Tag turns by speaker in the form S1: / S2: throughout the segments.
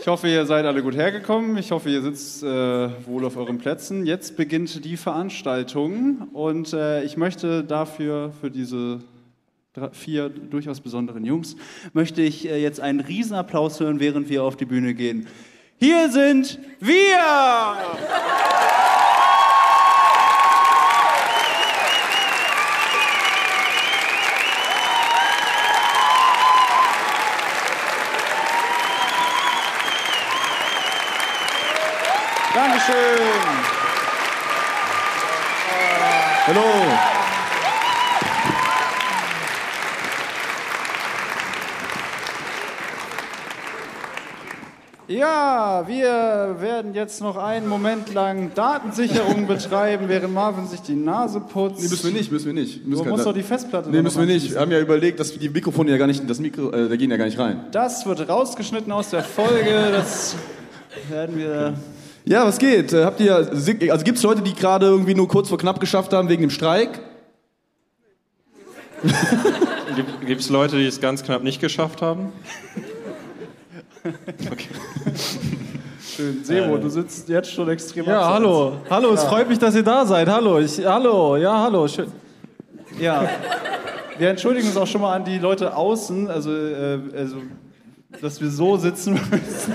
S1: Ich hoffe, ihr seid alle gut hergekommen. Ich hoffe, ihr sitzt äh, wohl auf euren Plätzen. Jetzt beginnt die Veranstaltung und äh, ich möchte dafür, für diese drei, vier durchaus besonderen Jungs, möchte ich äh, jetzt einen Riesenapplaus hören, während wir auf die Bühne gehen. Hier sind wir! Dankeschön.
S2: Hallo.
S1: Ja, wir werden jetzt noch einen Moment lang Datensicherung betreiben, während Marvin sich die Nase putzt.
S2: Nee, müssen wir nicht, müssen wir nicht. Müssen
S1: Du musst doch die Festplatte
S2: Nee,
S1: noch
S2: müssen wir nicht.
S1: anschließen.
S2: Wir haben ja überlegt, dass die Mikrofone ja gar nicht, das Mikro, äh, da gehen ja gar nicht rein.
S1: Das wird rausgeschnitten aus der Folge. Das werden wir.
S2: Ja, was geht? Äh, Habt ihr, also gibt's Leute, die gerade irgendwie nur kurz vor knapp geschafft haben wegen dem Streik?
S3: Gibt es Leute, die es ganz knapp nicht geschafft haben?
S1: Schön. Sebo, du sitzt jetzt schon extrem
S4: Ja,
S1: abseits.
S4: hallo. Hallo, es freut mich, dass ihr da seid. Hallo, ich, hallo, ja, hallo, schön.
S1: Ja. Wir entschuldigen uns auch schon mal an die Leute außen, also, äh, also dass wir so sitzen müssen.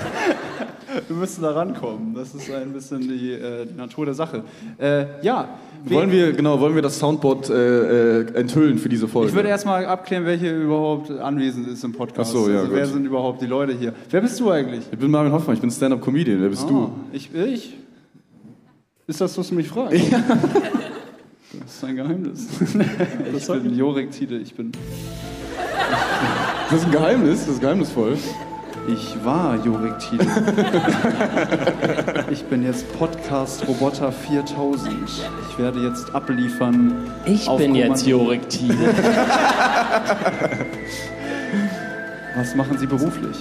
S1: Wir müssen da rankommen. Das ist ein bisschen die, äh, die Natur der Sache. Äh, ja.
S2: Wollen wir, genau, wollen wir das Soundboard äh, äh, enthüllen für diese Folge?
S1: Ich würde erstmal abklären, wer hier überhaupt anwesend ist im Podcast.
S2: Ach so, ja,
S1: also, wer
S2: gut.
S1: sind überhaupt die Leute hier? Wer bist du eigentlich?
S2: ich bin Marvin Hoffmann, ich bin Stand-Up-Comedian. Wer bist
S1: Ah, Ich, ich? Ist das, was du mich fragst? Das ist ein Geheimnis. ich bin Jorek Tiede, ich bin...
S2: du? Das ist ein Geheimnis, das ist geheimnisvoll.
S1: Ich war Jorek Tiede. ich bin jetzt Podcast-Roboter 4000. Ich werde jetzt abliefern.
S5: Ich
S1: auf
S5: bin jetzt
S1: Kommando.
S5: Jorik Thiel.
S1: Was machen Sie beruflich?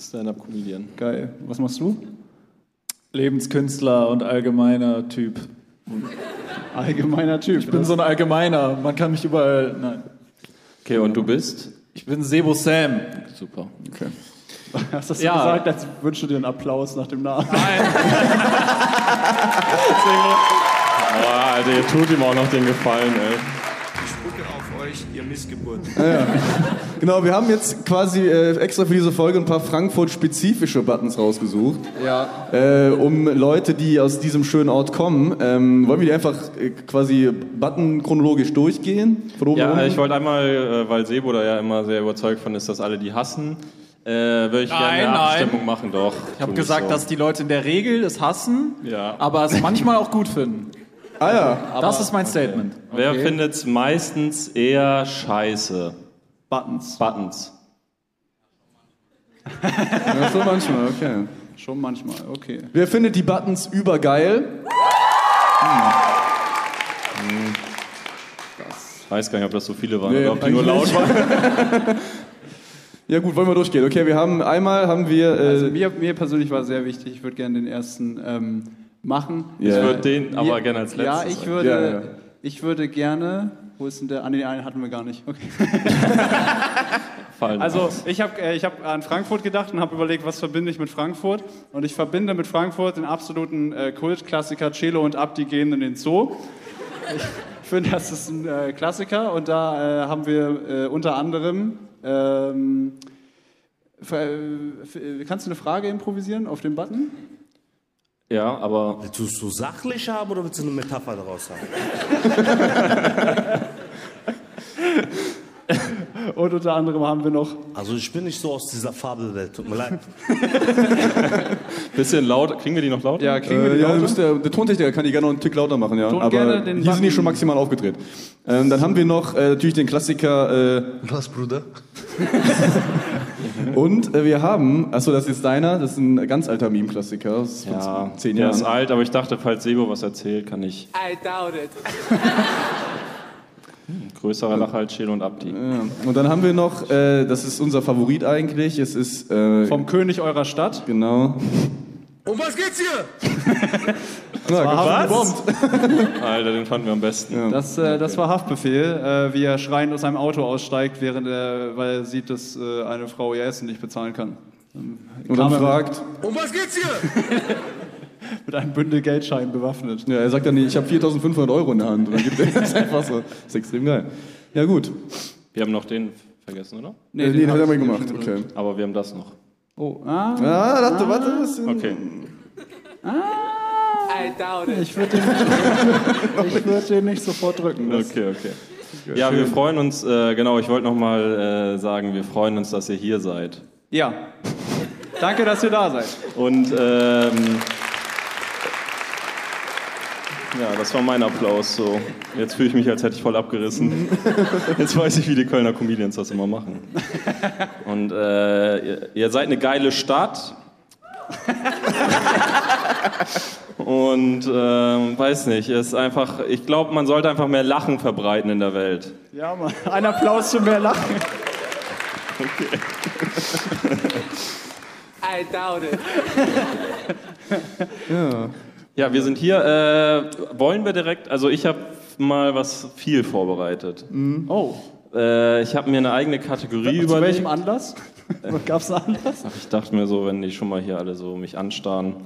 S3: Stand-up-Comedian.
S1: Geil. Was machst du?
S4: Lebenskünstler und allgemeiner Typ.
S1: Allgemeiner Typ. ne?
S4: Ich bin so ein allgemeiner, man kann mich überall. Nein.
S3: Okay, und du bist?
S4: Ich bin Sebo Sam.
S5: Super.
S1: hast das
S4: Ja.
S1: gesagt, als wünschst du dir einen Applaus nach dem Namen.
S3: Ah, Alter, ihr tut ihm auch noch den Gefallen, ey.
S2: Genau, wir haben jetzt quasi äh, extra für diese Folge ein paar Frankfurt-spezifische Buttons rausgesucht.
S1: Ja.
S2: Äh, um Leute, die aus diesem schönen Ort kommen, ähm, wollen wir die einfach äh, quasi Button chronologisch durchgehen? Von oben nach
S3: Ja,
S2: unten?
S3: ich wollte einmal, äh, weil Sebo da ja immer sehr überzeugt von ist, dass alle die hassen, äh, würde ich gerne
S4: Nein,
S3: eine
S4: nein.
S3: Abstimmung machen, doch.
S4: Ich habe gesagt, dass die Leute in der Regel es hassen,
S3: Ja.
S4: aber es manchmal auch gut finden.
S2: Ah ja,
S4: das ist mein Statement.
S3: Wer findet's meistens eher scheiße?
S1: Buttons.
S3: Buttons.
S2: ja so manchmal, okay.
S1: Schon manchmal, okay.
S2: Wer findet die Buttons übergeil?
S3: Weiß gar nicht, ob das so viele waren
S2: Nee,
S3: oder ob die nur
S2: eigentlich
S3: laut waren.
S2: Ja gut, wollen wir durchgehen. Okay, wir haben einmal haben wir... Äh,
S1: Also mir, mir persönlich war sehr wichtig, ich würde gerne den ersten ähm, machen.
S2: Ja.
S3: Ich würde den aber
S1: Mir-
S3: gerne als letztes.
S1: Ja, ich
S3: sagen.
S1: würde,
S2: Ja, ja.
S1: ich würde gerne. Wo ist denn der? Ah, nee, den einen hatten wir gar nicht. Okay.
S3: Fallen.
S1: Also ich habe äh, ich hab an Frankfurt gedacht und habe überlegt, was verbinde ich mit Frankfurt. Und ich verbinde mit Frankfurt den absoluten äh, Kultklassiker Celo und Abdi gehen in den Zoo. Ich finde, das ist ein äh, Klassiker und da äh, haben wir äh, unter anderem... Ähm, ver- äh, kannst du eine Frage improvisieren auf dem Button?
S3: ja, aber
S6: Willst du es so sachlich haben oder willst du eine Metapher daraus haben?
S1: Und unter anderem haben wir noch
S6: Also ich bin nicht so aus dieser Fabelwelt, tut mir leid.
S3: Bisschen laut. Kriegen wir die noch laut?
S1: Ja, kriegen wir
S2: Äh,
S1: die
S2: ja,
S1: Laute?
S2: müsst ihr- der Tontechniker kann die gerne noch einen Tick lauter machen, ja.
S1: Ton
S2: Aber
S1: gerne den
S2: hier sind die
S1: Button.
S2: schon maximal aufgedreht. Ähm, dann haben wir noch äh, natürlich den Klassiker. Äh,
S5: Was, Bruder?
S2: und äh, wir haben, achso, das ist deiner, das ist ein ganz alter Meme-Klassiker aus von
S3: Ja,
S2: zehn
S3: der
S2: Jahren.
S3: ist alt, aber ich dachte, falls Sebo was erzählt, kann ich
S7: I doubt it.
S3: größere Lache als Chelo und Abdi.
S2: ja. Und dann haben wir noch, äh, das ist unser Favorit eigentlich, es ist. Äh,
S1: vom König eurer Stadt.
S2: genau.
S5: Um was geht's hier?
S1: Was?
S3: Alter, den fanden wir am besten.
S1: Das, äh, das war Haftbefehl, äh, wie er schreiend aus einem Auto aussteigt, während er, weil er sieht, dass äh, eine Frau ihr Essen nicht bezahlen kann. Ähm,
S2: Und dann
S1: Kam er
S2: fragt,
S5: Um was geht's hier?
S1: Mit einem Bündel Geldschein bewaffnet.
S2: ja, er sagt dann, nee, ich habe 4500 Euro in der Hand. Und dann gibt er das einfach so. ist extrem geil. Ja, gut.
S3: Wir haben noch den vergessen, oder?
S2: Nee, äh, nee den hat er mal gemacht. Okay.
S3: Aber wir haben das noch.
S1: Oh, ah,
S2: Ah, warte, warte. das ist-
S3: Okay.
S7: I doubt it.
S1: ich würde den, ich würd den nicht sofort drücken. Das,
S3: Okay, okay. Ja, wir freuen uns, äh, genau, ich wollte nochmal äh, sagen, wir freuen uns, dass ihr hier seid.
S1: Ja. Danke, dass ihr da seid.
S3: Und ähm, ja, das war mein Applaus. So. Jetzt fühle ich mich, als hätte ich voll abgerissen. Jetzt weiß ich, wie die Kölner Comedians das immer machen. Und äh, ihr, ihr seid eine geile Stadt. Und ähm, weiß nicht, es ist einfach, ich glaube, man sollte einfach mehr Lachen verbreiten in der Welt.
S1: Ja, Mann. Ein Applaus zu mehr Lachen.
S7: I doubt it.
S3: Ja, wir sind hier. Äh, wollen wir direkt, also ich habe mal was viel vorbereitet.
S1: Oh,
S3: Äh, ich habe mir eine eigene Kategorie
S1: zu
S3: überlegt.
S1: welchem Anlass? Gab's einen Anlass?
S3: Ich dachte mir so, wenn die schon mal hier alle so mich anstarren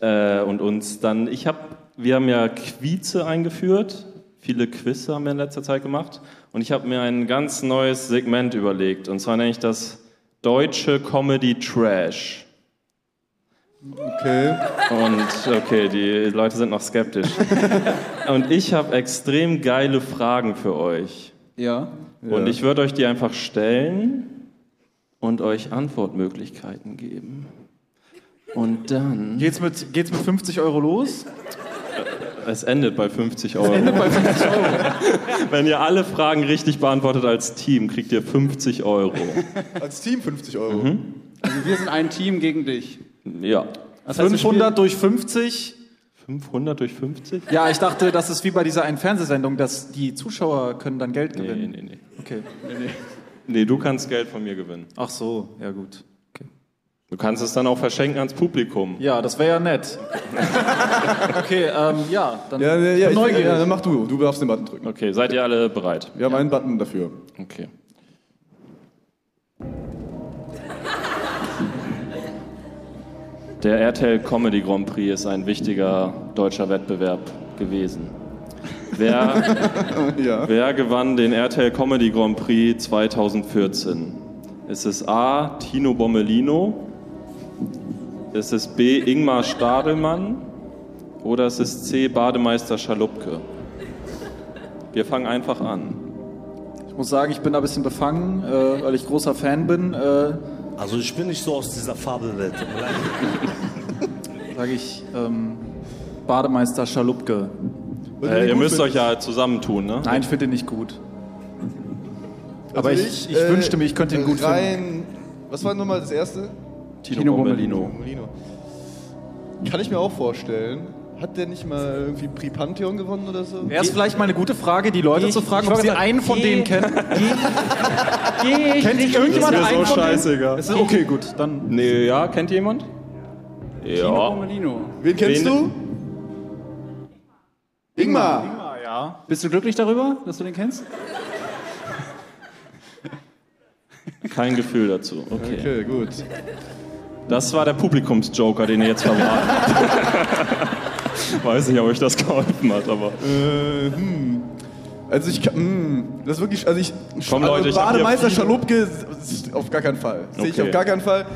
S3: äh, und uns, dann ich habe, wir haben ja Quize eingeführt. Viele Quizze haben wir in letzter Zeit gemacht und ich habe mir ein ganz neues Segment überlegt und zwar nenne ich das deutsche Comedy Trash.
S2: Okay.
S3: Und okay, die Leute sind noch skeptisch. Und ich habe extrem geile Fragen für euch.
S1: Ja.
S3: Und ich würde euch die einfach stellen und euch Antwortmöglichkeiten geben. Und dann.
S4: Geht's mit, geht's mit 50 Euro los?
S3: Es endet bei 50 Euro. Es endet bei 50 Euro. Wenn ihr alle Fragen richtig beantwortet als Team, kriegt ihr 50 Euro.
S2: Als Team 50 Euro.
S1: Also, Wir sind ein Team gegen dich.
S3: Ja.
S1: Das heißt, wir spielen-
S4: 500 durch 50?
S3: 500 durch 50?
S4: Ja, ich dachte, das ist wie bei dieser einen Fernsehsendung, dass die Zuschauer können dann Geld
S3: Nee,
S4: gewinnen.
S3: nee, nee.
S4: Okay.
S3: Nee, du kannst Geld von mir gewinnen.
S4: Ach so, ja gut.
S3: Du kannst es dann auch verschenken ans Publikum.
S4: Ja, das wäre ja nett. okay, ähm, ja, dann
S2: Ja, ja, ja, ich,
S4: neugierig.
S2: ja, dann mach du. Du darfst den Button drücken.
S3: Okay, seid ihr alle bereit?
S2: Wir haben einen Button dafür.
S3: Okay. Der RTL Comedy Grand Prix ist ein wichtiger deutscher Wettbewerb gewesen. Wer
S2: Ja.
S3: Wer gewann den RTL Comedy Grand Prix 2014? Ist es A. Tino Bommelino? Ist es B. Ingmar Stadelmann? Oder ist es C. Bademeister Schalupke? Wir fangen einfach an.
S4: Ich muss sagen, ich bin da ein bisschen befangen, äh, weil ich großer Fan bin. Äh,
S6: Also ich bin nicht so aus dieser Fabelwelt, tut mir leid.
S4: Sage ich ähm, Bademeister Schalupke.
S3: Äh, ihr müsst euch ja zusammentun, ne?
S4: Nein, ich finde den nicht gut. Aber ich, ich wünschte mir, ich könnte ihn gut finden.
S2: Also äh, rein. Was war nochmal das erste?
S3: Tino,
S2: Molino. Kann ich mir auch vorstellen. Hat der nicht mal irgendwie Pripantheon gewonnen oder so?
S4: Wäre es vielleicht mal eine gute Frage, die Leute zu fragen, ob sie einen von denen kennen? Kennt irgendjemand
S3: Das wär so
S4: einen von
S3: scheißegal.
S4: denen? Es ist- Okay, gut, dann.
S3: Nee, ja, kennt jemand? Ja.
S1: Romolino.
S2: Wen kennst
S3: Wen-
S2: du? Ingmar.
S1: Bist du glücklich darüber, dass du den kennst?
S3: Kein Gefühl dazu. Okay.
S2: Okay, gut.
S3: Das war der Publikumsjoker, den ihr jetzt verwahrt. Weiß nicht, ob euch das geholfen hat, aber.
S2: Äh, hm. Also ich kann, hm, das ist wirklich, also ich,
S3: Komm,
S2: also
S3: Leute, ich hab hier
S2: Bademeister
S3: viele-
S2: Schalupke s- auf gar keinen Fall, sehe ich
S3: Okay.
S2: auf gar keinen Fall.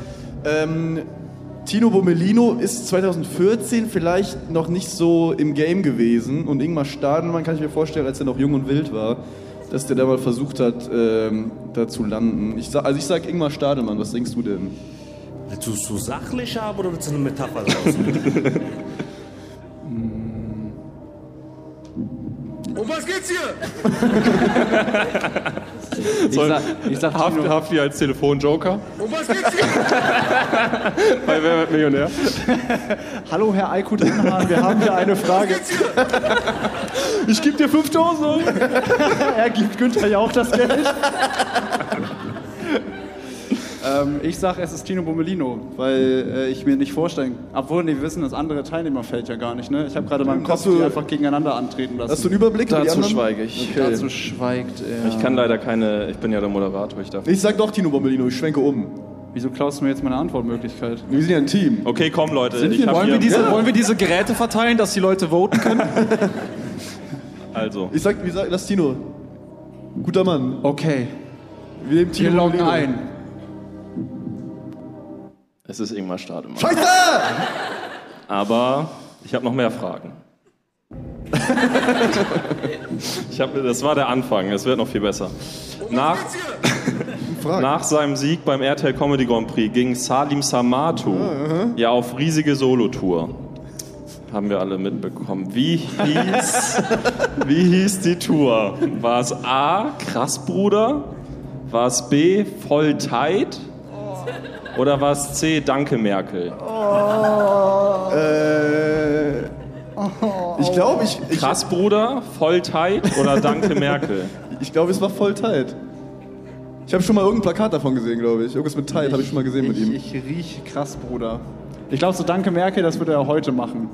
S2: Ähm, Tino Bommelino ist 2014 vielleicht noch nicht so im Game gewesen und Ingmar Stadelmann kann ich mir vorstellen, als er noch jung und wild war, dass der da mal versucht hat, ähm, da zu landen. Ich sag, also ich sag Ingmar Stadelmann, was denkst du denn?
S6: Willst du es so sachlich haben oder willst du eine Metapher draus?
S5: Um was geht's hier?
S1: Ich sag, ich sag
S3: Hafti, Hafti als Telefonjoker
S5: Um was geht's hier?
S3: bei Wer wird Millionär?
S1: Hallo Herr Aykut Unhan, wir haben hier eine
S5: Um was
S1: Frage.
S5: geht's hier?
S1: Ich gebe dir 5000. er gibt Günther ja auch das Geld. ähm, ich sag, es ist Tino Bommelino, weil äh, ich mir nicht vorstellen. Obwohl, nee, wir wissen das andere Teilnehmerfeld ja gar nicht, ne? Ich habe gerade meinen Kopf
S2: Hast du-
S1: die einfach gegeneinander antreten lassen.
S2: Hast du einen Überblick über die
S4: Dazu
S2: anderen?
S4: schweige ich.
S2: Okay.
S1: Dazu schweigt er.
S3: Ich kann leider keine, ich bin ja der Moderator, ich darf.
S2: Ich sag doch Tino Bommelino, ich schwenke um.
S1: Wieso klaust du mir jetzt meine Antwortmöglichkeit?
S2: Wir sind ja ein Team.
S3: Okay, komm Leute, ich hab
S4: Wollen
S3: hier,
S4: wir, diese, wollen wir diese Geräte verteilen, dass die Leute voten können?
S3: also,
S2: Ich sag, wie sag, lass Tino. Guter Mann.
S1: Okay,
S2: Wir nehmen Tino
S1: wir loggen
S2: Bommelino.
S1: ein.
S3: es ist Ingmar Stademann.
S2: Scheiße!
S3: Aber ich habe noch mehr Fragen. ich hab, das war der Anfang, es wird noch viel besser. Nach,
S5: Oh, Geht's hier?
S3: nach seinem Sieg beim RTL Comedy Grand Prix ging Salim Samatu
S5: Ah,
S3: ja auf riesige Solotour. Haben wir alle mitbekommen. Wie hieß, wie hieß die Tour? War es A, Krassbruder? War es B, Vollteit? Oder war es C, Danke Merkel?
S2: Äh, ich glaube, ich, ich,
S3: Krass, Bruder, Vollteit oder Danke Merkel?
S2: ich glaube, es war voll tight. Ich habe schon mal irgendein Plakat davon gesehen, glaube ich. Irgendwas mit tight habe ich schon mal gesehen mit ihm.
S1: Ich, ich riech krass, Bruder. Ich glaube, so Danke Merkel, das würde er heute machen.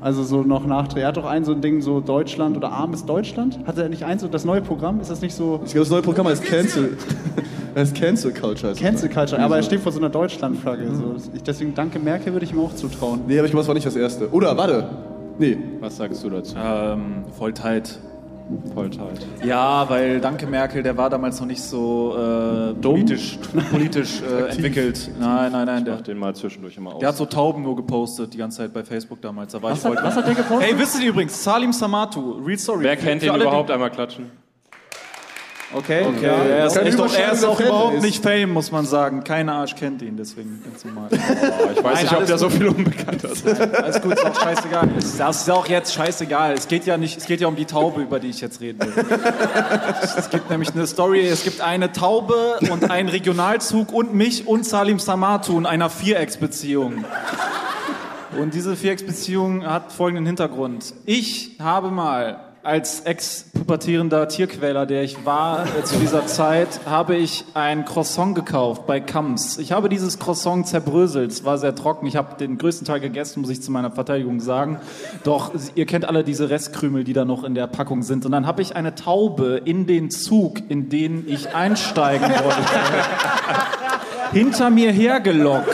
S1: Also so noch nachdrehen. Er hat doch ein so ein Ding, so Deutschland oder armes Deutschland. Hat er nicht eins, so das neue Programm? Ist das nicht so
S2: Ich glaube, das neue Programm heißt Cancel. heißt Cancel Culture. heißt das.
S1: Cancel Culture? Aber er steht vor so einer Deutschlandflagge. So.
S4: Mhm.
S1: Ich, deswegen Danke Merkel würde ich ihm auch zutrauen.
S2: Nee, aber ich glaube, das war nicht das erste. Oder, warte. Nee.
S3: Was sagst du dazu?
S4: Ähm, Volltheit.
S3: Vollteit.
S4: Ja, weil danke Merkel, der war damals noch nicht so äh, politisch, politisch äh, entwickelt. Nein, nein, nein. Der,
S3: Mach den mal zwischendurch immer aus.
S4: der hat so Tauben nur gepostet die ganze Zeit bei Facebook damals. Da war ich
S1: Was hat,
S4: heute.
S1: was hat der gepostet?
S4: Ey, wisst ihr übrigens, Salim Samatu, Real Story.
S3: Wer kennt
S4: Für
S3: den
S4: alle, die-
S3: überhaupt? Einmal klatschen.
S4: Okay, okay. Er ist,
S2: Kein
S4: echt auch, er ist
S2: überschätzender
S4: auch
S2: Fan
S4: überhaupt
S2: ist.
S4: nicht Fame, muss man sagen. Keiner Arsch kennt ihn, deswegen ganz normal.
S3: Boah, ich weiß
S4: Nein,
S3: nicht, ob
S4: alles
S3: der so viel unbekannt ist.
S4: Alles gut, ist auch scheißegal. Das ist auch jetzt scheißegal. Es geht ja nicht, es geht ja um die Taube, über die ich jetzt reden will. Es gibt nämlich eine Story, es gibt eine Taube und einen Regionalzug und mich und Salim Samatu in einer Vierecksbeziehung. Und diese Vierecksbeziehung hat folgenden Hintergrund. Ich habe mal als ex-pubertierender Tierquäler, der ich war äh, zu dieser Zeit, habe ich ein Croissant gekauft bei Kamps. Ich habe dieses Croissant zerbröselt. Es war sehr trocken. Ich habe den größten Teil gegessen, muss ich zu meiner Verteidigung sagen. Doch ihr kennt alle diese Restkrümel, die da noch in der Packung sind. Und dann habe ich eine Taube in den Zug, in den ich einsteigen wollte, hinter mir hergelockt.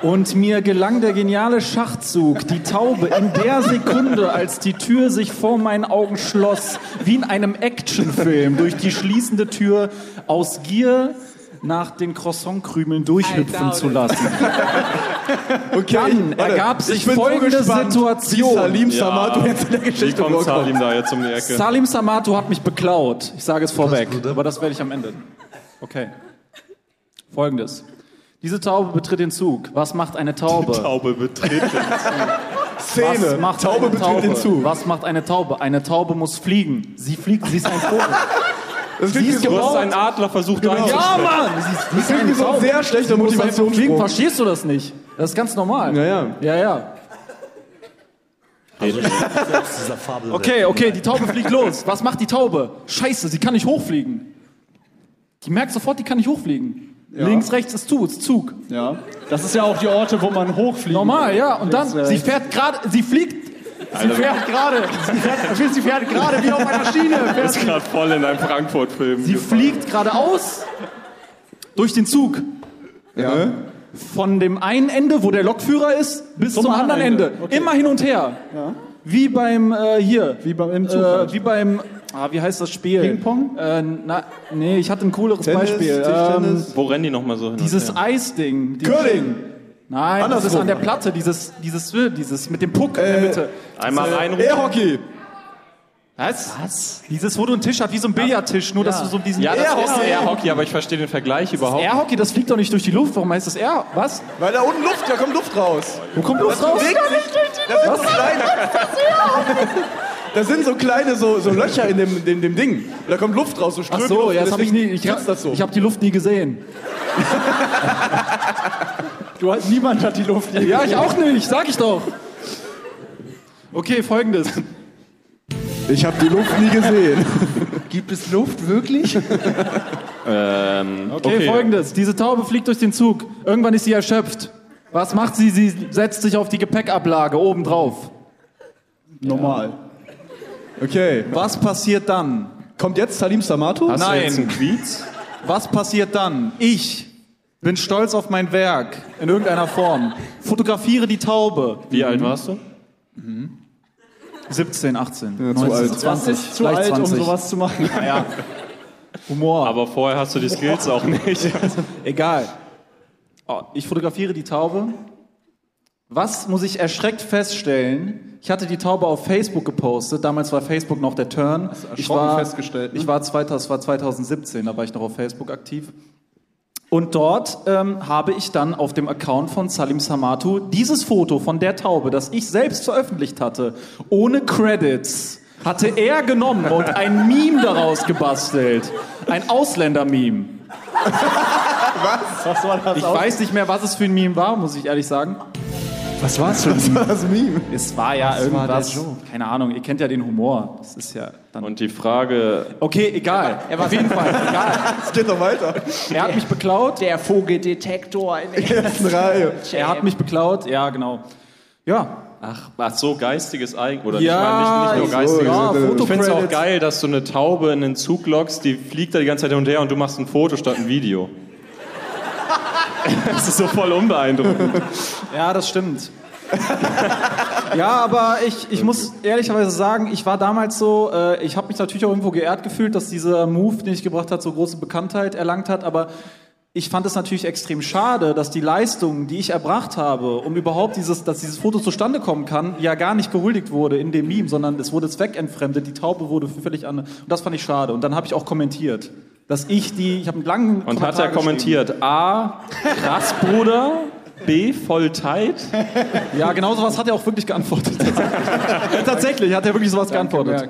S4: Und mir gelang der geniale Schachzug, die Taube in der Sekunde, als die Tür sich vor meinen Augen schloss, wie in einem Actionfilm, durch die schließende Tür aus Gier nach den Croissantkrümeln durchhüpfen
S7: Alter,
S4: zu
S7: Alter.
S4: lassen.
S2: Okay,
S4: Dann
S2: ich- warte.
S4: ergab sich
S2: Ich bin so
S4: folgende
S2: gespannt, Wie
S4: Situation.
S2: Salim Samatu jetzt in der
S3: Wie
S2: Geschichte
S3: kommt
S2: vorkommt.
S3: Salim da jetzt um die
S2: Genau.
S3: Ecke?
S4: Salim Samatu hat mich beklaut. Ich sage es vorweg,
S5: Bruder.
S4: aber das werde ich am Ende. Okay. Folgendes. Diese Taube betritt den Zug. Was macht eine Taube?
S3: Taube betreten.
S2: Szene.
S4: Was macht
S2: Taube
S4: eine
S2: betritt
S4: Taube?
S2: den Zug.
S4: Was macht eine Taube? Eine Taube muss fliegen. Sie fliegt, sie ist ein Vogel.
S2: Das
S4: Sie ist
S2: klingt wie
S3: Du hast
S4: gebaut.
S3: einen Adler versucht genau.
S4: Ja, Mann! Sie ist, sie ist
S2: das klingt wie
S4: eine
S2: so ein
S4: Taube.
S2: sehr schlechter
S4: Du musst einfach fliegen.
S2: Motivationssprung.
S4: Verstehst du das nicht? Das ist ganz normal.
S2: Ja, ja.
S4: Ja, ja.
S6: Also ich bin aus dieser Fabelwelt.
S4: Okay, okay, die Taube fliegt los. Was macht die Taube? Scheiße, sie kann nicht hochfliegen. Die merkt sofort, die kann nicht hochfliegen. Links, rechts ist Zug, ist Zug.
S1: Ja. Das ist ja auch die Orte, wo man hochfliegt.
S4: Normal, ja. Und
S1: äh,
S4: dann, sie fährt gerade, sie fliegt.
S1: Sie fährt gerade. Sie fährt, sie fährt gerade wie auf einer Schiene. Fährt sie.
S3: gerade voll in einem Frankfurt-Film.
S4: Sie fliegt geradeaus durch den Zug. Äh?
S2: Ja.
S4: Von dem einen Ende, wo der Lokführer ist, bis zum, anderen Ende. Immer hin und her. Wie beim äh, hier.
S1: Wie beim- im Zug
S4: äh,
S1: halt.
S4: wie beim. Ah, wie heißt das Spiel?
S1: Ping-Pong?
S4: Äh, na, nee, ich hatte ein cooleres
S2: Tennis,
S4: Beispiel. Ähm,
S2: Tischtennis.
S3: Wo rennen die nochmal so hin? und
S4: dieses
S3: her?
S4: Eisding. dieses-
S2: Curling.
S4: Nein, das ist
S2: Andersrum.
S4: an der äh, Platte. Dieses, dieses, dieses mit dem Puck in der Mitte.
S3: Einmal reinrufen.
S2: Airhockey.
S1: Was?
S4: Dieses, wo du einen Tisch hast, wie so ein Billardtisch, nur dass du so diesen
S3: Ja, das ist
S4: Air-Hockey.
S3: Air-Hockey, aber ich verstehe den Vergleich überhaupt nicht.
S4: Air-Hockey, das fliegt doch nicht durch die Luft. Warum heißt das Air? Was?
S2: Weil da unten Luft, da kommt Luft raus.
S4: Wo kommt Luft raus?
S2: Da sind, so kleine, da sind so kleine so, so Löcher in dem, dem, dem Ding. Da kommt Luft raus, so Ströme.
S4: So, ja, das habe ich nie. Ich,
S2: hab, das so.
S4: ich habe die Luft nie gesehen.
S1: Du
S4: ähm,
S1: hast, niemand hat die Luft hier.
S4: Ja, ich auch nicht, sag ich doch. Okay, folgendes.
S2: ich habe die Luft nie gesehen.
S1: Gibt es Luft wirklich?
S3: Ähm,
S4: Okay, folgendes. Diese Taube fliegt durch den Zug. Irgendwann ist sie erschöpft. Was macht sie? Sie setzt sich auf die Gepäckablage oben drauf.
S2: Normal. Okay.
S4: Was passiert dann?
S2: Kommt jetzt Salim Samato?
S3: Hast
S4: Nein.
S3: du jetzt einen Quiz?
S4: Was passiert dann? Ich bin stolz auf mein Werk in irgendeiner Form. Fotografiere die Taube.
S3: Wie alt warst du?
S4: 17, 18,
S2: zu
S4: 19,
S2: alt.
S4: 20,
S1: Zu
S4: vielleicht
S1: alt,
S4: 20.
S1: um sowas zu machen.
S4: Humor.
S3: Aber vorher hast du die Skills auch nicht.
S4: Egal. Oh, ich fotografiere die Taube. Was muss ich erschreckt feststellen? Ich hatte die Taube auf Facebook gepostet. Damals war Facebook noch der Turn. Ich
S1: erschrocken
S4: war,
S1: festgestellt, ne?
S4: ich war, 2000, das war 2017, da war ich noch auf Facebook aktiv. Und dort ähm, habe ich dann auf dem Account von Salim Samatu dieses Foto von der Taube, das ich selbst veröffentlicht hatte, ohne Credits, hatte er genommen und ein Meme daraus gebastelt. Ein Ausländer-Meme.
S1: Was war das?
S4: Ich weiß nicht mehr, was es für ein Meme war, muss ich ehrlich sagen.
S2: Was war's für ein das Meme?
S4: Es war ja irgendwas. keine Ahnung, ihr kennt ja den Humor. Das ist ja dann.
S3: Und die Frage,
S4: Okay, egal. Er war auf jeden Fall egal.
S2: Es geht noch weiter.
S4: Er hat mich beklaut.
S7: Der Vogeldetektor.
S2: Ersten Reihe.
S4: Er hat mich beklaut. Ja, genau. Ja.
S3: ach, ach so, geistiges Eigen. Oder
S4: Ja,
S3: ich meine nicht, nicht nur
S2: so,
S3: geistiges
S2: ja,
S3: Ich finde es auch
S4: Fotocredits.
S3: geil, dass du eine Taube in den Zug lockst, die fliegt da die ganze Zeit hin und her und du machst ein Foto statt ein Video. das ist so voll unbeeindruckend.
S4: Ja, das stimmt. ja, aber ich, ich muss ehrlicherweise sagen, ich war damals so, äh, ich habe mich natürlich auch irgendwo geehrt gefühlt, dass dieser Move, den ich gebracht hat, so große Bekanntheit erlangt hat, aber ich fand es natürlich extrem schade, dass die Leistung, die ich erbracht habe, um überhaupt dieses, dass dieses Foto zustande kommen kann, ja gar nicht gehuldigt wurde in dem Meme, sondern es wurde zweckentfremdet, die Taube wurde für völlig andere. Und das fand ich schade. Und dann habe ich auch kommentiert, dass ich die, ich habe einen langen
S3: Und hat
S4: Kommentar
S3: er
S4: geschrieben.
S3: kommentiert, A, krass, Bruder, B, voll tight.
S4: Ja, genau sowas hat er auch wirklich geantwortet. Tatsächlich hat er wirklich sowas geantwortet.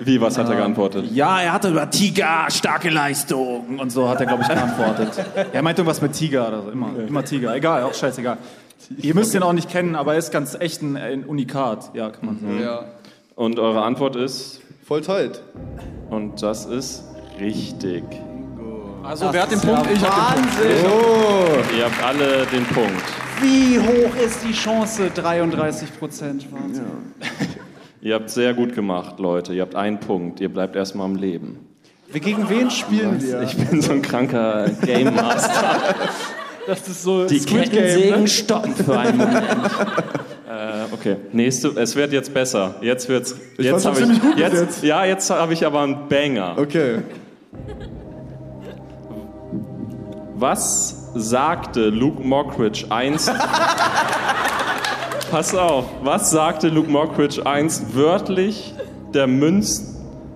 S3: Wie, was hat er geantwortet?
S4: Ja, er hatte über Tiger, starke Leistung und so hat er, glaube ich, geantwortet. er meinte irgendwas mit Tiger oder so, immer, immer Tiger, egal, auch scheißegal. Ihr müsst ihn auch nicht kennen, aber er ist ganz echt ein, ein Unikat, ja, kann man sagen.
S3: Und eure Antwort ist,
S2: Voll tight.
S3: und das ist richtig.
S4: Also, wer hat den Punkt? Ich hab den Punkt.
S3: Ihr habt alle den Punkt.
S1: Wie hoch ist die Chance? 33 Prozent. Wahnsinn.
S3: Ihr habt sehr gut gemacht, Leute. Ihr habt einen Punkt. Ihr bleibt erstmal am Leben.
S1: Wir Gegen wen spielen wir?
S3: Ich bin so ein kranker Game Master.
S1: Das ist so
S3: Die
S1: Squid
S3: Kettensägen
S1: Game. Ne?
S3: stoppen für einen Moment. äh, okay, nächste. Es wird jetzt besser. Jetzt wird's.
S2: fand's
S3: Jetzt hab
S2: schon ziemlich gut bis
S3: jetzt,
S2: jetzt.
S3: Ja, jetzt habe ich aber einen Banger.
S2: Okay.
S3: Was sagte Luke Mockridge einst? Pass auf. Was sagte Luke Mockridge einst wörtlich der Münz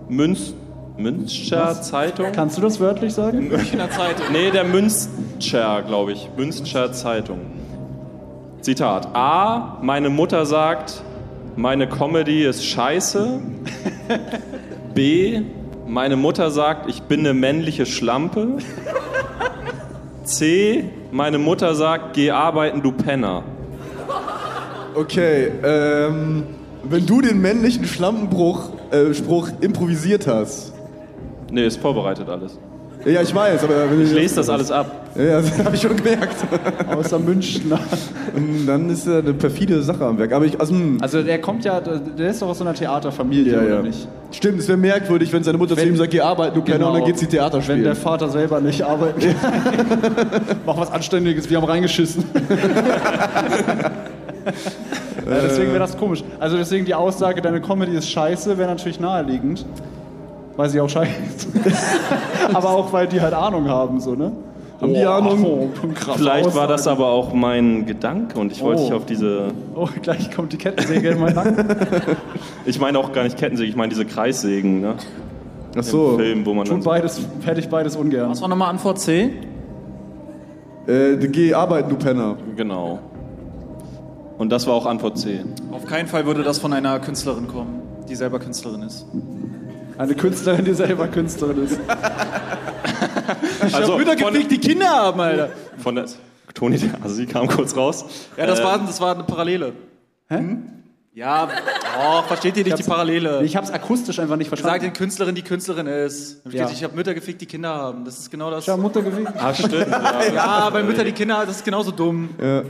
S3: Münz Münster Zeitung?
S1: Kannst du das wörtlich sagen?
S3: Nee, der Münster, glaube ich. Münster Zeitung. Zitat. A. Meine Mutter sagt, meine Comedy ist scheiße. B. Meine Mutter sagt, ich bin eine männliche Schlampe. C. Meine Mutter sagt, geh arbeiten, du Penner.
S2: Okay, ähm, wenn du den männlichen Schlampenbruch äh, Spruch improvisiert hast.
S3: Nee, ist vorbereitet alles.
S2: Ja, ich weiß, aber wenn
S3: Ich lese das alles ab.
S2: Ja, das habe ich schon gemerkt. Außer Münchner. Und Hm, dann ist ja eine perfide Sache am Werk. Aber ich, also, hm,
S1: Also der kommt ja, der ist doch aus so einer Theaterfamilie,
S2: ja,
S1: oder
S2: ja.
S1: nicht?
S2: Stimmt, es wäre merkwürdig, wenn seine Mutter zu ihm sagt, geh arbeiten, du Penner, und dann geht sie Theater
S1: Wenn
S2: spielen.
S1: der Vater selber nicht arbeitet. Mach was Anständiges, wir haben reingeschissen. ja, deswegen wäre das komisch. Also deswegen die Aussage, deine Comedy ist scheiße, wäre natürlich naheliegend. Weil sie auch scheiße ist. Aber auch, weil die halt Ahnung haben, so, ne?
S2: Haben die Ahnung?
S3: Vielleicht war das aber auch mein Gedanke und ich wollte dich auf diese.
S1: Oh, gleich kommt die Kettensäge in meinen Nacken.
S3: Ich meine auch gar nicht Kettensägen, ich meine diese Kreissägen, ne?
S2: Ach
S3: Im
S2: so.
S3: Film, wo man dann
S1: Tut
S3: so,
S1: beides, hätte ich beides ungern.
S4: Was war nochmal Antwort C?
S2: Äh, geh arbeiten, du Penner.
S3: Genau. Und das war auch Antwort C.
S4: Auf keinen Fall würde das von einer Künstlerin kommen, die selber Künstlerin ist.
S1: Eine Künstlerin, die selber Künstlerin ist.
S3: Also von,
S4: die Kinder haben, Alter.
S3: von der, Toni der Assi kam kurz raus. Äh,
S4: Ja, das, war, das war eine Parallele. Hä? Äh.
S1: Hm?
S4: Ja, oh, versteht ihr nicht die Parallele?
S1: Ich hab's akustisch einfach nicht
S4: Sagt
S1: verstanden.
S4: den Künstlerin, die Künstlerin ist. Dann steht,
S1: Ja.
S4: Ich habe Mütter gefickt, die Kinder haben. Das ist genau das.
S1: Ich hab Mutter gewesen.
S3: Ah, stimmt. Ja.
S4: Ja, bei Mütter, die Kinder, das ist genauso dumm.
S2: Ja.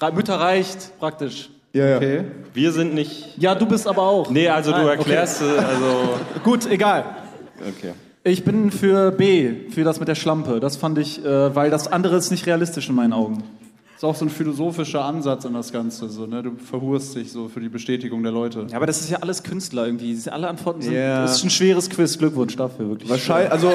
S4: Ra- Mütter reicht praktisch.
S2: Ja, ja.
S1: Okay.
S3: Wir sind nicht.
S4: Ja, du bist aber auch.
S3: Nee, also du
S4: Nein,
S3: erklärst, äh, also.
S4: Gut, egal.
S3: Okay.
S4: Ich bin für B, für das mit der Schlampe. Das fand ich, äh, weil das andere ist nicht realistisch in meinen Augen.
S1: Ist auch so ein philosophischer Ansatz an das Ganze. So, ne? Du verhurst dich so für die Bestätigung der Leute.
S4: Ja, aber das ist ja alles Künstler irgendwie. Diese- Alle Antworten sind.
S2: Ja.
S4: Das ist ein schweres Quiz. Glückwunsch dafür, wirklich.
S2: Wahrscheinlich, also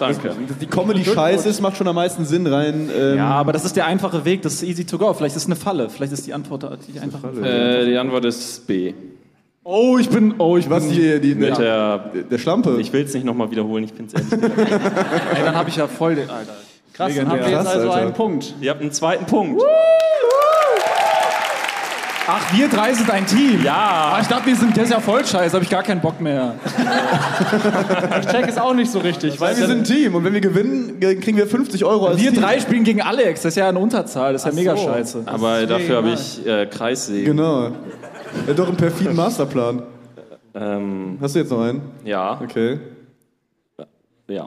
S3: Danke.
S2: die Comedy scheiße ist, macht schon am meisten Sinn rein. Ähm,
S4: Ja, aber das ist der einfache Weg. Das ist easy to go. Vielleicht ist es eine Falle. Vielleicht ist die Antwort die einfache Falle.
S3: Äh, die Antwort ist B.
S4: Oh, ich bin. Oh, ich
S2: Was die, die,
S3: Mit
S2: der,
S3: der.
S2: der Schlampe.
S3: Ich will es nicht nochmal wiederholen, ich bin's ehrlich.
S4: Ey, dann habe ich ja voll den. Alter.
S1: Krass, dann habt ihr
S2: Krass,
S1: jetzt also
S2: Alter.
S1: einen Punkt.
S3: Ihr habt einen zweiten Punkt.
S4: Ach, wir drei sind ein Team.
S3: Ja.
S4: Ah, ich dachte, wir sind das ist ja voll scheiße. Habe ich gar keinen Bock mehr.
S1: Ich check es auch nicht so richtig.
S2: Weil wir sind ein Team und wenn wir gewinnen, ge- kriegen wir 50 Euro als
S4: Wir
S2: Team.
S4: drei spielen gegen Alex. Das ist ja eine Unterzahl. Das ist ja mega scheiße.
S3: Aber dafür habe ich äh, Kreissägen.
S2: Genau. Er hat doch einen perfiden Masterplan.
S3: Ähm,
S2: Hast du jetzt noch einen?
S3: ja.
S2: Okay.
S3: Ja.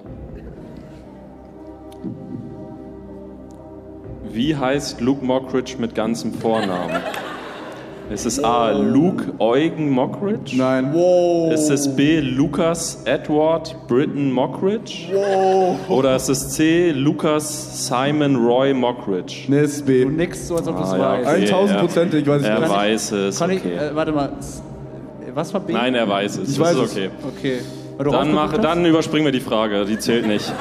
S3: Wie heißt Luke Mockridge mit ganzem Vornamen? Ist es A. Luke Eugen Mockridge?
S2: Nein. Wow.
S3: Ist es B. Lucas Edward Britton Mockridge? Oder ist es C. Lucas Simon Roy Mockridge?
S2: Nee, es ist B.
S1: Nix, so als ob du es
S3: Ah, ja,
S1: weißt.
S3: okay.
S2: 1000%ig, weiß ich
S3: Er
S2: nicht.
S3: weiß es.
S1: Kann ich,
S3: Okay.
S1: äh, warte mal. S- Was war B?
S3: Nein, er weiß es.
S2: Ich
S3: das
S2: weiß
S3: ist
S2: es.
S3: okay.
S1: Okay. Weil du
S3: Dann,
S1: aufgeguckt
S3: mache,
S1: hast?
S3: dann überspringen wir die Frage, die zählt nicht.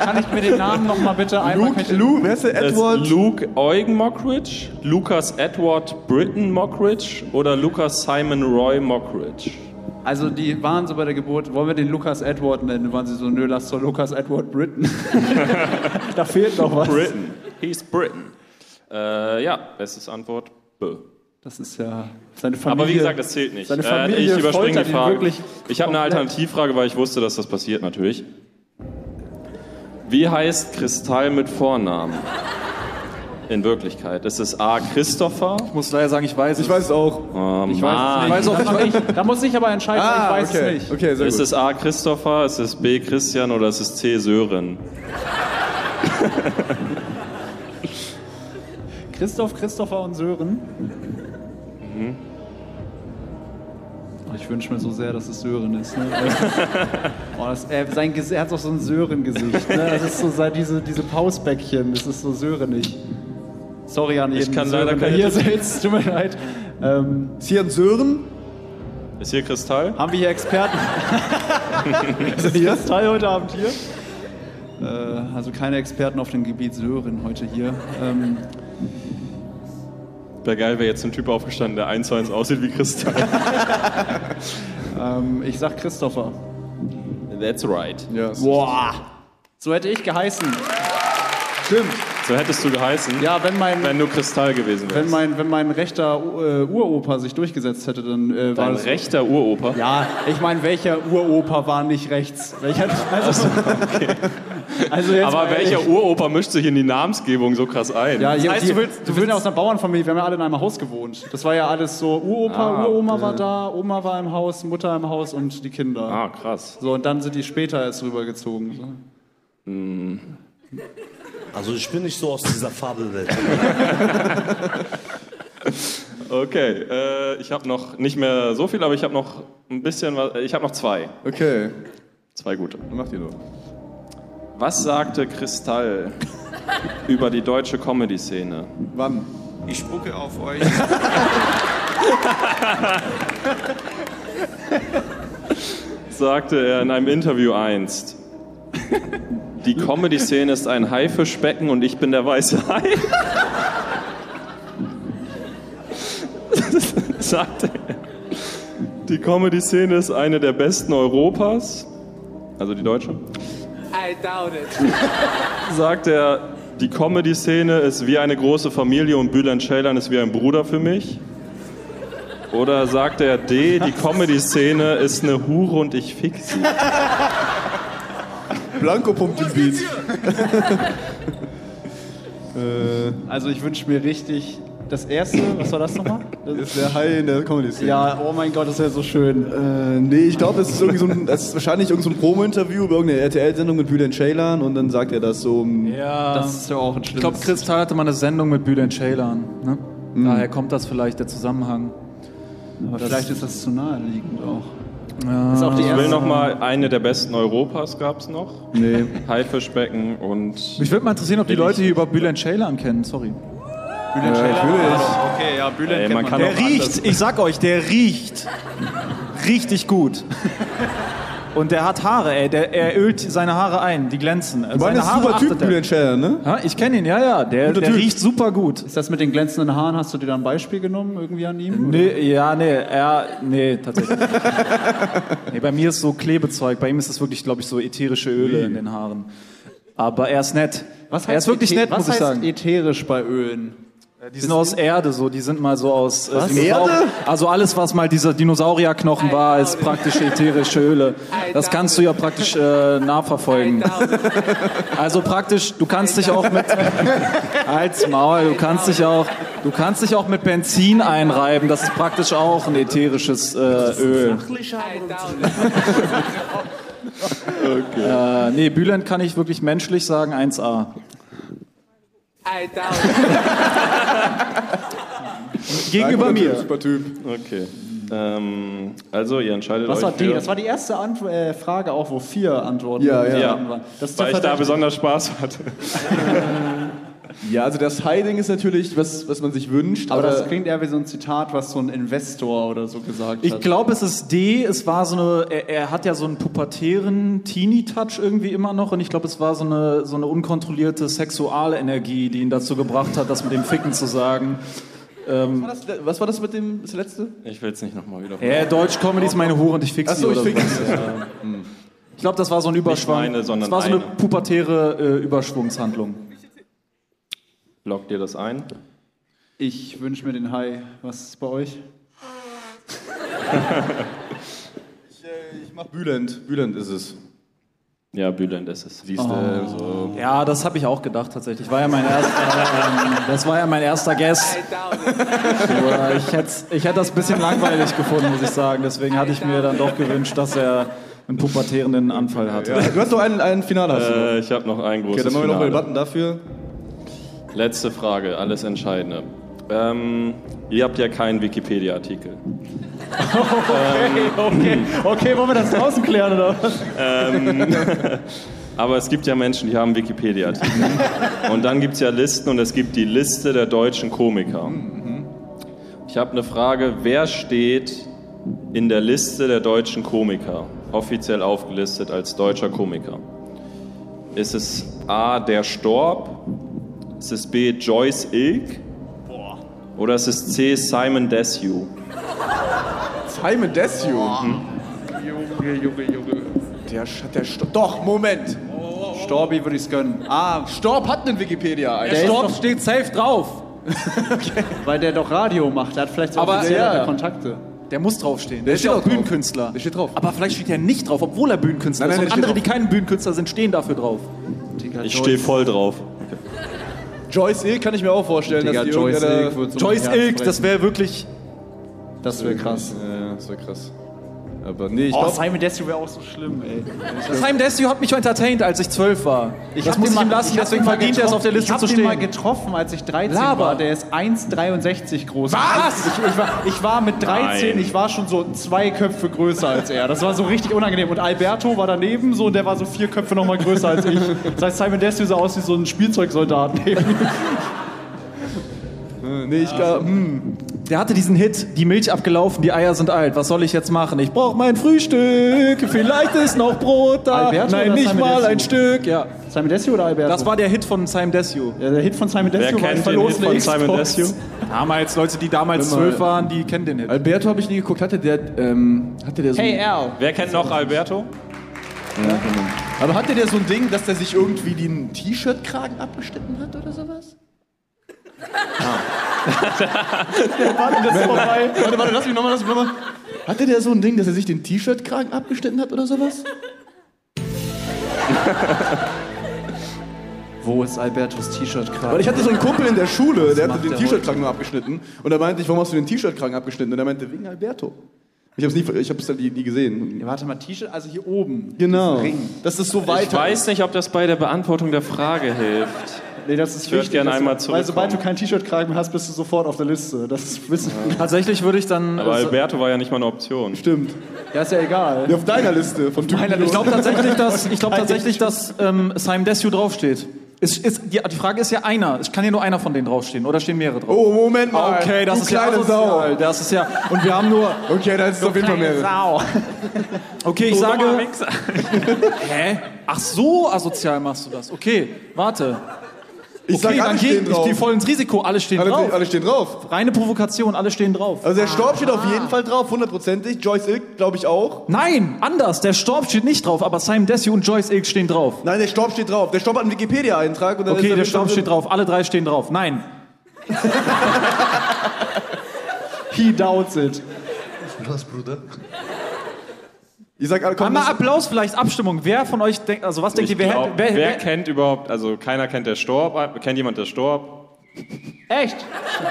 S1: Kann ich mir den Namen nochmal bitte einmal
S2: Luke, Luke, wer ist der
S3: Es
S2: Edward?
S3: Luke Eugen Mockridge, Lucas Edward Britton Mockridge oder Lucas Simon Roy Mockridge?
S1: Also die waren so bei der Geburt, wollen wir den Lucas Edward nennen? Waren sie so, nö, lass doch Lucas Edward Britton. da fehlt noch was.
S3: Britton. He's Britton. Äh, ja, es ist Antwort B.
S1: Das ist ja seine Familie.
S3: Aber wie gesagt, das zählt nicht.
S1: Seine Familie
S3: äh, ich überspringe
S1: foltert
S3: die
S1: ihn
S3: Frage.
S1: wirklich
S3: Ich habe eine Alternativfrage, weil ich wusste, dass das passiert natürlich. Wie heißt Kristall mit Vornamen? In Wirklichkeit. Ist es A. Christopher?
S4: Ich muss leider sagen, ich weiß.
S2: Ich weiß es auch.
S3: Oh, ich
S4: Ich weiß auch nicht.
S1: da muss ich aber entscheiden, weil Ah, ich weiß
S2: Ah, okay.
S1: es nicht.
S2: Okay, sehr
S3: Ist
S2: gut.
S3: es A. Christopher, ist es B. Christian oder ist es C. Sören?
S1: Christoph, Christopher und Sören. Mhm. Ich wünsche mir so sehr, dass es Sören ist. Ne? oh, das, äh, sein Ges er hat auch so ein Sören-Gesicht. Ne? Das ist so sei- diese, diese Pausbäckchen. Das ist so Sörenig. Sorry an jeden
S3: kann
S1: Sören,
S3: leider
S1: der
S3: keine-
S1: hier sitzt. Tut mir leid. Ähm,
S2: Ist hier ein Sören?
S3: Ist hier Kristall?
S1: haben wir hier Experten? Also Sind die erst drei heute Abend hier? Äh, also keine Experten auf dem Gebiet Sören heute hier. Ähm,
S3: Wäre geil, wäre jetzt ein Typ aufgestanden, der eins zu eins aussieht wie Kristall.
S1: ähm, ich sag Christopher.
S3: That's right.
S2: Ja.
S1: Boah. So hätte ich geheißen. Stimmt.
S3: So hättest du geheißen,
S1: Ja, wenn mein,
S3: wenn
S1: wenn,
S3: du Kristall gewesen wärst.
S1: mein, wenn mein rechter äh, Uropa sich durchgesetzt hätte, dann äh, war
S3: Dein
S1: das.
S3: rechter Uropa.
S1: Ja, ich meine, welcher Uropa war nicht rechts? Welcher, also, also jetzt
S3: Aber
S1: mal ehrlich.
S3: welcher Uropa mischt sich in die Namensgebung so krass ein?
S1: Ja, hier,
S4: heißt,
S1: die,
S4: du willst- du
S1: wir sind ja aus einer Bauernfamilie, wir haben ja alle in einem Haus gewohnt. Das war ja alles so, Uropa, Uroma war da, Oma war im Haus, Mutter im Haus und die Kinder.
S3: Ah, krass.
S1: So, und dann sind die später erst rübergezogen. So.
S6: Also ich bin nicht so aus dieser Fabelwelt.
S3: Okay, äh, ich habe noch nicht mehr so viel, aber ich habe noch ein bisschen was. äh, Ich habe noch zwei.
S2: Okay,
S3: Zwei gute.
S2: dann macht ihr doch.
S3: Was sagte Kristall über die deutsche Comedy-Szene?
S2: Wann?
S8: Ich spucke auf euch.
S3: sagte er in einem Interview einst. Die Comedy-Szene ist ein Haifischbecken und ich bin der weiße Hai. Sagt er. Die Comedy-Szene ist eine der besten Europas. Also die deutsche.
S7: I doubt it.
S3: Sagt er, die Comedy-Szene ist wie eine große Familie und Bülent Ceylan ist wie ein Bruder für mich. Oder sagt er D, die Comedy-Szene ist eine Hure und ich fick sie.
S2: Blanco pumpt den Beat. Äh.
S1: Also ich wünsche mir richtig das erste, was war das nochmal?
S2: Ist der High in der Comedy-Szene.
S1: Ja, oh mein Gott, das wäre so schön.
S2: Äh, nee, ich glaube, es ist irgendwie so ein, das ist wahrscheinlich irgendein so ein Promo-Interview über irgendeine RTL-Sendung mit Bülent Ceylan und dann sagt er das so. hm,
S4: Ja.
S1: Das ist ja auch ein
S4: ich glaube,
S1: schlimmes...
S4: Chris Tal hatte mal eine Sendung mit Bülent Ceylan. Ne? Daher kommt das vielleicht, der Zusammenhang.
S1: aber vielleicht ist das zu naheliegend auch.
S4: ist auch die
S3: Ich will nochmal, eine der besten Europas gab es noch.
S2: Nee.
S3: Haifischbecken und
S4: Mich würde mal interessieren, ob die Leute hier überhaupt Bülent Ceylan kennen. Sorry.
S2: Ja, natürlich.
S1: Okay, ja, Bülent
S3: Ey, man kann auch anders.
S4: ich sag euch, der riecht richtig gut. Und der hat Haare, ey. Der, er ölt seine Haare ein, die glänzen.
S2: Mann ist ein super Typ, Bülent Ceylan, ne?
S4: Ha, ich kenne ihn, ja, ja. Der, der
S2: Typ.
S4: riecht super gut.
S1: Ist das mit den glänzenden Haaren, hast du dir da ein Beispiel genommen irgendwie an ihm?
S4: Nee, ja, nee, er, nee, tatsächlich. nee, bei mir ist so Klebezeug. Bei ihm ist es wirklich, glaube ich, so ätherische Öle in den Haaren. Aber er ist nett. er ist wirklich nett, muss ich sagen.
S1: ätherisch bei Ölen?
S4: Die sind aus Erde, so. Die sind mal so aus. Was? Erde? Also alles, was mal dieser Dinosaurierknochen war, ist praktisch ätherische Öle. Das kannst du ja praktisch äh,
S7: I
S4: nachverfolgen.
S7: doubt it.
S4: Also praktisch, du kannst dich auch mit als Maul, du kannst dich auch, du kannst dich auch mit Benzin einreiben. Das ist praktisch auch ein ätherisches äh, Öl.
S6: Sachlicher,
S7: I
S6: aber
S7: doubt it.
S4: Äh, nee, Bülent kann ich wirklich menschlich sagen 1A.
S7: I doubt it.
S4: Gegenüber mir.
S2: Super Typ.
S3: Okay. Ähm, also, ihr entscheidet
S1: Was
S3: euch.
S1: war die?
S3: für-
S1: Das war die erste Antw äh, Frage auch, wo vier Antworten
S2: Ja, ja.
S1: dran waren. Das ist der
S3: weil ich da
S1: Verdacht.
S3: besonders Spaß hatte.
S2: Ja, also das High-Ding ist natürlich, was, was man sich wünscht.
S1: aber das klingt eher wie so ein Zitat, was so ein Investor oder so gesagt
S4: Ich
S1: hat.
S4: glaube, es ist D. Es war so eine. Er, er hat ja so einen pubertären Teenie-Touch irgendwie immer noch. Und ich glaube, es war so eine, so eine unkontrollierte Sexualenergie, die ihn dazu gebracht hat, das mit dem Ficken zu sagen.
S2: Was war das- was war das mit dem das letzte?
S3: Ich will es nicht nochmal wiederholen.
S4: Äh, Deutsch Comedy ist meine Hure und ich fix sie.
S2: Achso, ich
S4: oder
S2: fick
S4: sowas. Ich glaube, das war so ein Überschwang.
S3: meine, sondern
S4: das war so eine
S3: eine.
S4: pubertäre äh, Überschwungshandlung.
S3: Loggt ihr das ein?
S1: Ich wünsche mir den Hai. Was ist bei euch?
S2: Ich mach Bülent. Bülent ist es.
S3: Ja, Bülent ist es.
S2: Siehst du, so.
S4: Ja, das habe ich auch gedacht tatsächlich. War ja mein erster, ähm, das war ja mein erster Guess.
S7: I doubt it.
S4: Aber ich hätte ich hätt das ein bisschen langweilig gefunden, muss ich sagen. Deswegen hatte ich mir dann doch gewünscht, dass er einen pubertierenden Anfall hatte.
S2: Du hast doch einen, einen Finale. Hast du noch.
S3: Äh, ich habe noch ein
S2: Oh. okay,
S3: großes
S2: dann machen wir noch mal den
S3: Finale.
S2: Button dafür.
S3: Letzte Frage, alles Entscheidende. Ähm, ihr habt ja keinen Wikipedia-Artikel.
S1: Okay, wollen wir das draußen klären oder was?
S3: Ähm, Aber es gibt ja Menschen, die haben Wikipedia-Artikel. und dann gibt es ja Listen und es gibt die Liste der deutschen Komiker. Ich habe eine Frage, wer steht in der Liste der deutschen Komiker, offiziell aufgelistet als deutscher Komiker? Ist es A, der Storb? Ist es B, Joyce Ilk? Oder ist es C, Simon Desue?
S2: Simon Desue.
S1: Junge, Junge, Junge.
S2: Hm. Der, Sch- der Sto Doch, Moment.
S4: Oh,
S1: Storbi würde ich es gönnen. Ah,
S2: Storb hat einen Wikipedia. Der
S4: Storb steht safe drauf.
S1: weil der doch Radio macht. Der hat vielleicht so
S4: Aber-
S1: offizielle
S4: Ja,
S2: ja.
S1: Kontakte.
S4: Der muss draufstehen. Der, ist
S2: steht
S4: ja
S2: auch
S4: auch
S2: drauf.
S4: Bühnenkünstler.
S2: Der steht drauf.
S4: Aber vielleicht steht er nicht drauf, obwohl er Bühnenkünstler
S2: Nein, nein,
S4: ist.
S2: der
S4: Und andere,
S2: steht
S4: die keinen Bühnenkünstler sind, stehen dafür drauf.
S3: Ich stehe voll drauf.
S2: Joyce Ilk kann ich mir auch vorstellen,
S1: Digga,
S2: dass die äh, irgendwer
S1: Joyce Ilk
S2: da...
S1: wird so
S4: Joyce
S1: mit dem Herz
S4: Ilk, das wäre wirklich.
S1: brechen. Das wäre krass.
S2: Ja, das wäre krass. Aber nee, ich
S1: Oh,
S2: glaube...
S1: Simon Destiny wäre auch so schlimm, ey.
S4: Time Desio hat mich entertained, als ich zwölf war. das
S1: hab
S4: muss
S1: den
S4: ich ihm
S1: mal-
S4: lassen,
S1: ich hab
S4: deswegen
S1: den mal
S4: verdient er es
S1: getroffen.
S4: auf der Liste zu
S1: Ich habe den mal
S4: stehen.
S1: getroffen, als ich 13
S4: Laber.
S1: war. Der ist 1,63 groß. Was? Ich, ich, war, ich war mit 13,
S3: Nein.
S1: ich war schon so zwei Köpfe größer als er. Das war so richtig unangenehm. Und Alberto war daneben so und der war so vier Köpfe noch mal größer als ich. Das heißt, Simon Destiny sah aus wie so ein Spielzeugsoldat.
S2: äh, Nee, ich glaub, hm,
S4: Der hatte diesen Hit, die Milch abgelaufen, die Eier sind alt. Was soll ich jetzt machen? Ich brauche mein Frühstück. Vielleicht ist noch Brot da.
S1: Alberto
S4: Nein,
S1: oder
S4: nicht
S1: Simon
S4: mal
S1: Desio?
S4: ein Stück. Ja.
S1: Simon Desio oder Alberto?
S4: Das war der Hit von Simon Desue.
S1: ja, der Hit von Simon
S3: Wer
S1: Desio. war
S3: kennt
S1: einfach
S3: den
S1: los
S3: Hit von Simon Desue?
S4: Damals, Leute, die damals
S2: Immer-
S4: zwölf waren, die kennen den Hit.
S2: Alberto habe ich nie geguckt. Hatte der, ähm, hatte der so
S7: Hey, Al.
S3: Wer kennt noch Alberto?
S2: Aber hatte der so ein Ding, dass der sich irgendwie den T-Shirt-Kragen abgeschnitten hat oder sowas? Ah. der Button ist vorbei. Warte, warte, lass mich nochmal, lass mich nochmal. Hatte der so ein Ding, dass er sich den T-Shirt-Kragen abgeschnitten hat oder sowas?
S1: Wo ist Albertos T-Shirt gerade?
S2: Weil ich hatte so einen Kumpel in der Schule, der hatte den T-Shirt-Kragen nur abgeschnitten. Und da meinte ich, warum hast du den T-Shirt-Kragen abgeschnitten? Und er meinte, wegen Alberto. Ich hab's, nie, ich hab's halt nie, nie gesehen.
S1: Warte mal, T-Shirt, also hier oben.
S2: Genau. Das ist so
S3: Ich
S2: weiter.
S3: weiß nicht, ob das bei der Beantwortung der Frage hilft.
S1: Nee, das ist
S3: Ich würd
S1: wichtig,
S3: gerne
S1: dass du-
S3: einmal
S1: Weil sobald du
S3: zurückkommen.
S1: keinen T-Shirt-Kragen mehr hast, bist du sofort auf der Liste. Das wissen wir.
S4: Tatsächlich würde ich dann.
S3: Aber Alberto war ja nicht mal eine Option.
S2: Stimmt.
S1: Ja, ist ja egal.
S2: Ja, auf deiner Liste von Typen.
S4: ich glaube tatsächlich, dass, ich glaub tatsächlich, dass ähm, Simon Desue draufsteht. Ist, ist, die, die Frage ist ja einer. Es kann ja nur einer von denen draufstehen. Oder stehen mehrere drauf?
S2: Oh, Moment mal.
S4: okay, das
S2: du
S4: ist ja
S2: kleine
S4: asozial.
S2: Sau.
S4: Das ist ja. Und wir haben nur.
S2: Okay, da ist es auf jeden Fall mehrere.
S4: Sau. Okay, ich sage. Hä? Ach so, asozial machst du das. Okay, warte.
S2: Ich
S4: Okay,
S2: sag,
S4: dann
S2: alle
S4: gehe
S2: stehen
S4: ich geh
S2: drauf.
S4: voll ins Risiko. Alle stehen
S2: Alle,
S4: drauf.
S2: alle stehen drauf.
S4: Reine Provokation, alle stehen drauf.
S2: Also der Storb steht
S4: Ah.
S2: auf jeden Fall drauf, hundertprozentig. Joyce Ilk, glaube ich, auch.
S4: Nein, anders. Der Storb steht nicht drauf, aber Simon Desue und Joyce Ilk stehen drauf.
S2: Nein, der Storb steht drauf. Der Storb hat einen Wikipedia-Eintrag. und dann ist
S4: Okay,
S2: er
S4: der
S2: mit
S4: Stamm
S2: drin.
S4: steht drauf. Alle drei stehen drauf. Nein.
S1: He doubts it.
S2: Ich sag, alle kommen.
S4: Einmal Applaus vielleicht, Abstimmung. Wer von euch denkt, also was denkt
S3: Ich
S4: ihr, wer,
S3: glaub,
S4: hätte-
S3: wer,
S4: wer, wer,
S3: kennt überhaupt, also keiner kennt der Storb. Kennt jemand der Storb?
S4: Echt?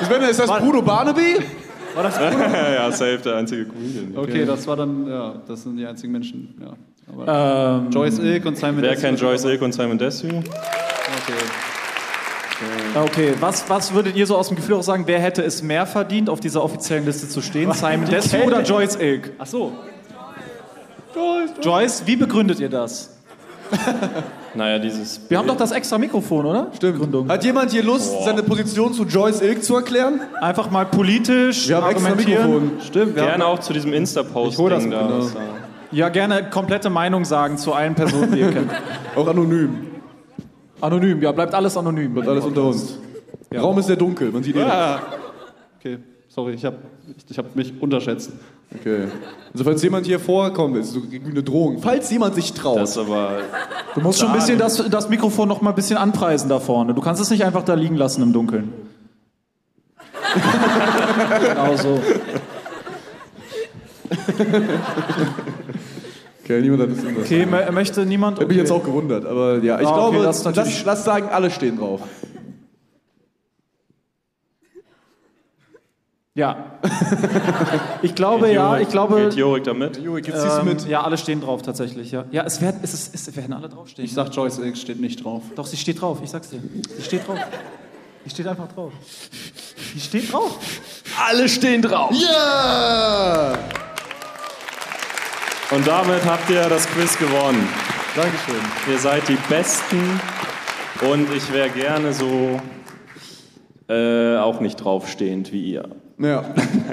S2: Sven, ist das Bruno Barnaby?
S3: ja, safe, der einzige Comedian.
S1: Okay, das war dann, ja, das sind die einzigen Menschen. Ja. Aber
S4: Ähm,
S1: Joyce Ilk und Simon
S3: Wer
S1: Desio-
S3: kennt Joyce Ilk und Simon Desue?
S4: okay, was, was würdet ihr so aus dem Gefühl auch sagen, wer hätte es mehr verdient, auf dieser offiziellen Liste zu stehen? Simon Desue oder Joyce Ilk?
S1: Ach so.
S4: Joyce, wie begründet ihr das?
S3: Naja, dieses.
S4: Wir haben doch das extra Mikrofon, oder? Stimmt. Gründung.
S2: Hat jemand hier Lust, seine Position zu Joyce Ilk zu erklären?
S4: Einfach mal politisch
S2: Wir haben extra Mikrofon.
S1: Stimmt, wir haben
S3: Gerne auch zu diesem Insta-Post.
S2: hol das mal,
S3: da.
S2: genau.
S3: was da-
S4: Ja, gerne komplette Meinung sagen zu allen Personen, die ihr kennt.
S2: Auch anonym.
S4: Anonym, ja, bleibt alles anonym.
S2: Bleibt alles unter uns. Der Raum ist sehr dunkel, man sieht eh nichts.
S1: Okay, sorry, ich habe ich, ich hab mich unterschätzt.
S2: Okay. Also falls jemand hier vorkommt, ist so irgendwie eine Drohung. Falls jemand sich traut.
S3: Das ist aber.
S4: Du musst schon ein bisschen das, das Mikrofon noch mal ein bisschen anpreisen da vorne. Du kannst es nicht einfach da liegen lassen im Dunkeln. genau so.
S2: okay, niemand hat das gemacht.
S4: Okay, mö- möchte niemand?
S2: Hab mich jetzt auch gewundert, aber ja, ich
S4: Ah, okay,
S2: glaube,
S4: das ist natürlich-
S2: lass, lass sagen, alle stehen drauf.
S4: Ja. Ich glaube, ja, ich glaube.
S3: Geht Jorik damit?
S2: Juri, gibt's
S4: Ähm, ja, alle stehen drauf tatsächlich, ja. Ja, es werden, es, ist- es werden alle draufstehen.
S1: Ich sag, Joyce Ilk steht nicht drauf.
S4: Doch, sie steht drauf, ich sag's dir. Sie steht drauf. Die steht einfach drauf. Die steht drauf.
S3: Alle stehen drauf.
S2: Ja!
S3: Und damit habt ihr das Quiz gewonnen.
S2: Dankeschön.
S3: Ihr seid die Besten. Und ich wäre gerne so äh, auch nicht draufstehend wie ihr.
S2: Ja.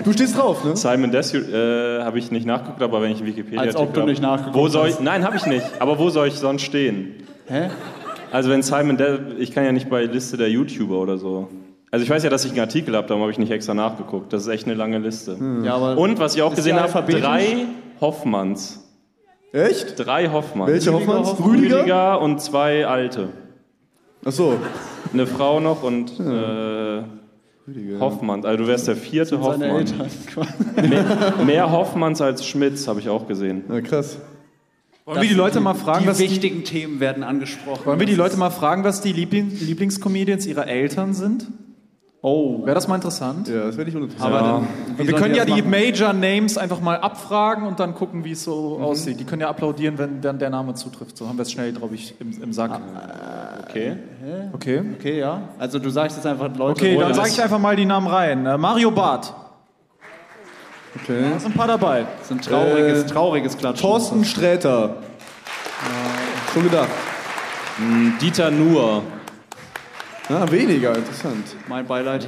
S2: Du stehst drauf, ne?
S3: Simon Desue äh, habe ich nicht nachgeguckt, aber wenn ich einen Wikipedia
S1: Als ob du
S3: hab-
S1: nicht nachgeguckt
S3: wo soll ich,
S1: hast.
S3: Nein, habe ich nicht. Aber wo soll ich sonst stehen?
S1: Hä?
S3: Also wenn Simon Desue, ich kann ja nicht bei Liste der YouTuber oder so. Also ich weiß ja, dass ich einen Artikel habe, darum habe ich nicht extra nachgeguckt. Das ist echt eine lange Liste.
S1: Ja, aber
S3: Und was ich auch gesehen
S1: Hm. die
S3: habe,
S1: alphabetisch?
S3: drei Hoffmanns.
S2: Echt?
S3: Drei Hoffmanns.
S2: Welche Hoffmanns?
S3: Rüdiger?
S2: Rüdiger?
S3: und zwei Alte.
S2: Achso.
S3: Eine Frau noch und äh, Hoffmann. Also du wärst der vierte
S1: seine
S3: Hoffmann.
S1: Eltern.
S3: Mehr, mehr Hoffmanns als Schmitz, habe ich auch gesehen.
S2: Ja, krass.
S4: Wollen wir die Leute mal fragen, was die,
S1: wichtigen Themen werden angesprochen.
S4: wollen wir die Leute mal fragen, was die Liebling, Lieblingscomedians ihrer Eltern sind?
S1: Oh.
S4: Wäre das mal interessant?
S2: Ja, das werde ich uninteressant.
S1: Aber dann, wie
S4: Wir
S1: sollen
S4: können ja
S1: das
S4: die
S1: machen?
S4: Major Names einfach mal abfragen und dann gucken, wie es so aussieht. Die können ja applaudieren, wenn dann der Name zutrifft. So haben wir es schnell, glaube ich, im, im Sack.
S3: Okay.
S4: Okay.
S1: Okay, ja. Also du sagst jetzt einfach Leute.
S4: Okay, dann
S3: das-
S4: sage ich einfach mal die Namen rein. Äh, Mario Barth,
S2: Okay.
S4: da sind ein paar dabei.
S1: Das ist ein trauriges,
S2: Äh,
S1: trauriges Klatschen.
S2: Thorsten Sträter. Schon gedacht.
S3: Dieter Nuhr.
S2: Ah, weniger, interessant.
S1: Mein Beileid.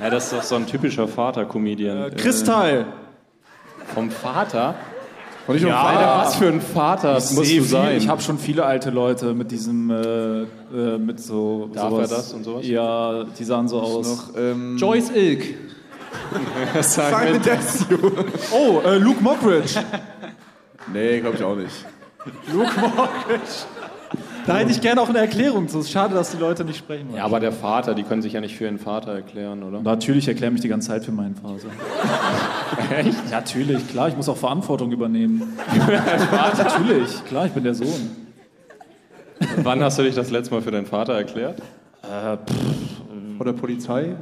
S3: Ja, das ist doch so ein typischer Vater-Comedian.
S4: Kristall,
S3: Vom Äh, Vater?
S2: Und nicht nur ja. Vater.
S3: Was für ein Vater musst du sein?
S4: Ich habe schon viele alte Leute mit diesem, äh, äh, mit so.
S3: Darf
S4: sowas.
S3: er das und sowas?
S4: Ja, die sahen so aus.
S2: Noch, ähm,
S1: Joyce Ilk.
S2: Simon Desio.
S4: Oh, äh, Luke Mockridge.
S2: Nee, glaube ich auch nicht.
S4: da hätte ich gerne auch eine Erklärung zu. Es ist schade, dass die Leute nicht sprechen wollen.
S3: Ja, aber der Vater, die können sich ja nicht für ihren Vater erklären, oder?
S4: Natürlich erkläre mich die ganze Zeit für meinen Vater. Echt? Natürlich, klar, ich muss auch Verantwortung übernehmen. Natürlich, klar, ich bin der Sohn.
S3: Wann hast du dich das letzte Mal für deinen Vater erklärt?
S2: Oder Polizei.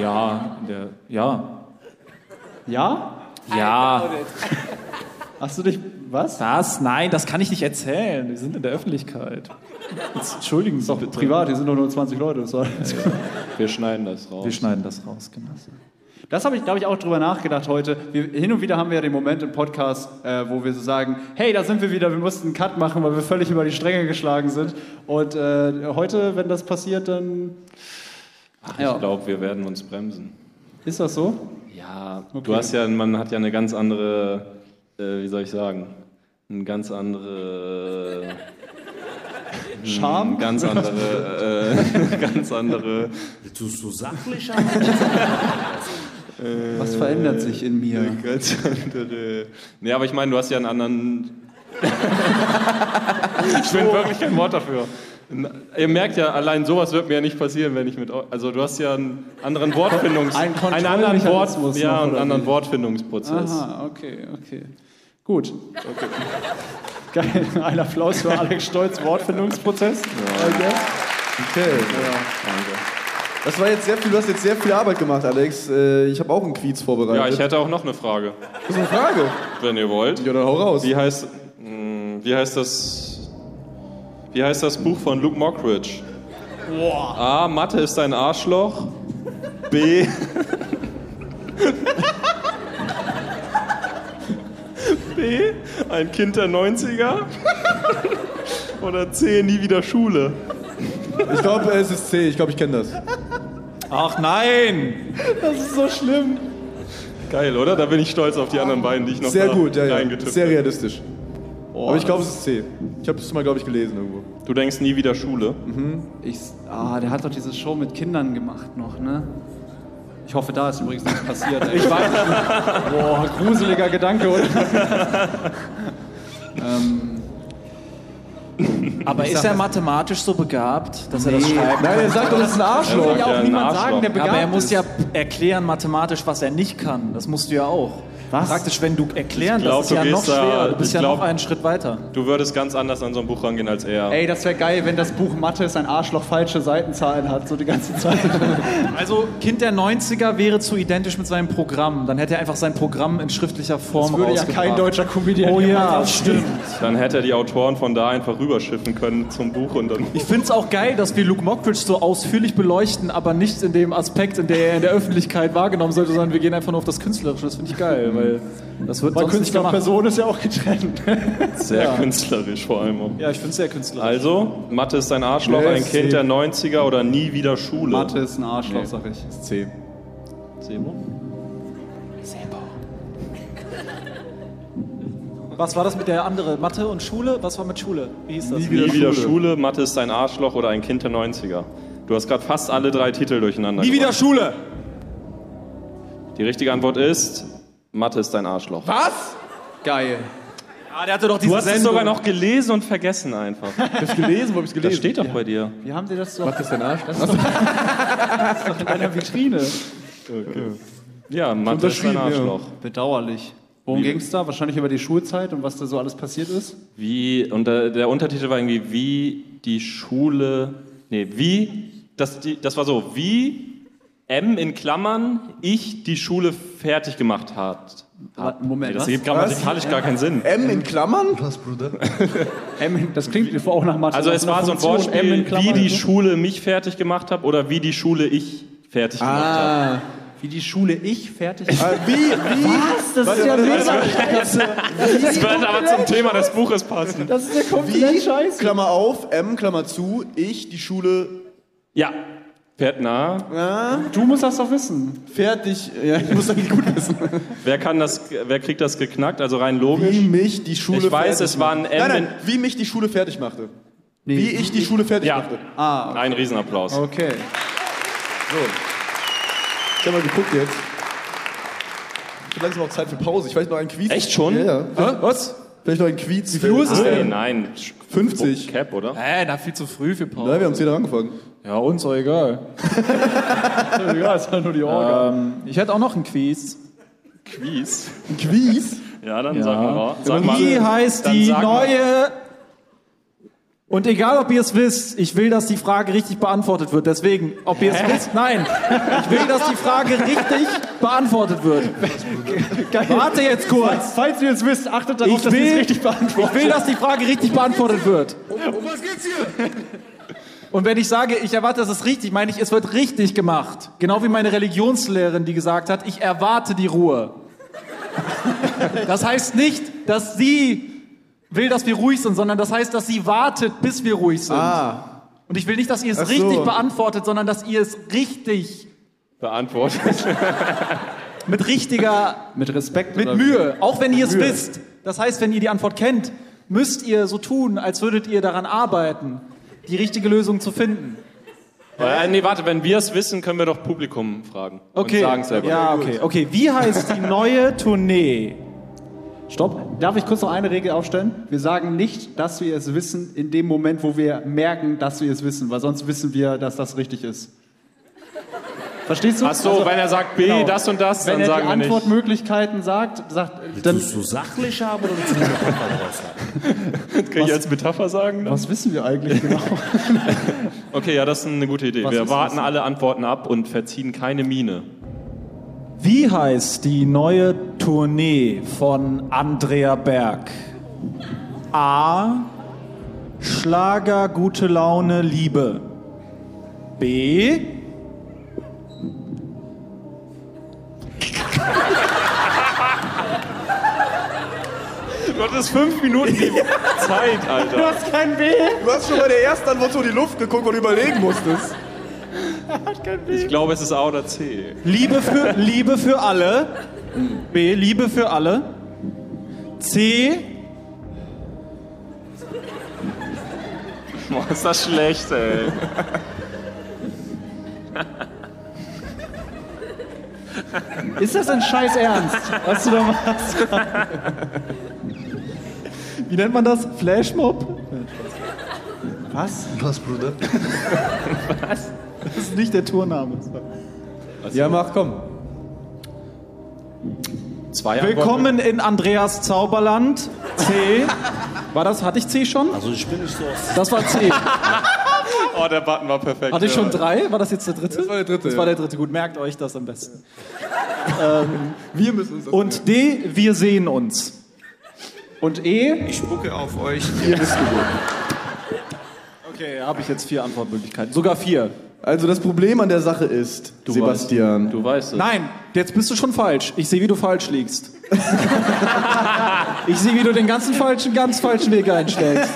S4: Ja, der, ja.
S1: Ja?
S4: Ja.
S1: Hast du dich. Was?
S4: Was? Nein, das kann ich nicht erzählen. Wir sind in der Öffentlichkeit. Jetzt, entschuldigen Sie bitte.
S1: Privat, hier sind doch nur 20 Leute. Das, war-
S3: Wir schneiden das raus.
S4: Wir schneiden das raus, genau.
S1: das habe ich, glaube ich, auch drüber nachgedacht heute. Wir, hin und wieder haben wir ja den Moment im Podcast, äh, wo wir so sagen: Hey, da sind wir wieder, wir mussten einen Cut machen, weil wir völlig über die Stränge geschlagen sind. Und äh, heute, wenn das passiert, dann.
S3: Ich glaube, wir werden uns bremsen.
S1: Ist das so?
S3: Ja, du hast ja, man hat ja eine ganz andere, äh, wie soll ich sagen, eine ganz andere
S2: Hm,
S3: Charme, ganz andere, äh, ganz andere.
S6: Willst du es so sachlich haben?
S2: Was verändert sich in mir?
S3: Ganz andere. Nee, aber ich meine, du hast ja einen anderen. ich bin wirklich kein Wort dafür. Na, Ihr merkt ja, allein sowas wird mir ja nicht passieren, wenn ich mit. eu- Also, du hast ja einen anderen Wortfindungs.
S1: Ein
S3: einen anderen Wort,
S1: Kontrollmechanismus
S3: ja,
S1: noch,
S3: einen
S1: oder
S3: anderen
S1: wie?
S3: Wortfindungsprozess.
S1: Ah, okay, okay. Gut. Geil. Ein Applaus für Alex Stolz, Wortfindungsprozess.
S2: Okay. Das war jetzt sehr viel, du hast jetzt sehr viel Arbeit gemacht, Alex. Äh, Ich habe auch einen Quiz
S3: Ja, ich
S2: vorbereitet.
S3: hätte auch noch eine Frage,
S2: das ist eine Frage.
S3: wenn ihr wollt.
S2: Ja, dann hau raus.
S3: Wie heißt, mh, wie heißt das? Wie heißt das Buch von Luke Mockridge? A. Mathe ist ein Arschloch. B. B. Ein Kind der 90er. Oder C. Nie wieder Schule.
S2: Ich glaube, es ist C. Ich glaube, ich kenne das.
S4: Ach nein!
S3: Das ist so schlimm. Geil, oder? Da bin ich stolz auf die anderen beiden, die ich noch
S2: Sehr
S3: da
S2: gut, ja, ja.
S3: reingetippt
S2: Sehr
S3: habe.
S2: realistisch. Aber ich glaube, es ist C. Ich habe es mal, glaube ich, gelesen irgendwo.
S3: Du denkst nie wieder Schule.
S1: Ich, ah, der hat doch diese Show mit Kindern gemacht noch, ne? Ich hoffe, da ist übrigens nichts passiert. Ey. Ich weiß nicht. Boah, gruseliger Gedanke, oder?
S4: Aber ist er mathematisch so begabt, dass er das schreibt?
S2: Nein, er sagt doch, das ist ein Arschloch.
S3: Sagt ja ein Arschloch.
S4: Aber er muss ja erklären mathematisch, was er nicht kann. Das musst du ja auch.
S1: Was?
S4: Praktisch, wenn du erklären,
S3: Ich glaub,
S4: das ist
S3: du
S4: ja noch
S3: gehst da-
S4: schwerer. Du bist
S3: ich
S4: ja
S3: glaub-
S4: noch einen Schritt weiter.
S3: Du würdest ganz anders an so ein Buch rangehen als er.
S1: Ey, das wäre geil, wenn das Buch Mathe ist ein Arschloch falsche Seitenzahlen hat, so die ganze Zeit.
S4: Also Kind der 90er wäre zu identisch mit seinem Programm. Dann hätte er einfach sein Programm in schriftlicher Form
S1: Das würde ja
S4: rausgebracht.
S1: kein deutscher Comedian
S4: Oh
S1: jemals
S4: ja,
S1: aufstehen.
S4: stimmt.
S3: Dann hätte er die Autoren von da einfach rüberschiffen können zum Buch und dann.
S4: Ich finde es auch geil, dass wir Luke Mockridge so ausführlich beleuchten, aber nicht in dem Aspekt, in der er in der Öffentlichkeit wahrgenommen sollte, sondern wir gehen einfach nur auf das Künstlerische. Das finde ich geil, weil das wird
S1: Weil
S4: sonst nicht
S1: Künstler und
S4: gemacht.
S1: Person ist ja auch getrennt.
S3: Sehr künstlerisch vor allem auch.
S4: Ja, ich finde es sehr künstlerisch.
S3: Also, Mathe ist ein Arschloch,
S2: Nee,
S3: ein
S2: ist
S3: Kind
S2: C.
S3: der 90er oder nie wieder Schule.
S1: Mathe ist ein Arschloch, sag ich.
S2: Das ist C.
S4: Was war das mit der andere? Mathe und Schule? Was war mit Schule? Wie hieß das?
S3: Nie wieder, Schule. Mathe ist ein Arschloch oder ein Kind der 90er. Du hast gerade fast alle drei Titel durcheinander.
S4: Nie wieder
S3: gebracht.
S4: Schule!
S3: Die richtige Antwort ist. Mathe ist ein Arschloch. Was?
S1: Geil.
S4: Ah, der hatte doch diese
S3: Du hast es
S4: Sendung.
S3: sogar noch gelesen und vergessen einfach.
S2: Ich hab's gelesen, wo hab ich's gelesen?
S3: Das steht doch bei dir.
S1: Wie haben die das so
S2: Was ist denn Arsch?
S1: in einer Vitrine?
S3: Ja, Mathe ist ein
S2: Unterschrieben, ja.
S3: Arschloch.
S1: Bedauerlich. Worum ging es da? Wahrscheinlich über die Schulzeit und was da so alles passiert ist?
S3: Wie, und der, der Untertitel war irgendwie, wie die Schule, nee, wie, das, die, das war so, wie M in Klammern, ich die Schule fertig gemacht hat.
S1: Ah, Moment,
S3: Nee, das
S1: was?
S3: ergibt grammatikalisch gar keinen Sinn.
S2: M in Klammern?
S1: M, das klingt auch nach Mathe.
S3: Also es
S1: nach
S3: war so ein
S1: Funktion. M in
S3: Wortspiel,
S1: Klammern. ne?
S3: wie die Schule mich fertig gemacht hat oder wie die Schule ich fertig
S1: Ah.
S3: gemacht hat.
S1: Wie die Schule ich fertig
S2: Äh, wie, wie? Was? Das ist ja
S3: Das wird aber zum Thema des Buches passen.
S1: Das ist ja komplett
S2: Wie?
S1: scheiße.
S2: Klammer auf, M, Klammer zu, ich, die Schule.
S3: Ja, Fährt nah.
S1: Du musst das doch wissen.
S2: Fertig. Ja, ich muss eigentlich gut wissen.
S3: Wer, kann das, wer kriegt das geknackt? Also rein logisch.
S2: Wie mich die Schule
S3: Ich weiß,
S2: fertig
S3: es war ein
S2: machte.
S3: M
S2: Nein, nein, wie mich die Schule fertig machte. Wie ich die Schule fertig
S3: Ja.
S2: machte.
S1: Ah,
S3: Ein Riesenapplaus.
S1: Okay.
S2: Ich habe mal geguckt jetzt. Ich habe langsam auch Zeit für Pause. Ich weiß noch einen Quiz.
S3: Echt schon?
S2: Ja, ja.
S4: Was?
S2: Vielleicht noch einen Quiz. Wie
S1: viel Uhr ist es denn?
S3: Nein, Ah. nein.
S2: 50.
S3: Cap, oder?
S4: Hä, na, viel zu früh für
S3: Oh,
S4: Pause.
S2: Nein, wir haben 10 Uhr angefangen.
S4: Ja, uns auch egal.
S1: Ja, ist halt nur die Orga.
S4: Ich hätte auch noch einen Quiz.
S3: Quiz.
S2: Ein Quiz?
S3: Ja, dann sag mal. Sag mal.
S4: Wie heißt
S3: Dann
S4: die
S3: sag mal.
S4: neue... Und egal, ob ihr es wisst, ich will, dass die Frage richtig beantwortet wird. Deswegen, ob ihr es wisst, nein. Ich will, dass die Frage richtig beantwortet wird. Warte jetzt kurz.
S1: Falls ihr es wisst, achtet darauf,
S4: Ich
S1: dass ihr
S4: will-
S1: es richtig beantwortet.
S4: Ich will, dass die Frage richtig beantwortet wird.
S5: Um was geht's hier?
S4: Und wenn ich sage, ich erwarte, dass es richtig, meine ich, es wird richtig gemacht. Genau wie meine Religionslehrerin, die gesagt hat, ich erwarte die Ruhe. Das heißt nicht, dass sie will, dass wir ruhig sind, sondern das heißt, dass sie wartet, bis wir ruhig sind.
S5: Ah.
S4: Und ich will nicht, dass ihr es
S2: so.
S4: richtig beantwortet, sondern dass ihr es richtig,
S3: Beantwortet.
S4: mit richtiger,
S1: Mit Respekt.
S4: mit Mühe, auch wenn ihr es wisst. Das heißt, wenn ihr die Antwort kennt, müsst ihr so tun, als würdet ihr daran arbeiten, die richtige Lösung zu finden.
S3: Äh, nee, warte, wenn wir es wissen, können wir doch Publikum fragen.
S4: Okay.
S3: Und sagen selber.
S4: Ja, okay. Okay, wie heißt die neue Tournee?
S1: Stopp. Darf ich kurz noch eine Regel aufstellen? Wir sagen nicht, dass wir es wissen, in dem Moment, wo wir merken, dass wir es wissen, weil sonst wissen wir, dass das richtig ist. Verstehst du?
S3: Ach so,
S1: Also,
S3: wenn er sagt B,
S1: genau.
S3: das und das,
S1: wenn
S3: dann
S1: er
S3: sagen
S1: die
S3: wir nicht.
S1: Antwortmöglichkeiten sagt, sagt
S6: Willst du
S1: dann
S6: es so sachlich haben oder willst du es mit Metapher draus haben?
S3: Kann ich als Metapher sagen?
S1: was wissen wir eigentlich genau?
S3: Okay, ja, das ist eine gute Idee.
S1: Was
S3: wir
S1: ist
S3: warten
S1: das?
S3: alle Antworten ab und verziehen keine Miene.
S4: Wie heißt die neue Tournee von Andrea Berg? A. Schlager, gute Laune, Liebe. B.
S3: Du hattest fünf Minuten Zeit, Alter.
S1: hast kein B.
S2: Du hast schon bei der ersten Antwort so in die Luft geguckt und überlegen musstest.
S3: Ich glaube, es ist A oder C.
S4: Liebe für, Liebe für alle. B. Liebe für alle. C.
S3: Boah, ist das schlecht, ey.
S1: Ist das ein Scheiß Ernst, was du da machst? Wie nennt man das? Flashmob? Was?
S2: Was, Bruder?
S1: Das ist nicht der Tourname.
S2: Ja, mach, komm.
S3: Zwei
S4: Willkommen in Andreas Zauberland. C. War das, hatte ich C schon?
S6: Also ich bin nicht so aus
S4: Das war C.
S3: Antworten. Oh, der Button war perfekt.
S4: Hatte ich
S3: ja.
S4: schon drei? War das jetzt der dritte? Das
S2: war der dritte,
S4: Das war
S2: ja.
S4: der dritte. Gut, merkt euch das am besten. Ähm,
S2: Wir müssen uns das
S4: Und D, wir sehen uns. Und E?
S8: Ich spucke auf euch.
S4: Okay, habe ich jetzt vier Antwortmöglichkeiten. Sogar vier.
S2: Also das Problem an der Sache ist, Sebastian,
S3: Du weißt es.
S4: Nein, jetzt bist du schon falsch. Ich sehe, wie du falsch liegst. ich sehe, wie du den ganzen falschen, ganz falschen Weg einschlägst.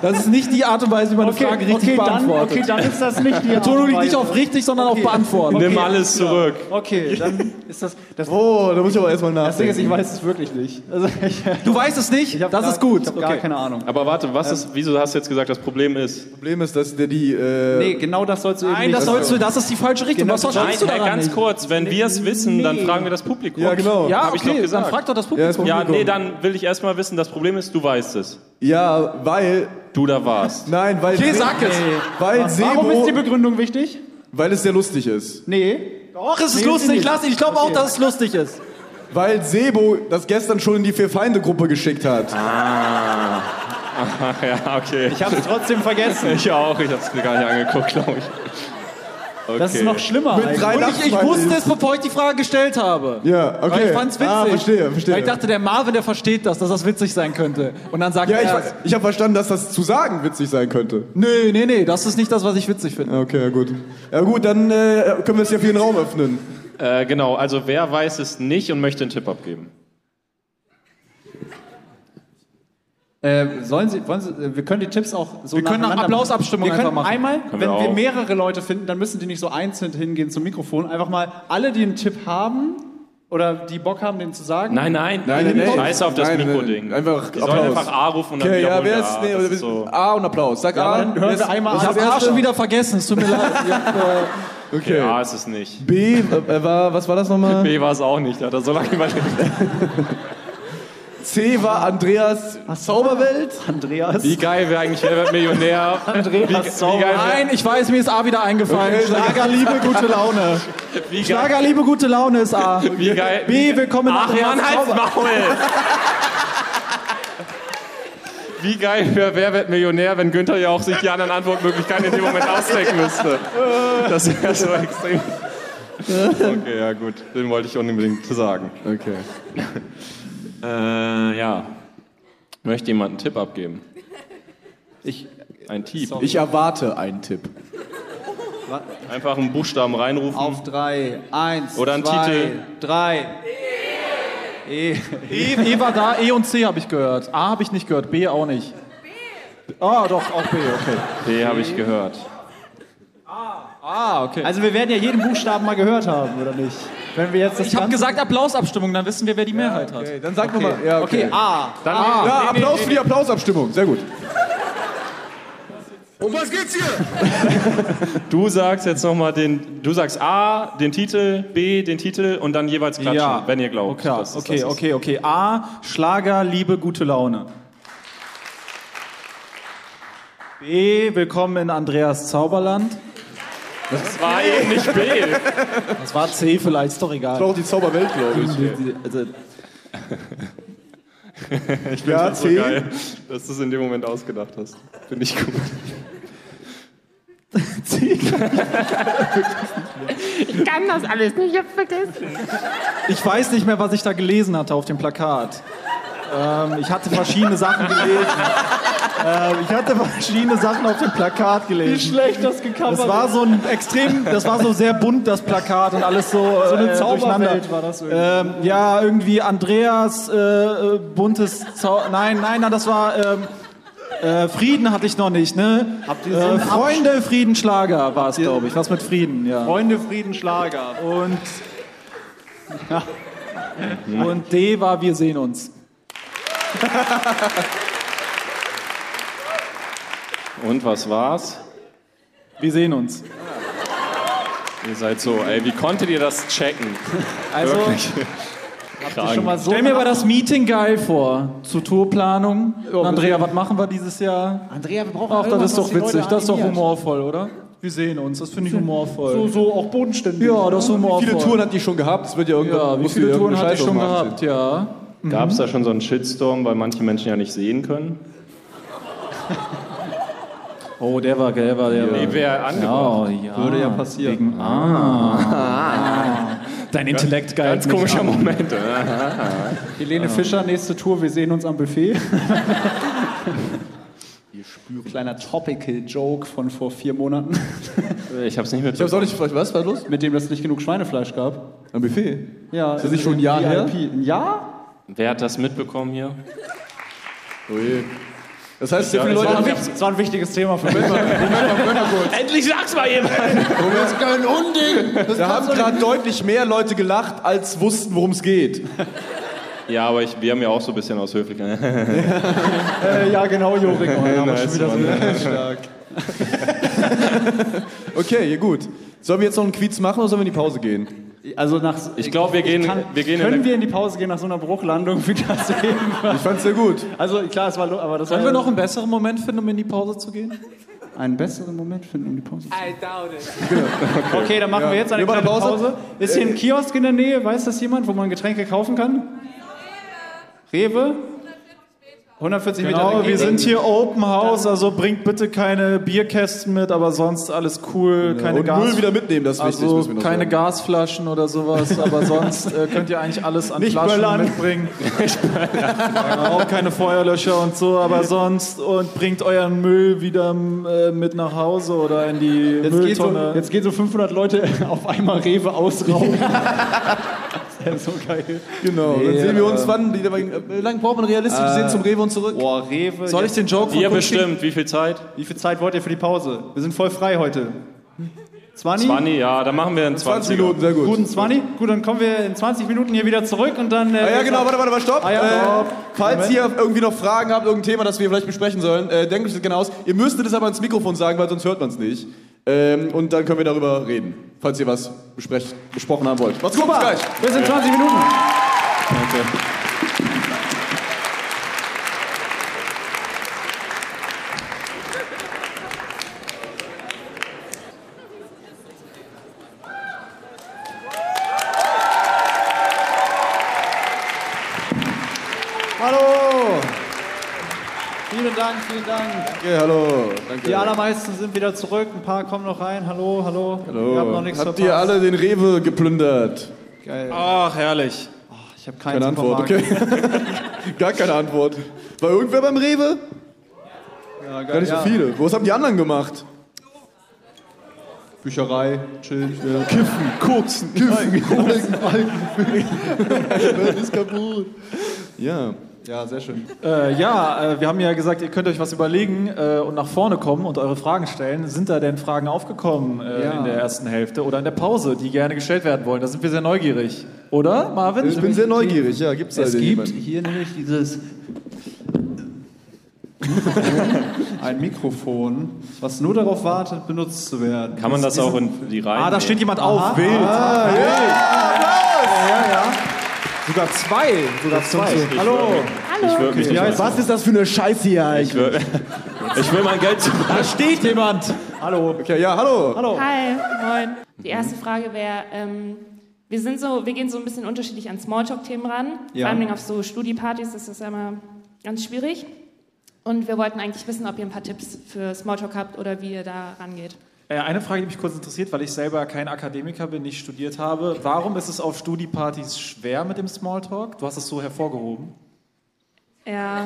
S4: Das ist nicht die Art und Weise, wie man eine Frage richtig
S1: dann,
S4: beantwortet.
S1: okay, dann ist das nicht die
S4: Tono
S1: Art und
S4: liegt nicht
S1: Weise.
S4: auf richtig, sondern auf beantworten.
S3: Nimm alles zurück.
S1: Okay, dann ist das. Das,
S2: Oh, da muss ich aber erstmal
S1: das Ding ist, ich
S2: nachdenken.
S1: weiß es wirklich nicht. Also ich,
S4: Du weißt es nicht?
S1: ich hab
S4: Das
S1: gar,
S4: ist gut.
S1: Ich habe gar keine Ahnung.
S3: Aber warte, was
S2: Ähm,
S3: ist, wieso hast du jetzt gesagt, das Problem ist?
S2: Das Problem ist, dass der die. Äh,
S1: Nee, genau das sollst du eben
S4: Nein,
S1: nicht.
S4: das sollst du, das ist die falsche Richtung.
S1: Genau,
S4: Was verstehst du
S3: hey,
S4: daran
S3: ganz
S4: nicht?
S3: kurz, wenn wir es wissen, dann fragen wir das Publikum.
S2: Ja, genau.
S4: Ja,
S3: Hab ich doch
S4: okay, dann
S3: gesagt.
S4: frag doch das
S2: Ja, das
S4: Publikum.
S3: Ja,
S2: Publikum.
S3: nee, dann will ich erstmal wissen, das Problem ist, du weißt es.
S2: ja, weil.
S3: Du da warst.
S2: Nein, weil.
S4: Hier, sag es.
S2: Weil
S1: Warum ist die
S2: Sebo.
S1: Begründung wichtig?
S2: Weil es sehr lustig ist.
S1: Nee.
S4: Doch, es ist
S1: Nee,
S4: lustig.
S1: sie
S4: Ich
S1: nicht.
S4: lass ihn. Ich glaube auch, dass es lustig ist.
S2: Weil Sebo das gestern schon in die Vier-Feinde-Gruppe geschickt hat.
S1: Ah.
S3: Ja, okay.
S1: Ich habe es trotzdem vergessen.
S3: Ich auch, ich hab's mir gar nicht angeguckt, glaube ich. Okay.
S1: Das ist noch schlimmer.
S2: Mit drei
S4: Und ich, ich
S2: Nachbarn-
S4: wusste es, bevor ich die Frage gestellt habe.
S2: Ja, okay.
S4: Weil ich fand's witzig.
S2: Ah, verstehe, verstehe.
S4: Weil ich dachte, der Marvin, der versteht das, dass das witzig sein könnte. Und dann sagt
S2: Ja,
S4: er,
S2: ich, ich habe verstanden, dass das zu sagen witzig sein könnte.
S4: nee, nee, nee, das ist nicht das, was ich witzig finde.
S2: Okay, ja gut. Ja gut, dann äh, können wir es ja für den Raum öffnen.
S3: Äh, genau, also wer weiß es nicht und möchte einen Tipp abgeben?
S1: Äh, sollen Sie, wollen Sie, äh, wir können die Tipps auch so
S4: Wir können eine
S1: nacheinander machen.
S4: Applausabstimmung
S1: wir können
S4: einfach machen.
S1: Einmal,
S3: Können
S1: wenn
S3: wir
S1: wir,
S3: auch.
S1: mehrere Leute finden, dann müssen die nicht so einzeln hingehen zum Mikrofon. Einfach mal alle, die einen Tipp haben oder die Bock haben, den zu sagen.
S3: Nein, nein,
S2: Nein, nein, nein.
S3: Scheiß auf das
S2: Nein, nein,
S3: Mikroding.
S2: nein. Einfach
S3: Die sollen
S2: Applaus.
S3: einfach A rufen und dann
S2: Okay, ja,
S3: wiederholen
S2: wer
S3: wir
S2: ist.
S3: A.
S2: Nee,
S3: das
S2: oder
S3: ist so.
S2: A und Applaus. Sag A.
S1: Dann hören wir einmal
S4: Ich
S1: an.
S4: habe A schon wieder vergessen, es tut mir leid. Ich hab, äh,
S2: Okay.
S3: A ist es nicht.
S2: B äh, war, was war das nochmal?
S3: B war es auch nicht, da hat er so lange überlegt.
S2: C war Andreas Zauberwelt.
S1: Andreas.
S3: Wie geil wäre eigentlich, wer wird Millionär?
S1: Andreas
S3: Wie geil wär-
S4: nein, ich weiß, mir ist A wieder eingefallen.
S2: Okay, sag-
S4: Schlagerliebe, gute Laune.
S3: Wie geil,
S4: Schlagerliebe, gute Laune ist A.
S3: wie geil.
S4: B, willkommen
S3: Ach
S4: Andreas
S3: Mann, halt's
S4: Zauber.
S3: Maul! Wie geil wäre Wer wird Millionär, wenn Günther ja auch sich die anderen Antwortmöglichkeiten in dem Moment ausdenken müsste. Das wäre so extrem. Okay, ja gut, den wollte ich unbedingt sagen.
S2: Okay.
S3: Äh, ja. Möchte jemand einen Tipp abgeben?
S2: Ich-
S3: Ein Tipp.
S2: Ich erwarte einen Tipp.
S3: Einfach einen Buchstaben reinrufen.
S1: Auf drei, eins,
S3: Oder ein
S1: zwei,
S3: Titel.
S1: drei.
S4: E, e war da, E und C habe ich gehört. A habe ich nicht gehört, B auch nicht. Ah, doch, auch B, okay.
S3: B habe ich gehört.
S4: Ah, okay.
S1: Also wir werden ja jeden Buchstaben mal gehört haben, oder nicht? Wenn wir jetzt das
S4: ich habe
S1: Ganze-
S4: gesagt Applausabstimmung, dann wissen wir, wer die Mehrheit hat.
S2: Dann sag okay. nochmal. Ja, okay.
S1: A.
S2: Ja, Applaus für die Applausabstimmung. Sehr gut.
S5: Um was geht's hier?
S3: Du sagst jetzt nochmal den. Du sagst A, den Titel, B, den Titel und dann jeweils klatschen,
S4: Ja.
S3: wenn ihr glaubt.
S4: Okay,
S3: dass es
S4: okay,
S3: das ist.
S4: okay, okay. A, Schlager, Liebe, gute Laune. B, willkommen in Andreas Zauberland.
S3: Das war eben nicht B.
S4: Das war C vielleicht, ist doch
S2: Das war
S4: egal.
S2: auch die Zauberwelt, glaube ich.
S4: Also,
S2: Ja,
S3: So
S2: C.
S3: geil, dass du es in dem Moment ausgedacht hast. Finde ich gut.
S8: kann das alles nicht, ich hab vergessen.
S4: ich weiß nicht mehr, was ich da gelesen hatte auf dem Plakat. Ähm, ich hatte verschiedene Sachen gelesen. ähm, ich hatte verschiedene Sachen auf dem Plakat gelesen.
S1: schlecht das gecovert
S4: Das war so ein extrem, das war so sehr bunt, das Plakat und alles so. So
S1: eine Zauberwelt war das irgendwie.
S4: Ähm, ja, irgendwie Andreas, äh, äh, buntes Zau Nein, nein, nein, das war. Ähm, äh, Frieden hatte ich noch nicht, ne?
S1: Habt ihr so
S4: äh,
S1: einen Absch-
S4: Freunde, Frieden, Schlager war es, glaube ich. Was mit Frieden, ja.
S1: Freunde, Frieden, Schlager.
S4: Und, und D war Wir sehen uns.
S3: Und was war's?
S4: Wir sehen uns.
S3: Ihr seid so, ey, wie konntet ihr das checken?
S4: Also,
S3: Wirklich.
S1: Schon mal so
S4: stell mir mal das Meeting geil vor. Zur Tourplanung. Und Andrea, was machen wir dieses Jahr?
S1: Andrea, wir brauchen
S4: Ach,
S1: irgendwas,
S4: das ist doch
S1: was die Leute
S4: witzig. Das ist doch
S1: animiert.
S4: humorvoll, oder? Wir sehen uns. Das finde ich humorvoll.
S1: So, so auch bodenständig.
S4: Ja, das ist
S2: Wie
S4: humorvoll.
S2: viele Touren hat die schon gehabt? Das wird ja irgendwann.
S4: ja, wie
S2: muss die
S4: viele Touren
S2: irgendeine
S4: hatte ich
S2: Scheiße
S4: schon
S2: aufmachen.
S4: gehabt, ja.
S3: Gab es da schon so einen Shitstorm, weil manche Menschen ja nicht sehen können?
S4: Oh, der war, der war, der
S3: Nee, wäre angebracht.
S4: Oh, ja.
S1: Würde ja passieren.
S4: Dein Intellekt geil.
S3: Ganz komischer Moment. ne?
S1: Helene Fischer, nächste Tour, wir sehen uns am Buffet. Kleiner Topical-Joke von vor vier Monaten,
S3: Ich hab's nicht mit.
S2: Ich hab's auch nicht. Was war los?
S1: mit dem es nicht genug Schweinefleisch gab.
S2: Am Buffet.
S1: Ja, äh,
S2: Ist das nicht schon ein Jahr her?
S1: VIP. Ein Jahr?
S3: Wer hat das mitbekommen hier?
S2: Oh je. Das heißt, sehr viele
S3: das
S2: Leute haben.
S1: Das war ein wichtiges Thema für mich.
S3: Endlich sag's mal jemand!
S2: Das ist kein Unding! Da haben gerade deutlich mehr Leute gelacht, als wussten, worum es geht.
S3: Ja, aber ich, wir haben ja auch so ein bisschen aus Höflichkeit.
S1: Äh, ja, genau, Jorik. Oh, da haben wir schon wieder so-
S2: Okay, ja gut. Sollen wir jetzt noch einen Quiz machen oder sollen wir in die Pause gehen?
S1: Also nach,
S3: Ich glaube, wir gehen,
S1: kann,
S3: wir gehen in
S1: können
S3: eine-
S1: wir in die Pause gehen nach so einer Bruchlandung wie das eben war?
S2: Ich fand's sehr gut.
S1: Also klar, es war, lo- aber das
S4: Sollen
S1: war
S4: wir noch einen besseren Moment finden, um in die Pause zu gehen?
S1: einen besseren Moment finden, um die Pause.
S7: I doubt it.
S1: Okay, dann machen wir jetzt eine
S2: Wir machen
S1: kleine Pause.
S2: Pause.
S1: Ist
S4: Äh.
S1: hier ein Kiosk in der Nähe? Weiß das jemand, wo man Getränke kaufen kann? Rewe. 140 Meter.
S4: Genau,
S1: Dann
S4: wir
S1: geht-
S4: sind hier Open House, also bringt bitte keine Bierkästen mit, aber sonst alles cool, keine
S2: Genau. Und Müll
S4: Gas.
S2: wieder mitnehmen, das ist wichtig.
S4: Also
S2: müssen wir noch
S4: keine
S2: sagen.
S4: Gasflaschen oder sowas, aber sonst äh, könnt ihr eigentlich alles an
S1: Nicht
S4: Flaschen
S1: böllern.
S4: mitbringen. Genau, Auch keine Feuerlöscher und so, aber sonst und bringt euren Müll wieder äh, mit nach Hause oder in die
S1: um Jetzt gehen, so,
S4: Mülltonne.
S1: jetzt gehen so 500 Leute auf einmal Rewe ausrauben. wäre so geil.
S2: Genau. Dann sehen wir uns wann. Die, wie lange braucht man realistisch
S4: Äh,
S2: gesehen zum Rewe und zurück?
S1: Boah, Rewe.
S4: Soll ich den Joke von
S3: Ihr
S4: Kunst-
S3: bestimmt, wie viel Zeit?
S1: Wie viel Zeit wollt ihr für die Pause? Wir sind voll frei heute. 20?
S3: 20, ja, dann machen wir einen
S2: 20
S3: 20er.
S2: Minuten, sehr gut.
S1: Guten 20? Gut, dann kommen wir in 20 Minuten hier wieder zurück und dann. Äh,
S2: Ah, ja, genau, warte, warte, warte, stopp.
S1: Ah, ja,
S2: äh,
S1: stopp.
S2: falls
S1: Moment.
S2: ihr irgendwie noch Fragen habt, irgendein Thema, das wir vielleicht besprechen sollen, äh, denkt euch das gerne aus. Ihr müsstet es aber ins Mikrofon sagen, weil sonst hört man es nicht. Ähm, und dann können wir darüber reden, falls ihr was besprecht, besprochen haben wollt. Macht's gut, bis gleich.
S1: Bis in 20 Minuten. Hallo. Vielen Dank, vielen Dank.
S2: Okay, hallo. Danke.
S1: Die allermeisten sind wieder zurück. Ein paar kommen noch rein. Hallo, hallo.
S2: hallo.
S1: Ihr habt noch nichts
S2: Habt
S1: verpasst.
S2: ihr alle den Rewe geplündert?
S1: Geil.
S4: Ach, herrlich.
S1: Ich habe keinen
S2: Keine Antwort, okay. Gar keine Antwort. War irgendwer beim Rewe?
S1: Ja, geil.
S2: Gar nicht
S1: ja.
S2: so viele. Was haben die anderen gemacht?
S1: Bücherei, chillen.
S2: Kiffen, koksen, kiffen, koksen, ist kaputt. Ja.
S1: Ja, sehr schön.
S4: Äh, ja, äh, wir haben ja gesagt, ihr könnt euch was überlegen äh, und nach vorne kommen und eure Fragen stellen. Sind da denn Fragen aufgekommen äh, in der ersten Hälfte oder in der Pause, die gerne gestellt werden wollen? Da sind wir sehr neugierig. Oder, Marvin?
S2: Ich bin sehr neugierig, ja, gibt's da
S4: Es
S2: denn
S4: gibt
S2: jemanden?
S4: hier nämlich dieses.
S1: Ein Mikrofon, was nur darauf wartet, benutzt zu werden.
S3: Kann man das auch in die Reihe?
S4: Ah, da steht jemand auf. Wild. Sogar zwei. Sogar zwei.
S3: Hallo. Ich würde mich nicht äußern.
S2: Was ist das für eine Scheiße hier
S3: Ich will, ich will mein Geld zurück.
S4: Da steht jemand. Hallo.
S2: Okay, ja, hallo. hallo.
S8: Hi, moin. Die erste Frage wäre, ähm, wir sind so, wir gehen so ein bisschen unterschiedlich an Smalltalk-Themen ran. Vor allem auf so Studiepartys ist das ja immer ganz schwierig. Und wir wollten eigentlich wissen, ob ihr ein paar Tipps für Smalltalk habt oder wie ihr da rangeht.
S4: Äh, eine Frage, die mich kurz interessiert, weil ich selber kein Akademiker bin, nicht studiert habe. Warum ist es auf Studi-Partys schwer mit dem Smalltalk? Du hast es so hervorgehoben.
S8: Ja.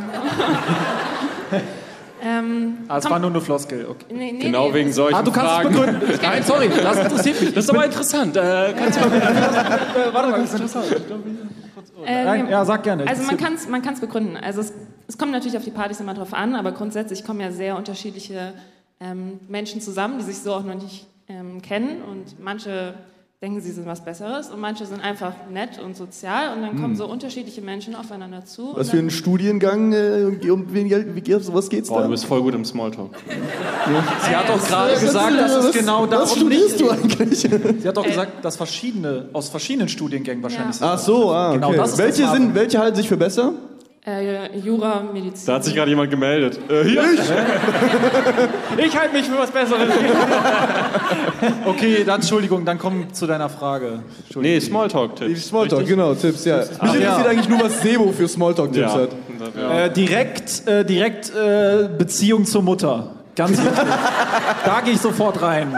S8: ähm,
S4: Ah, es war nur eine Floskel. Okay.
S8: nee, nee,
S3: Genau
S8: nee.
S3: wegen solchen
S4: Ah, du kannst
S3: Fragen.
S4: es begründen. Nein, sorry, das interessiert mich.
S3: das ist aber interessant. Äh, kannst du
S4: Warte mal, das ist interessant.
S8: Äh,
S4: Nein,
S8: nee.
S4: ja, sag gerne.
S8: Also man kann es man kann's begründen. Also es, es kommt natürlich auf die Partys immer drauf an, aber grundsätzlich kommen ja sehr unterschiedliche ähm, Menschen zusammen, die sich so auch noch nicht ähm, kennen. Und manche denken, sie sind was Besseres und manche sind einfach nett und sozial. Und dann kommen so unterschiedliche Menschen aufeinander zu.
S2: Was
S8: und
S2: für
S8: dann,
S2: ein Studiengang, äh, um wen, wie, um was geht's
S3: Boah,
S2: da?
S3: du bist voll gut im Smalltalk.
S4: sie hat doch gerade gesagt, dass es genau
S2: Was
S4: darum
S2: studierst
S4: nicht.
S2: du eigentlich?
S4: Sie hat doch gesagt, dass verschiedene, aus verschiedenen Studiengängen wahrscheinlich sind.
S2: Ach so, ah, okay.
S4: Genau das ist
S2: welche,
S4: das Wahre.
S2: sind, welche halten sich für besser?
S8: äh, Jura, Medizin.
S3: Da hat sich gerade jemand gemeldet. Äh, hier.
S1: Ich halte mich für was Besseres.
S4: Okay, dann Entschuldigung, dann komm zu deiner Frage.
S3: Nee, Smalltalk-Tipps.
S2: Smalltalk, genau, Tipps, ja. Mich interessiert eigentlich nur, was Sebo für Smalltalk-Tipps
S3: Ja.
S2: hat.
S4: Äh, direkt äh, direkt äh, Beziehung zur Mutter. Ganz wichtig. da gehe ich sofort rein.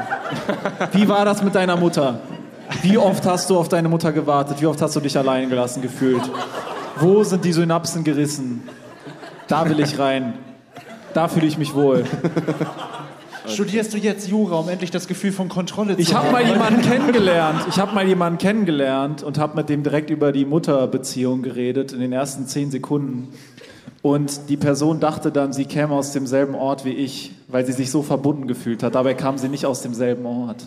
S4: Wie war das mit deiner Mutter? Wie oft hast du auf deine Mutter gewartet? Wie oft hast du dich allein gelassen gefühlt? Wo sind die Synapsen gerissen? Da will ich rein. Da fühle ich mich wohl.
S1: Studierst du jetzt Jura, um endlich das Gefühl von Kontrolle zu
S4: Ich habe mal jemanden kennengelernt. Ich habe mal jemanden kennengelernt und habe mit dem direkt über die Mutterbeziehung geredet in den ersten zehn Sekunden. Und die Person dachte dann, sie käme aus demselben Ort wie ich, weil sie sich so verbunden gefühlt hat. Dabei kam sie nicht aus demselben Ort.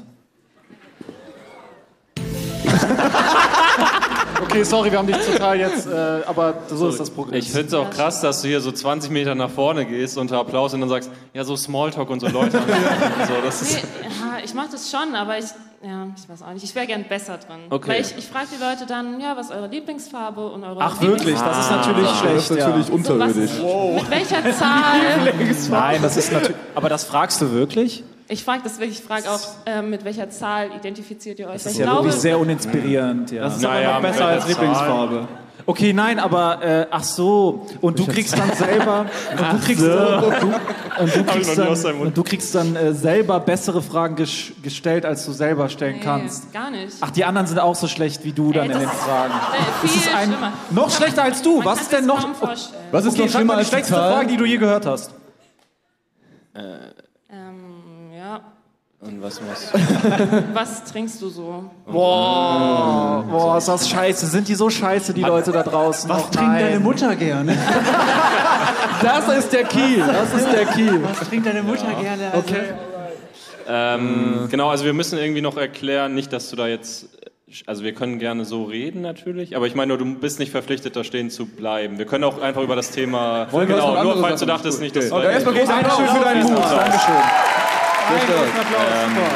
S4: Okay, sorry, wir haben dich total jetzt, äh, aber so ist das Programm.
S3: Ich finde es auch krass, dass du hier so 20 Meter nach vorne gehst unter Applaus und dann sagst, ja, so Smalltalk und so Leute. so, das
S8: Nee,
S3: ist,
S8: ja, ich mache das schon, aber ich, ja, ich weiß auch nicht. Ich wäre gern besser drin.
S3: Okay.
S8: Weil ich, ich frage die Leute dann, ja, was ist eure Lieblingsfarbe und eure
S4: Ach wirklich, das ist natürlich
S2: Das
S4: schlecht.
S2: ist natürlich
S4: ja.
S8: So, was,
S2: unterirdisch.
S8: Mit welcher Zahl?
S4: Nein, das ist natürlich. Aber das fragst du wirklich?
S8: Ich frage das wirklich, ich frage auch, ähm, mit welcher Zahl identifiziert ihr euch?
S4: Das ist
S8: ich
S4: ja wirklich sehr uninspirierend. Ja.
S1: Das ist aber noch besser als Lieblingsfarbe.
S4: Okay, nein, aber äh, ach so. Und du kriegst dann selber. Und du kriegst, dann- und du, und du
S3: noch nie
S4: kriegst
S3: aus seinem
S4: dann,
S3: Mund.
S4: und du kriegst dann äh, selber bessere Fragen gesch- gestellt, als du selber stellen kannst.
S8: Nee, gar nicht.
S4: Ach, die anderen sind auch so schlecht wie du dann in
S8: Ey, das
S4: den
S8: ist-
S4: Fragen.
S8: äh, viel
S4: ist ein-
S8: schlimmer.
S4: noch schlechter als du. Was
S8: Man kann
S4: ist denn
S8: sich's
S4: noch- Oh,
S8: kaum vorstellen.
S2: Was ist
S4: Okay,
S2: noch
S4: sag mal
S2: schlimmer
S4: die
S2: als die
S4: schlechteste
S2: Zahl?
S4: Frage, die du je gehört hast.
S8: Ähm, ja.
S3: Und was machst
S8: Was trinkst du so?
S4: Boah, ist das scheiße. Sind die so scheiße, die Leute da draußen?
S9: Was
S4: Och,
S9: trinkt
S4: nein.
S9: deine Mutter gerne?
S4: Das ist der Key. Das ist der Key.
S9: Was trinkt deine Mutter gerne? Also, okay.
S3: Ähm, genau, also wir müssen irgendwie noch erklären, nicht, dass du da jetzt. Also wir können gerne so reden natürlich, aber ich meine, nur, du bist nicht verpflichtet, da stehen zu bleiben. Wir können auch einfach über das Thema.
S2: Wollen wir was
S3: genau,
S2: noch
S3: nur
S2: andere
S3: falls du
S2: Sachen
S3: dachtest nicht, dass
S2: Okay. Aber erstmal geht's
S1: Applaus
S2: Dankeschön für deinen Mut.
S1: Dankeschön.
S2: Sehr stark.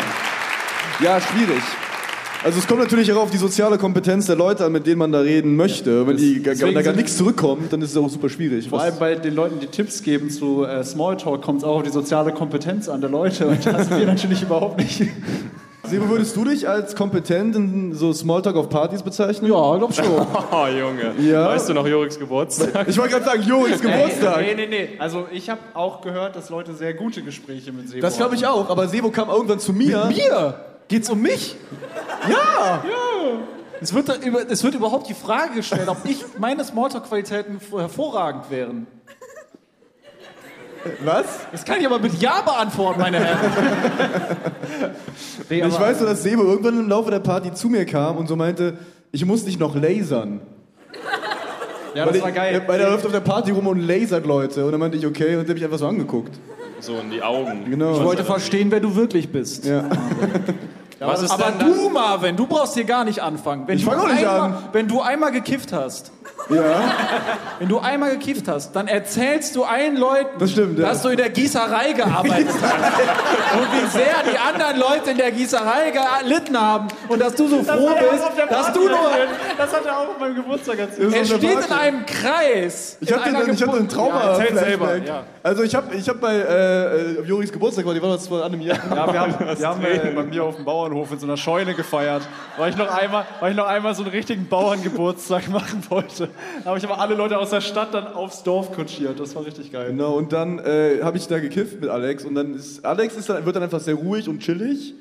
S2: Ja, schwierig. Also es kommt natürlich auch auf die soziale Kompetenz der Leute an, mit denen man da reden möchte. Wenn, die, gar- wenn da gar
S1: sind-
S2: nichts zurückkommt, dann ist es auch super schwierig.
S1: Vor allem bei den Leuten, die Tipps geben zu äh, Smalltalk, kommt es auch auf die soziale Kompetenz an der Leute. Und das sind wir natürlich überhaupt nicht.
S2: Sebo, würdest du dich als kompetent in so Smalltalk auf Partys bezeichnen?
S1: Ja, glaub schon.
S3: Oh Junge,
S2: Ja.
S3: weißt du noch Joriks Geburtstag?
S2: Ich wollte gerade sagen, Joris Geburtstag.
S1: Nee, nee, nee. Also ich habe auch gehört, dass Leute sehr gute Gespräche mit Sebo
S2: Das glaube ich auch, aber Sebo kam irgendwann zu mir.
S4: Mir? Geht's um mich? Ja! Es wird, da über, es wird überhaupt die Frage gestellt, ob ich meine Smalltalk-Qualitäten f- hervorragend wären.
S2: Was?
S4: Das kann ich aber mit Ja beantworten, meine Herren.
S2: ich weiß
S1: ähm,
S2: nur, dass Sebo irgendwann im Laufe der Party zu mir kam und so meinte, ich muss dich noch lasern.
S1: Ja,
S2: Weil
S1: das
S2: ich-
S1: war geil.
S2: Weil er läuft auf der Party rum und lasert Leute. Und dann meinte ich, okay, und der hat mich einfach so angeguckt.
S3: So in die Augen.
S2: Genau.
S4: Ich wollte verstehen, wer du wirklich bist.
S2: Ja.
S3: Was ist
S4: Aber
S3: denn
S4: du, Marvin, du brauchst hier gar nicht anfangen. Wenn
S2: Ich
S4: du
S2: fang auch nicht
S4: einmal,
S2: an.
S4: Wenn du einmal gekifft hast,
S2: ja.
S4: wenn du einmal gekifft hast, dann erzählst du allen Leuten,
S2: Das stimmt, ja.
S4: dass du in der Gießerei gearbeitet hast. Und wie sehr die anderen Leute in der Gießerei gelitten haben und dass du so froh bist, dass du nur...
S1: Das hat er auch auf meinem Geburtstag erzählt.
S2: Das ist
S4: Er
S2: auf der
S4: steht in
S2: Party.
S4: einem Kreis.
S2: Ich habe
S4: einer
S2: den, ich hab den Trauma.
S4: Ja, erzähl
S2: Flashback.
S4: selber, ja.
S2: Also ich habe ich hab bei äh, äh, auf Joris Geburtstag, war die war das vor einem Jahr.
S1: Ja, wir haben, wir haben äh, bei mir auf dem Bauernhof in so einer Scheune gefeiert, weil ich noch einmal, weil ich noch einmal so einen richtigen Bauerngeburtstag machen wollte. Da habe ich aber alle Leute aus der Stadt dann aufs Dorf kutschiert. Das war richtig geil.
S2: Genau, und dann äh, habe ich da gekifft mit Alex und dann ist Alex ist dann, wird dann einfach sehr ruhig und chillig.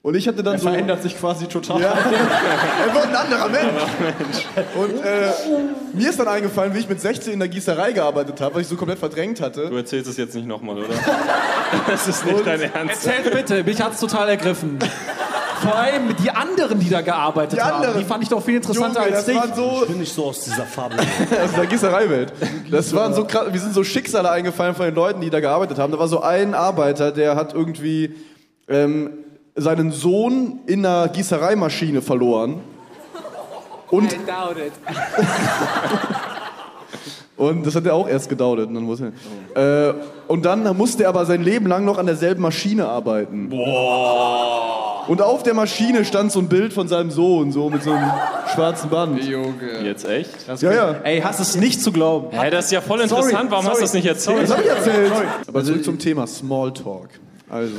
S2: Und ich hatte dann so.
S1: Verändert sich quasi total.
S2: Ja. er wird ein anderer Mensch. Und äh, mir ist dann eingefallen, wie ich mit 16 in der Gießerei gearbeitet habe, was ich so komplett verdrängt hatte.
S3: Du erzählst es jetzt nicht nochmal, oder? Das ist nicht dein Ernst.
S4: Erzählt bitte, mich hat's total ergriffen. Vor allem die anderen, die da gearbeitet
S2: Die
S4: haben,
S2: anderen.
S4: die fand ich doch viel interessanter
S2: Junge, das
S4: als dich.
S2: waren so
S6: Ich bin nicht so aus dieser Farbe.
S2: aus der Gießereiwelt. Das waren so krass, wir sind so Schicksale eingefallen von den Leuten, die da gearbeitet haben. Da war so ein Arbeiter, der hat irgendwie ähm, seinen Sohn in einer Gießereimaschine verloren.
S7: I doubt it.
S2: Und das hat er auch erst gedauert. Und dann, muss er, äh, und dann musste er aber sein Leben lang noch an derselben Maschine arbeiten. Boah. Und auf der Maschine stand so ein Bild von seinem Sohn, so mit so einem schwarzen Band.
S3: Jetzt echt?
S2: Äh, ja, ja.
S4: Ey, hast es nicht zu glauben.
S3: Hä, das ist ja voll interessant. Warum hast du das nicht erzählt?
S2: Das hab ich erzählt. Aber zurück zum Thema Smalltalk. Also.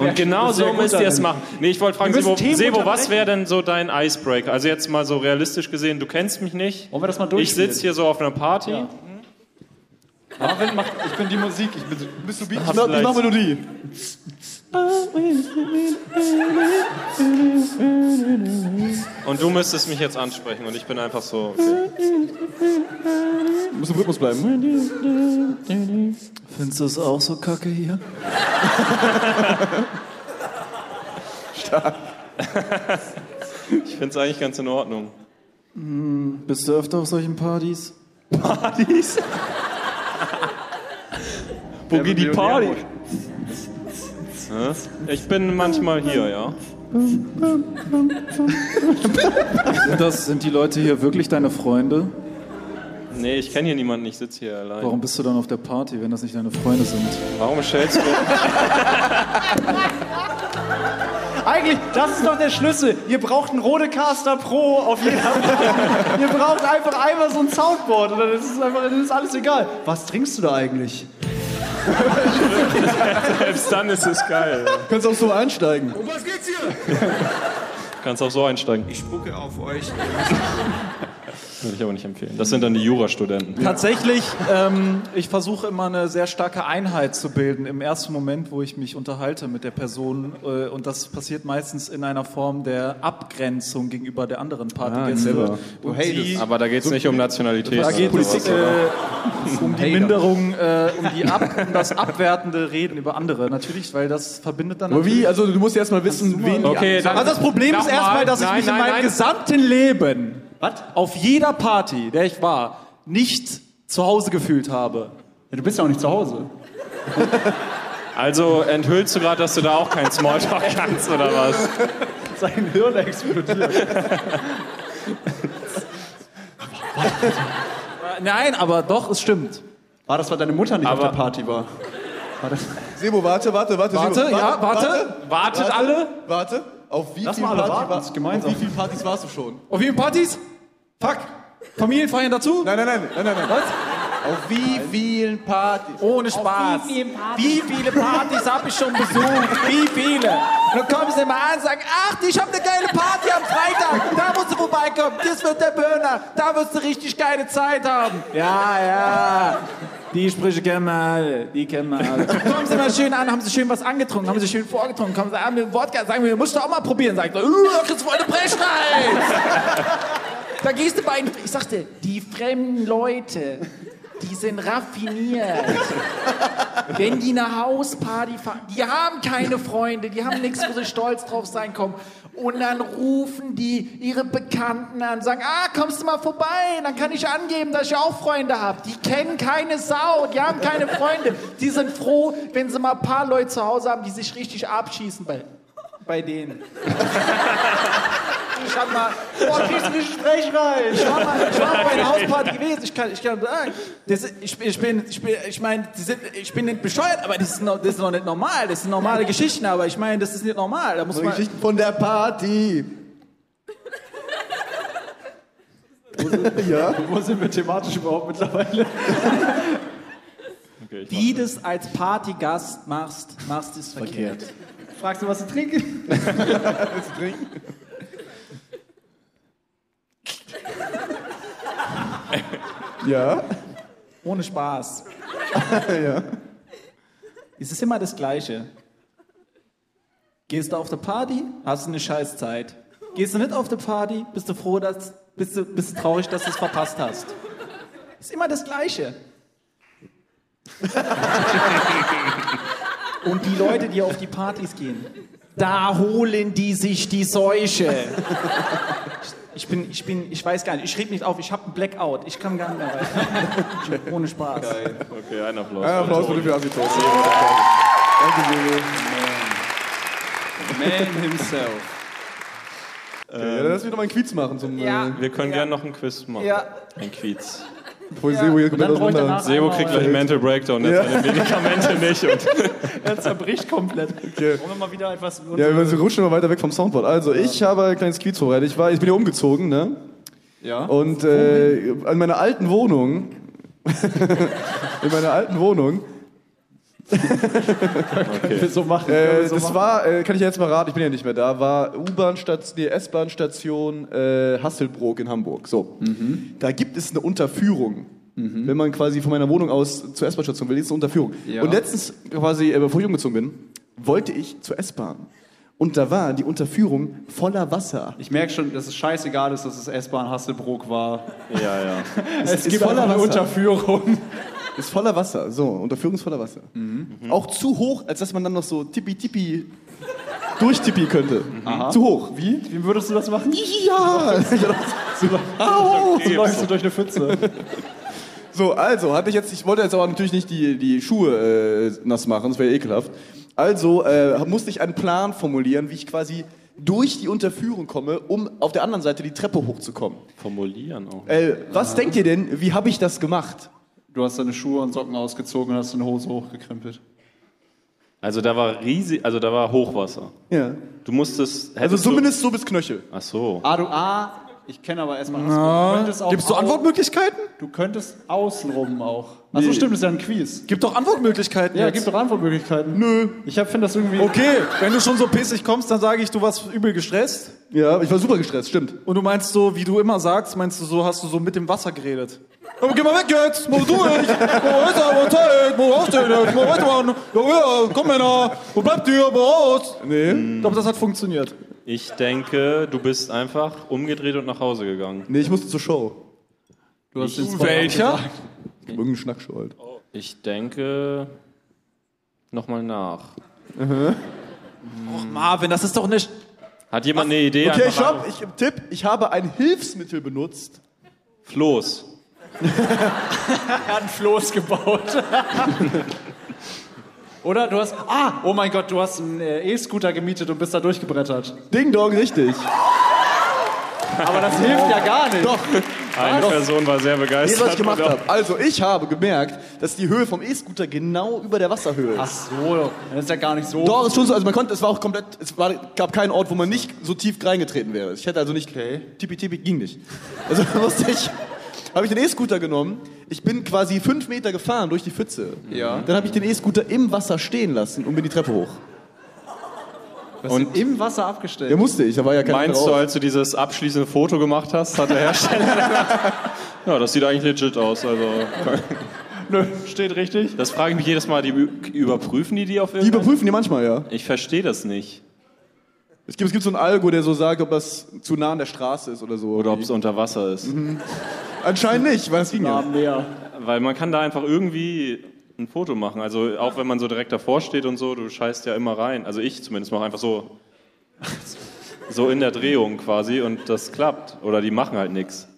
S3: Und genau so müsst ihr es machen. Nee, ich wollte fragen,
S1: Wir müssen
S3: Sebo,
S1: Themen
S3: Sebo was
S1: unterbrechen.
S3: wäre denn so dein Icebreaker? Also jetzt mal so realistisch gesehen, du kennst mich nicht.
S1: Wollen wir das mal
S3: Ich
S1: durchspielen?
S3: sitze hier so auf einer Party.
S1: Marvin macht, ich bin die Musik. Ich bin, bist du Beat?
S2: Ich mach, ich mach Melodie.
S3: Und du müsstest mich jetzt ansprechen und ich bin einfach so. Okay.
S2: Du musst im Rhythmus bleiben.
S4: Findest du es auch so kacke hier?
S3: Ich finde es eigentlich ganz in Ordnung.
S4: Bist du öfter auf solchen Partys?
S3: Wo geht die Party? Hä? Ich bin manchmal hier, ja.
S4: Sind, das, sind die Leute hier wirklich deine Freunde?
S3: Nee, ich kenne hier niemanden, ich sitze hier allein.
S4: Warum bist du dann auf der Party, wenn das nicht deine Freunde sind?
S3: Warum stellst du
S1: Eigentlich, das ist doch der Schlüssel. Ihr braucht einen Rodecaster Pro auf jeder Ihr braucht einfach einmal so ein Soundboard und dann ist, es einfach, dann ist alles egal. Was trinkst du da eigentlich?
S3: selbst dann ist es geil.
S2: Du kannst auch so einsteigen.
S5: Um was geht's hier?
S3: Kannst auch so einsteigen.
S5: Ich spucke auf euch.
S3: Würde ich aber nicht empfehlen. Das sind dann die Jurastudenten.
S4: Tatsächlich, ähm, ich versuche immer eine sehr starke Einheit zu bilden im ersten Moment, wo ich mich unterhalte mit der Person. Äh, und das passiert meistens in einer Form der Abgrenzung gegenüber der anderen
S2: Ah,
S4: Partygäste.
S3: clever.
S4: Und
S3: Du hatest.
S4: die-
S3: Aber da geht's nicht um Nationalität
S4: Da geht
S3: oder
S4: es
S3: sowas,
S4: äh,
S3: oder?
S4: um die
S3: Hater.
S4: Minderung, äh, um, die Ab um das abwertende Reden über andere. Natürlich, weil das verbindet dann.
S2: Aber wie?
S4: natürlich-
S2: Also du musst erstmal wissen, wen
S4: Okay,
S2: die
S4: dann also das Problem ist
S2: Nochmal.
S4: erstmal, dass
S2: Nein,
S4: ich mich
S2: nein,
S4: in meinem
S2: nein.
S4: gesamten Leben auf jeder Party, der ich war, nicht zu Hause gefühlt habe. du bist ja auch nicht zu Hause.
S2: äh,
S3: Also enthüllst du gerade, dass du da auch kein Smalltalk kannst oder was?
S4: Sein Hirn explodiert. Nein, aber doch, es stimmt.
S1: War das, weil deine Mutter nicht
S4: Aber-
S1: auf der Party war? war das
S2: Sebo, warte, warte, warte.
S1: Warte,
S2: Sebo,
S1: ja, warte.
S3: Wartet alle?
S2: Warte. Auf wie
S4: Lass
S2: viele
S4: mal alle
S2: Party
S4: warten,
S2: war-
S4: ist gemeinsam.
S2: Auf wie viele Partys warst du schon?
S4: Auf jeden Partys? Fuck. Familienfeiern dazu?
S2: Nein, nein, nein, nein, nein. nein.
S4: Was?
S2: Auf wie vielen Partys?
S4: Ohne Spaß. Wie, viele Partys habe ich schon besucht? Wie viele? Und dann kommen sie immer an und sagen, ach, ich habe eine geile Party am Freitag. Da musst du vorbeikommen. Das wird der Böhner. Da wirst du richtig geile Zeit haben. Ja, ja. Die Sprüche kennen wir alle. Die kennen wir alle. Kommen sie mal schön an, haben sie schön was angetrunken, haben sie schön vorgetrunken, kommen sie an mit dem Wodka, sagen wir, musst du auch mal probieren. Sagt er, uh, kriegst du voll eine Brechreiz. Da gehst du bei den, ich sagte, die fremden Leute, die sind raffiniert. Wenn die eine Hausparty fahren, die haben keine Freunde, die haben nichts, wo sie stolz drauf sein kommen. Und dann rufen die ihre Bekannten an, sagen, ah, kommst du mal vorbei, dann kann ich angeben, dass ich auch Freunde habe. Die kennen keine Sau, die haben keine Freunde. Die sind froh, wenn sie mal ein paar Leute zu Hause haben, die sich richtig abschießen bei, bei denen. Ich hab mal, boah, kriegst du nicht Gespräch rein. Ich war mal, ich war mal bei einer Hausparty gewesen. Ich kann, ich kann sagen, das ist, ich, bin- ich bin, ich bin, ich meine, die sind- ich bin nicht bescheuert, aber das ist, noch, das ist noch nicht normal. Das sind normale Geschichten, aber ich meine, das ist nicht normal. Da muss man,
S2: Geschichten von der Party. ja?
S1: Wo sind wir thematisch überhaupt mittlerweile?
S4: wie du es als Partygast machst, machst du es verkehrt.
S1: Fragst du, was du trinken?
S2: Ja?
S4: Ohne Spaß.
S2: ja.
S4: Es ist immer das Gleiche. Gehst du auf die Party, hast du eine scheiß Zeit. Gehst du nicht auf die Party, bist du froh, dass, bist, du, bist du traurig, dass du es verpasst hast. Ist immer das Gleiche. Und die Leute, die auf die Partys gehen, da holen die sich die Seuche. Ich bin, ich bin, ich weiß gar nicht, ich schrieb nicht auf, ich habe einen Blackout, ich kann gar nicht mehr weiter. Ohne Spaß.
S3: Okay, ein Applaus.
S2: Ein Äh, Applaus bitte für Asitose. Danke, Sebo.
S1: Man himself.
S2: Okay, ja, dann lass mich noch mal einen Quiz machen. Zum,
S4: Ja.
S2: äh,
S3: Wir können gerne noch einen Quiz machen.
S4: Ja.
S3: Ein Quiz.
S2: bevor Sebo hier komplett
S4: rollt er
S2: auseinander.
S4: nach.
S3: Sebo kriegt gleich einen Mental Breakdown, jetzt
S2: Ja.
S3: seine Medikamente nicht. Und
S1: Er zerbricht komplett. Wollen wir mal wieder etwas.
S2: Ja, wir rutschen immer weiter weg vom Soundboard. Also, ich habe ein kleines Quiz vorbereitet. Ich, war, ich bin hier umgezogen, ne?
S1: Ja.
S2: Und äh, an meiner alten Wohnung. in meiner alten Wohnung.
S1: so machen.
S2: Äh, das war, äh, kann ich ja jetzt mal raten, ich bin ja nicht mehr da, war U-Bahn-Station, nee, S-Bahn-Station äh, Hasselbrook in Hamburg. So. Da gibt es eine Unterführung. Wenn man quasi von meiner Wohnung aus zur S-Bahn-Station will, ist es eine Unterführung.
S1: Ja.
S2: Und letztens, quasi, äh, bevor ich umgezogen bin, wollte ich zur S-Bahn. Und da war die Unterführung voller Wasser.
S1: Ich merke schon, dass es scheißegal ist, dass es S-Bahn Hasselbrook war.
S3: ja, ja.
S2: Es, ist voller Wasser. Unterführung. Ist voller Wasser, so, Unterführung ist voller Wasser.
S1: Mhm.
S2: Auch zu hoch, als dass man dann noch so tippi-tippi durchtippi könnte. Zu hoch.
S1: Wie? Mhm. Wie würdest du das machen? Ah,
S2: Ja! Au!
S1: So läufst du durch eine Pfütze.
S2: So, also, hatte ich jetzt, ich wollte jetzt aber natürlich nicht die, die Schuhe äh, nass machen, das wäre ekelhaft. Also äh, musste ich einen Plan formulieren, wie ich quasi durch die Unterführung komme, um auf der anderen Seite die Treppe hochzukommen.
S3: Formulieren auch.
S2: Äh, was denkt ihr denn, wie habe ich das gemacht?
S1: Du hast deine Schuhe und Socken ausgezogen und hast deine Hose hochgekrempelt.
S3: Also da war riesig, also da war Hochwasser.
S2: Ja.
S3: Du musstest.
S2: Also
S3: hättest
S2: zumindest so bis Knöchel.
S3: Du, ach so.
S1: A, Ah, du A, Ich kenne aber erstmal
S4: Na, gibst du
S1: Antwortmöglichkeiten? Du könntest außenrum auch. Achso,
S4: Nee.
S1: stimmt, das ist ja ein Quiz.
S4: Gib doch Antwortmöglichkeiten.
S1: Ja,
S4: jetzt.
S1: gibt doch Antwortmöglichkeiten. Nö. Ich finde das irgendwie.
S4: Okay, wenn du schon so pissig kommst, dann sage ich, du warst übel gestresst.
S2: Ja, ich war super gestresst, stimmt.
S4: Und du meinst so, wie du immer sagst, meinst du so, hast du so mit dem Wasser geredet. Aber geh mal weg jetzt, mach du nicht. Mach weiter, mach Zeit, mach aufstehen jetzt, mach weitermachen. Ja, ja, komm Männer, wo bleibt ihr, mach raus. Nee. Ich glaube, das hat funktioniert.
S3: Ich denke, du bist einfach umgedreht und nach Hause gegangen.
S2: Nee, ich musste zur Show.
S3: Du hast
S2: den Spot abgesagt. Ich hab irgendeinen Schnackshow halt.
S3: Ich denke nochmal nach.
S4: Och Marvin, das ist doch nicht...
S3: Hat jemand eine Idee?
S2: Okay, ich
S3: Einfach
S2: hab, ich, Tipp, ich habe ein Hilfsmittel benutzt.
S3: Floß.
S1: Er hat ein Floß gebaut. Oder du hast. Ah! Oh mein Gott, du hast einen äh, E-Scooter gemietet und bist da durchgebrettert.
S2: Ding Dong, richtig.
S1: Aber das hilft ja gar nicht.
S2: Doch.
S3: Eine
S2: Was?
S3: Person war sehr
S2: Nee,
S3: begeistert.
S2: was ich gemacht
S3: Und auch-
S2: habe. Also, ich habe gemerkt, dass die Höhe vom E-Scooter genau über der Wasserhöhe ist.
S1: Ach so, das ist ja gar nicht so.
S2: Doch, ist schon so. Also man konnte, es war auch komplett, es war, gab keinen Ort, wo man nicht so tief reingetreten wäre. Ich hätte also nicht, okay. tippi tippi ging nicht. Also musste ich, habe ich den E-Scooter genommen. Ich bin quasi fünf Meter gefahren durch die Pfütze. Ja. Dann habe ich den E-Scooter im Wasser stehen lassen und bin die Treppe hoch.
S3: Und
S1: Im Wasser abgestellt.
S2: Der musste ich, da war ja kein
S3: meinst du, halt-
S2: anderer Ort.
S3: als du dieses abschließende Foto gemacht hast, hat der Hersteller gesagt, Ja, das sieht eigentlich legit aus. Also,
S1: Nö, steht richtig.
S3: das frage ich mich jedes Mal. Die ü- überprüfen die die auf
S2: Die
S3: irgendwas?
S2: überprüfen die manchmal, ja.
S3: Ich verstehe das nicht.
S2: Es gibt, es gibt so einen Algo, der so sagt, ob das zu nah an der Straße ist oder so.
S3: Oder ob es unter Wasser ist.
S2: Mhm. Anscheinend nicht, weil es ging ja.
S1: Mehr.
S3: Weil man kann da einfach irgendwie ein Foto machen. Also auch wenn man so direkt davor steht und so, du scheißt ja immer rein. Also ich zumindest mache einfach so, so in der Drehung quasi und das klappt. Oder die machen halt nichts.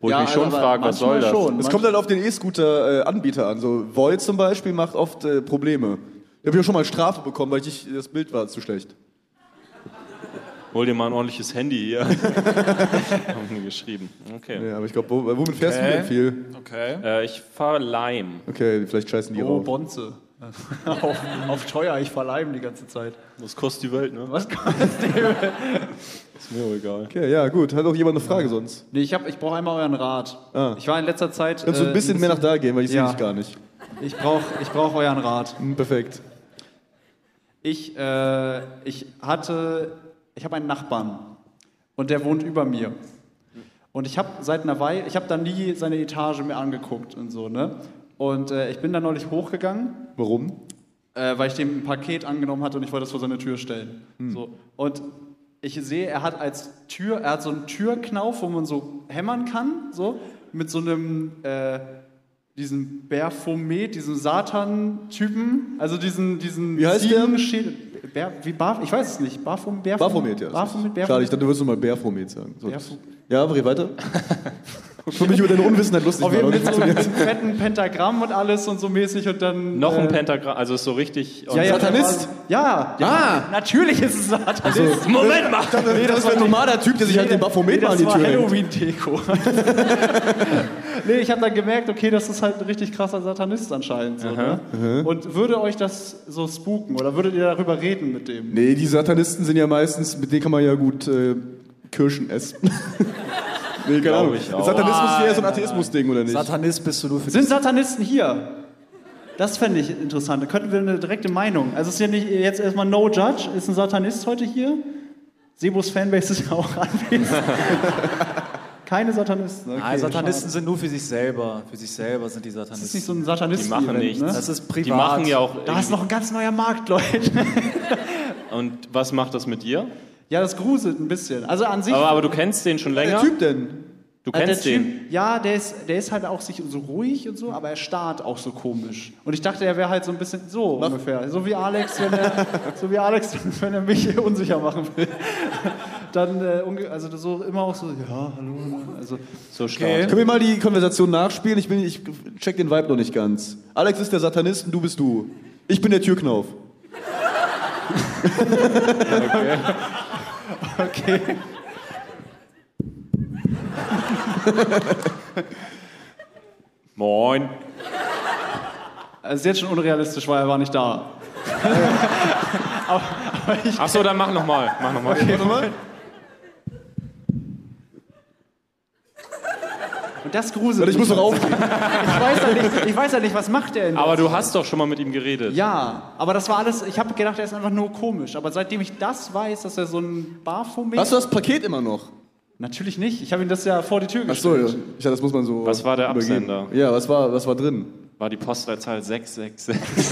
S3: Wo
S2: Ja, also
S3: ich mich schon
S2: aber
S3: frage, was soll das?
S1: schon.
S2: Es kommt halt auf den E-Scooter-Anbieter an. So Void zum Beispiel macht oft äh, Probleme. Ich habe ja schon mal Strafe bekommen, weil ich das Bild war zu schlecht.
S3: Hol dir mal ein ordentliches Handy hier. Haben die geschrieben. Okay.
S2: Ja, aber ich glaube, wo, womit fährst du denn viel?
S4: Okay.
S3: Äh, ich fahre Leim.
S2: Okay, vielleicht scheißen die
S1: Oh,
S2: auch.
S1: Bonze. auf, auf teuer, ich verleibe die ganze Zeit.
S3: Das kostet die Welt, ne?
S1: Was kostet die?
S3: Ist mir auch egal.
S2: Okay, ja, gut. Hat auch jemand eine Frage sonst?
S1: Nee, ich, hab- ich brauche einmal euren Rat.
S2: Ah.
S1: Ich war in letzter Zeit.
S2: Kannst du
S1: äh,
S2: ein bisschen mehr nach da gehen, weil ich
S1: ja.
S2: sehe dich gar nicht.
S1: Ich brauche ich brauch euren Rat.
S2: Hm, perfekt.
S1: Ich, äh, ich hatte, ich habe einen Nachbarn und der wohnt über mir. Und ich habe seit einer Weile, ich habe da nie seine Etage mir angeguckt und so, ne? Und äh, ich bin da neulich hochgegangen,
S2: Warum?
S1: äh, weil ich dem ein Paket angenommen hatte und ich wollte das vor seine Tür stellen.
S2: Hm.
S1: So. Und ich sehe, er hat als Tür, er hat so einen Türknauf, wo man so hämmern kann, so, mit so einem, äh, diesen Baphomet, diesen Satan-Typen, also diesen, diesen
S2: Wie heißt der?
S1: Ziegenschädel- Ber, wie Bar, ich weiß es nicht, Barphom, Barphom,
S2: Baphomet, ja.
S1: Baphomet,
S2: Baphomet,
S1: Baphomet.
S2: Schade, ich dachte, du würdest nochmal Bärfomet sagen. So.
S1: Bärfo-
S2: Ja, Marie, weiter. Ich will mich über deine Unwissenheit lustig
S1: Auf jeden
S2: machen.
S1: Fall mit so einem fetten Pentagramm und alles und so mäßig und dann...
S3: Noch ein
S1: äh,
S3: Pentagramm, also ist so richtig.
S1: ja, ja,
S2: Satanist?
S1: Ja, ja, natürlich ist es Satanist.
S2: Moment mal! Nee, Ah! das war ein normaler Typ, der sich halt den Baphomet mal an die
S1: das war
S2: Tür hängt.
S1: Halloween-Deko. nee, ich habe dann gemerkt, okay, das ist halt ein richtig krasser Satanist anscheinend. So, ne? Und würde euch das so spooken oder würdet ihr darüber reden mit dem?
S2: Nee, die Satanisten sind ja meistens, mit denen kann man ja gut äh, Kirschen essen. nee, keine Ahnung.
S3: ich auch.
S2: Satanismus ist eher so ein Atheismus-Ding, oder nicht?
S4: Satanist bist du nur für
S1: Sind Satanisten hier? Das fände ich interessant. Da könnten wir eine direkte Meinung. Also ist ja nicht jetzt erstmal No Judge. Ist ein Satanist heute hier? Sebos Fanbase ist ja auch anwesend. Keine Satanisten. Okay,
S4: Nein, Satanisten
S1: schade.
S4: sind nur für sich selber. Für sich selber sind die Satanisten.
S1: Das ist nicht so ein Satanist.
S3: Die machen nichts.
S4: Das ist privat.
S3: Die machen ja auch. äh,
S1: Da ist noch ein ganz neuer Markt, Leute.
S3: Und was macht das mit dir?
S1: Ja, das gruselt ein bisschen. Also an sich.
S3: Aber, aber du kennst den schon länger.
S2: Der Typ denn?
S3: Du
S1: äh,
S3: kennst
S1: der
S3: den.
S1: Typ, Ja, der ist, der ist halt auch sich so ruhig und so, aber er starrt auch so komisch. Und ich dachte, er wäre halt so ein bisschen so ungefähr. So wie Alex, wenn er, so wie Alex, wenn er mich unsicher machen will. Dann, äh, unge- also so immer auch so, ja, hallo. Also,
S3: So stark.
S2: Können wir mal die Konversation nachspielen? Ich, bin, ich check den Vibe noch nicht ganz. Alex ist der Satanist und du bist du. Ich bin der Türknauf.
S1: okay.
S3: Moin.
S1: Also ist jetzt schon unrealistisch, weil er war nicht da.
S3: Achso, dann mach nochmal. Mach noch mal.
S2: Warte mal.
S1: Und das gruselt
S2: Weil ich
S1: mich.
S2: muss noch aufstehen.
S1: Ich weiß ja nicht, ich weiß ja nicht was macht er denn?
S3: Aber du hast doch schon mal mit ihm geredet.
S1: Ja, aber das war alles, ich habe gedacht, er ist einfach nur komisch. Aber seitdem ich das weiß, dass er so ein Barfumm ist.
S2: Hast du das Paket immer noch?
S1: Natürlich nicht. Ich habe ihm das ja vor die Tür
S2: Ach so, ja.
S1: gestellt.
S2: Ich dachte, das muss man so.
S3: Was war der
S2: übergeben.
S3: Absender?
S2: Ja, was war, was war drin?
S3: War die Postleitzahl 666.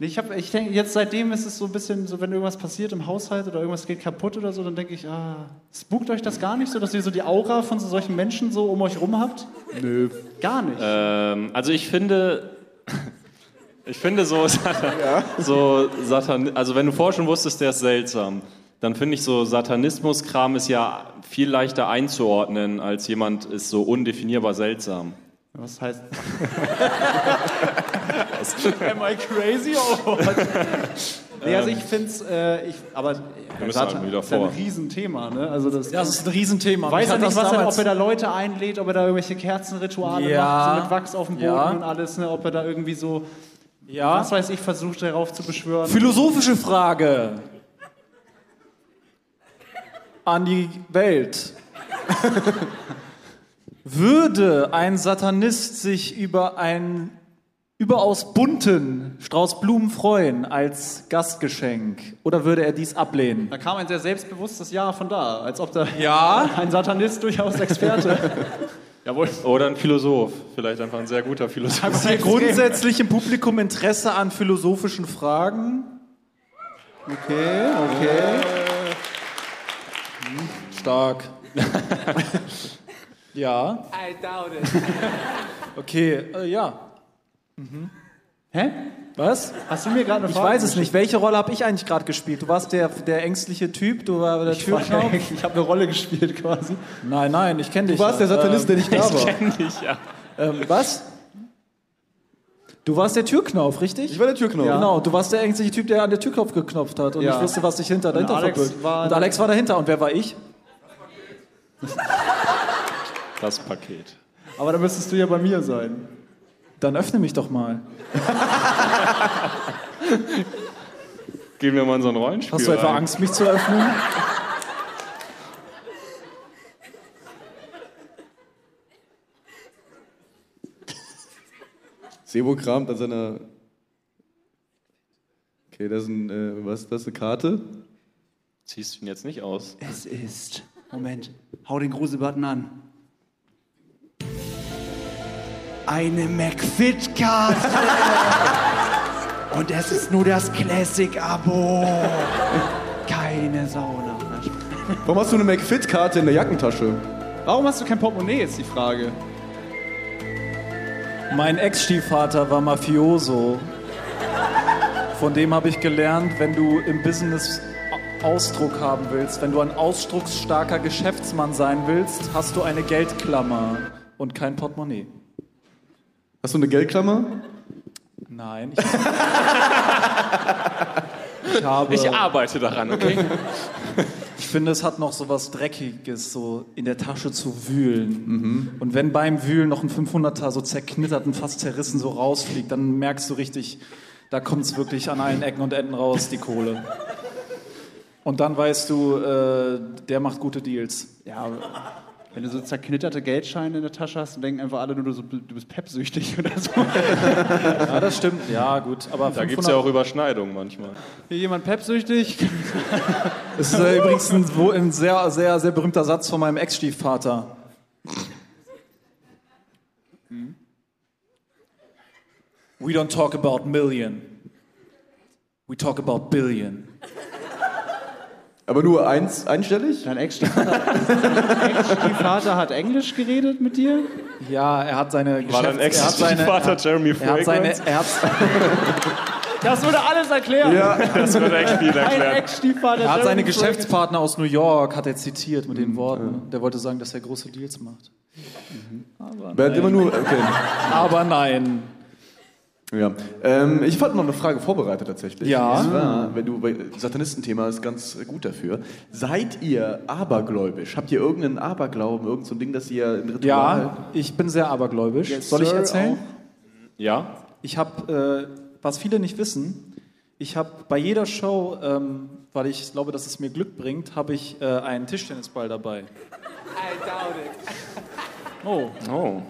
S1: Nee, Ich, hab- ich denke, jetzt seitdem ist es so ein bisschen so, wenn irgendwas passiert im Haushalt oder irgendwas geht kaputt oder so, dann denke ich, ah, spukt euch das gar nicht so, dass ihr so die Aura von so solchen Menschen so um euch rum habt?
S2: Nö.
S1: Gar nicht.
S3: ähm, also ich finde, ich finde so, Satan, so Satan, also wenn du vorher schon wusstest, der ist seltsam, dann finde ich so Satanismus-Kram ist ja viel leichter einzuordnen, als jemand ist so undefinierbar seltsam.
S1: Was heißt. Am I crazy or what? nee, also ich finde es, äh, ich- aber
S3: Wir Ähm. müssen
S1: Satan
S3: halt wieder
S1: ist ja ein
S3: vor.
S1: Riesenthema, ne? Also das,
S4: Das ist ein Riesenthema.
S1: weiß
S4: Mich
S1: ja
S4: hat
S1: nicht,
S4: das
S1: was er,
S4: damals-
S1: ob er da Leute einlädt, ob er da irgendwelche Kerzenrituale
S4: Ja.
S1: macht, so mit Wachs auf dem Boden
S4: Ja.
S1: und alles, ne? ob er da irgendwie so,
S4: ja.
S1: was weiß ich, versucht darauf zu beschwören.
S4: Philosophische Frage an die Welt. Würde ein Satanist sich über einen überaus bunten Strauß Blumen freuen als Gastgeschenk oder würde er dies ablehnen?
S1: Da kam ein sehr selbstbewusstes Ja von da, als ob da
S4: Ja.
S1: ein Satanist durchaus Experte.
S3: Jawohl. Oder ein Philosoph. Vielleicht einfach ein sehr guter Philosoph.
S4: Habt ihr grundsätzlich im Publikum Interesse an philosophischen Fragen?
S1: Okay, okay.
S4: Stark. ja.
S7: I doubt it.
S4: Okay, äh, ja. Mhm.
S1: Hä?
S4: Was?
S1: Hast du mir gerade eine
S4: Ich
S1: Frage?
S4: weiß es nicht. Welche Rolle habe ich eigentlich gerade gespielt? Du warst der, der ängstliche Typ, du warst der
S1: Ich, war-
S4: Türknauf.
S1: ich habe eine Rolle gespielt quasi.
S4: Nein, nein, ich kenne dich.
S2: Du warst der Satanist, der nicht da war.
S4: Ähm, ähm, was? Du warst der Türknauf, richtig?
S2: Ich war der Türknopf.
S4: Genau, du warst der ängstliche Typ, der an der Türknopf geknopft hat und
S1: Ja.
S4: ich wusste, was sich hinter dahinter
S1: Alex
S4: verbirgt.
S1: war-
S4: Und Alex war dahinter. Und wer war ich?
S3: Das Paket.
S1: Aber da müsstest du ja bei mir sein.
S4: Dann öffne mich doch mal.
S3: Gehen wir mal in so ein Rollenspiel.
S4: Hast du etwa
S3: rein.
S4: Angst, mich zu öffnen?
S2: Sebo kramt an seiner. Okay, das ist, ein, äh, was, das ist eine Karte.
S3: Ziehst du ihn jetzt nicht aus?
S1: Es ist. Moment, hau den Gruselbutton an. Eine McFit-Karte! Und es ist nur das Classic-Abo. Keine Sauna.
S2: Warum hast du eine McFit-Karte in der Jackentasche?
S1: Warum hast du kein Portemonnaie, ist die Frage.
S4: Mein Ex-Stiefvater war Mafioso. Von dem habe ich gelernt, wenn du im Business Ausdruck haben willst, wenn du ein ausdrucksstarker Geschäftsmann sein willst, hast du eine Geldklammer und kein Portemonnaie.
S2: Hast du eine Geldklammer?
S4: Nein, ich, ich habe.
S3: Ich arbeite daran, okay?
S4: Ich finde, es hat noch so was Dreckiges, so in der Tasche zu wühlen.
S3: Mhm.
S4: Und wenn beim Wühlen noch ein 500er so zerknittert und fast zerrissen so rausfliegt, dann merkst du richtig, da kommt es wirklich an allen Ecken und Enden raus, die Kohle. Und dann weißt du, äh, der macht gute Deals.
S1: Ja, wenn du so zerknitterte Geldscheine in der Tasche hast, dann denken einfach alle nur, du, so, du bist pepsüchtig oder so.
S4: Ja, das stimmt. Ja, gut. Aber
S3: Da gibt es ja auch Überschneidungen manchmal.
S1: Hier jemand pepsüchtig?
S4: Das ist äh, übrigens ein, wo- ein sehr, sehr, sehr berühmter Satz von meinem Ex-Stiefvater. Hm? We don't talk about million. We talk about billion.
S2: Aber nur eins, einstellig?
S1: Dein Ex-Stiefvater Ex-Stiefvater hat Englisch geredet mit dir?
S4: Ja, er hat seine
S3: War dein
S4: Geschäfts- er hat seine-
S3: Ex-Vater Jeremy
S4: Er
S3: Fragrance?
S4: hat seine, er hat,
S1: Das würde alles erklären.
S3: Das wird echt viel
S1: Ein
S3: erklärt.
S1: Ex-Stiefvater
S4: er hat seine
S1: Jeremy Fragrance.
S4: Geschäftspartner aus New York, hat er zitiert mit
S3: Mhm,
S4: den Worten. Der wollte sagen, dass er große Deals macht.
S2: Wer hat immer nur. Okay.
S4: Aber nein.
S2: Ja. Ähm, ich fand noch eine Frage vorbereitet tatsächlich.
S4: Ja.
S2: Und zwar, wenn du bei Satanistenthema ist ganz gut dafür. Seid ihr abergläubisch? Habt ihr irgendeinen Aberglauben, irgend so ein Ding, das ihr im Ritual.
S4: Ja, ich bin sehr abergläubisch.
S2: Yes,
S4: Soll ich
S2: sir,
S4: erzählen?
S2: auch.
S3: Ja?
S4: Ich habe, äh, was viele nicht wissen, ich habe bei jeder Show, ähm, weil ich glaube, dass es mir Glück bringt, habe ich äh, einen Tischtennisball dabei.
S7: I I doubt it.
S4: Oh.
S3: Oh.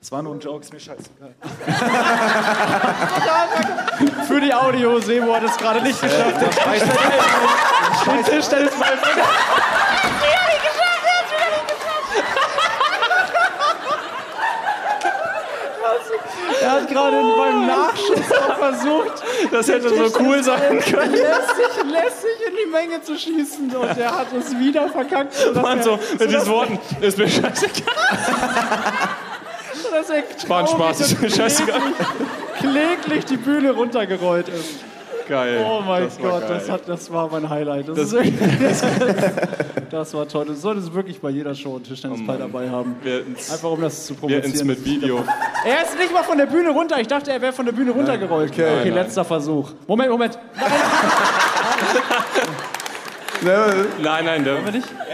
S4: Das war nur ein Joke, ist mir scheißegal.
S1: Für die Audio, Sebo hat es gerade nicht geschafft. Den Tisch Tischtennis mal Er hat gerade beim Nachschuss auch versucht,
S3: Oh. Das hätte so cool sein können.
S1: lässig, lässig in die Menge zu schießen. Und er hat es wieder verkackt, sodass,
S3: Mann, so, mit diesen Worten, ist mir scheißegal.
S1: er, sodass er
S3: War ein
S1: traurig
S3: Spaß,
S1: und
S3: ist mir scheißegal.
S1: kläglich die Bühne runtergerollt ist.
S3: Geil.
S1: Oh mein
S3: Das war
S1: Gott,
S3: geil.
S1: das, hat, das war mein Highlight. Das,
S3: Das-
S1: ist wirklich, das, das war toll. Du solltest wirklich bei jeder Show einen Tischtennisball dabei haben.
S3: Oh Wir hätten's-
S1: Einfach um das zu
S3: wir hätten's
S1: provozieren.
S3: mit Video.
S1: Er ist nicht mal von der Bühne runter. Ich dachte, er wäre von der Bühne runtergerollt. Okay,
S3: Nein, nein.
S1: letzter Versuch. Moment, Moment.
S3: Nein, nein, der,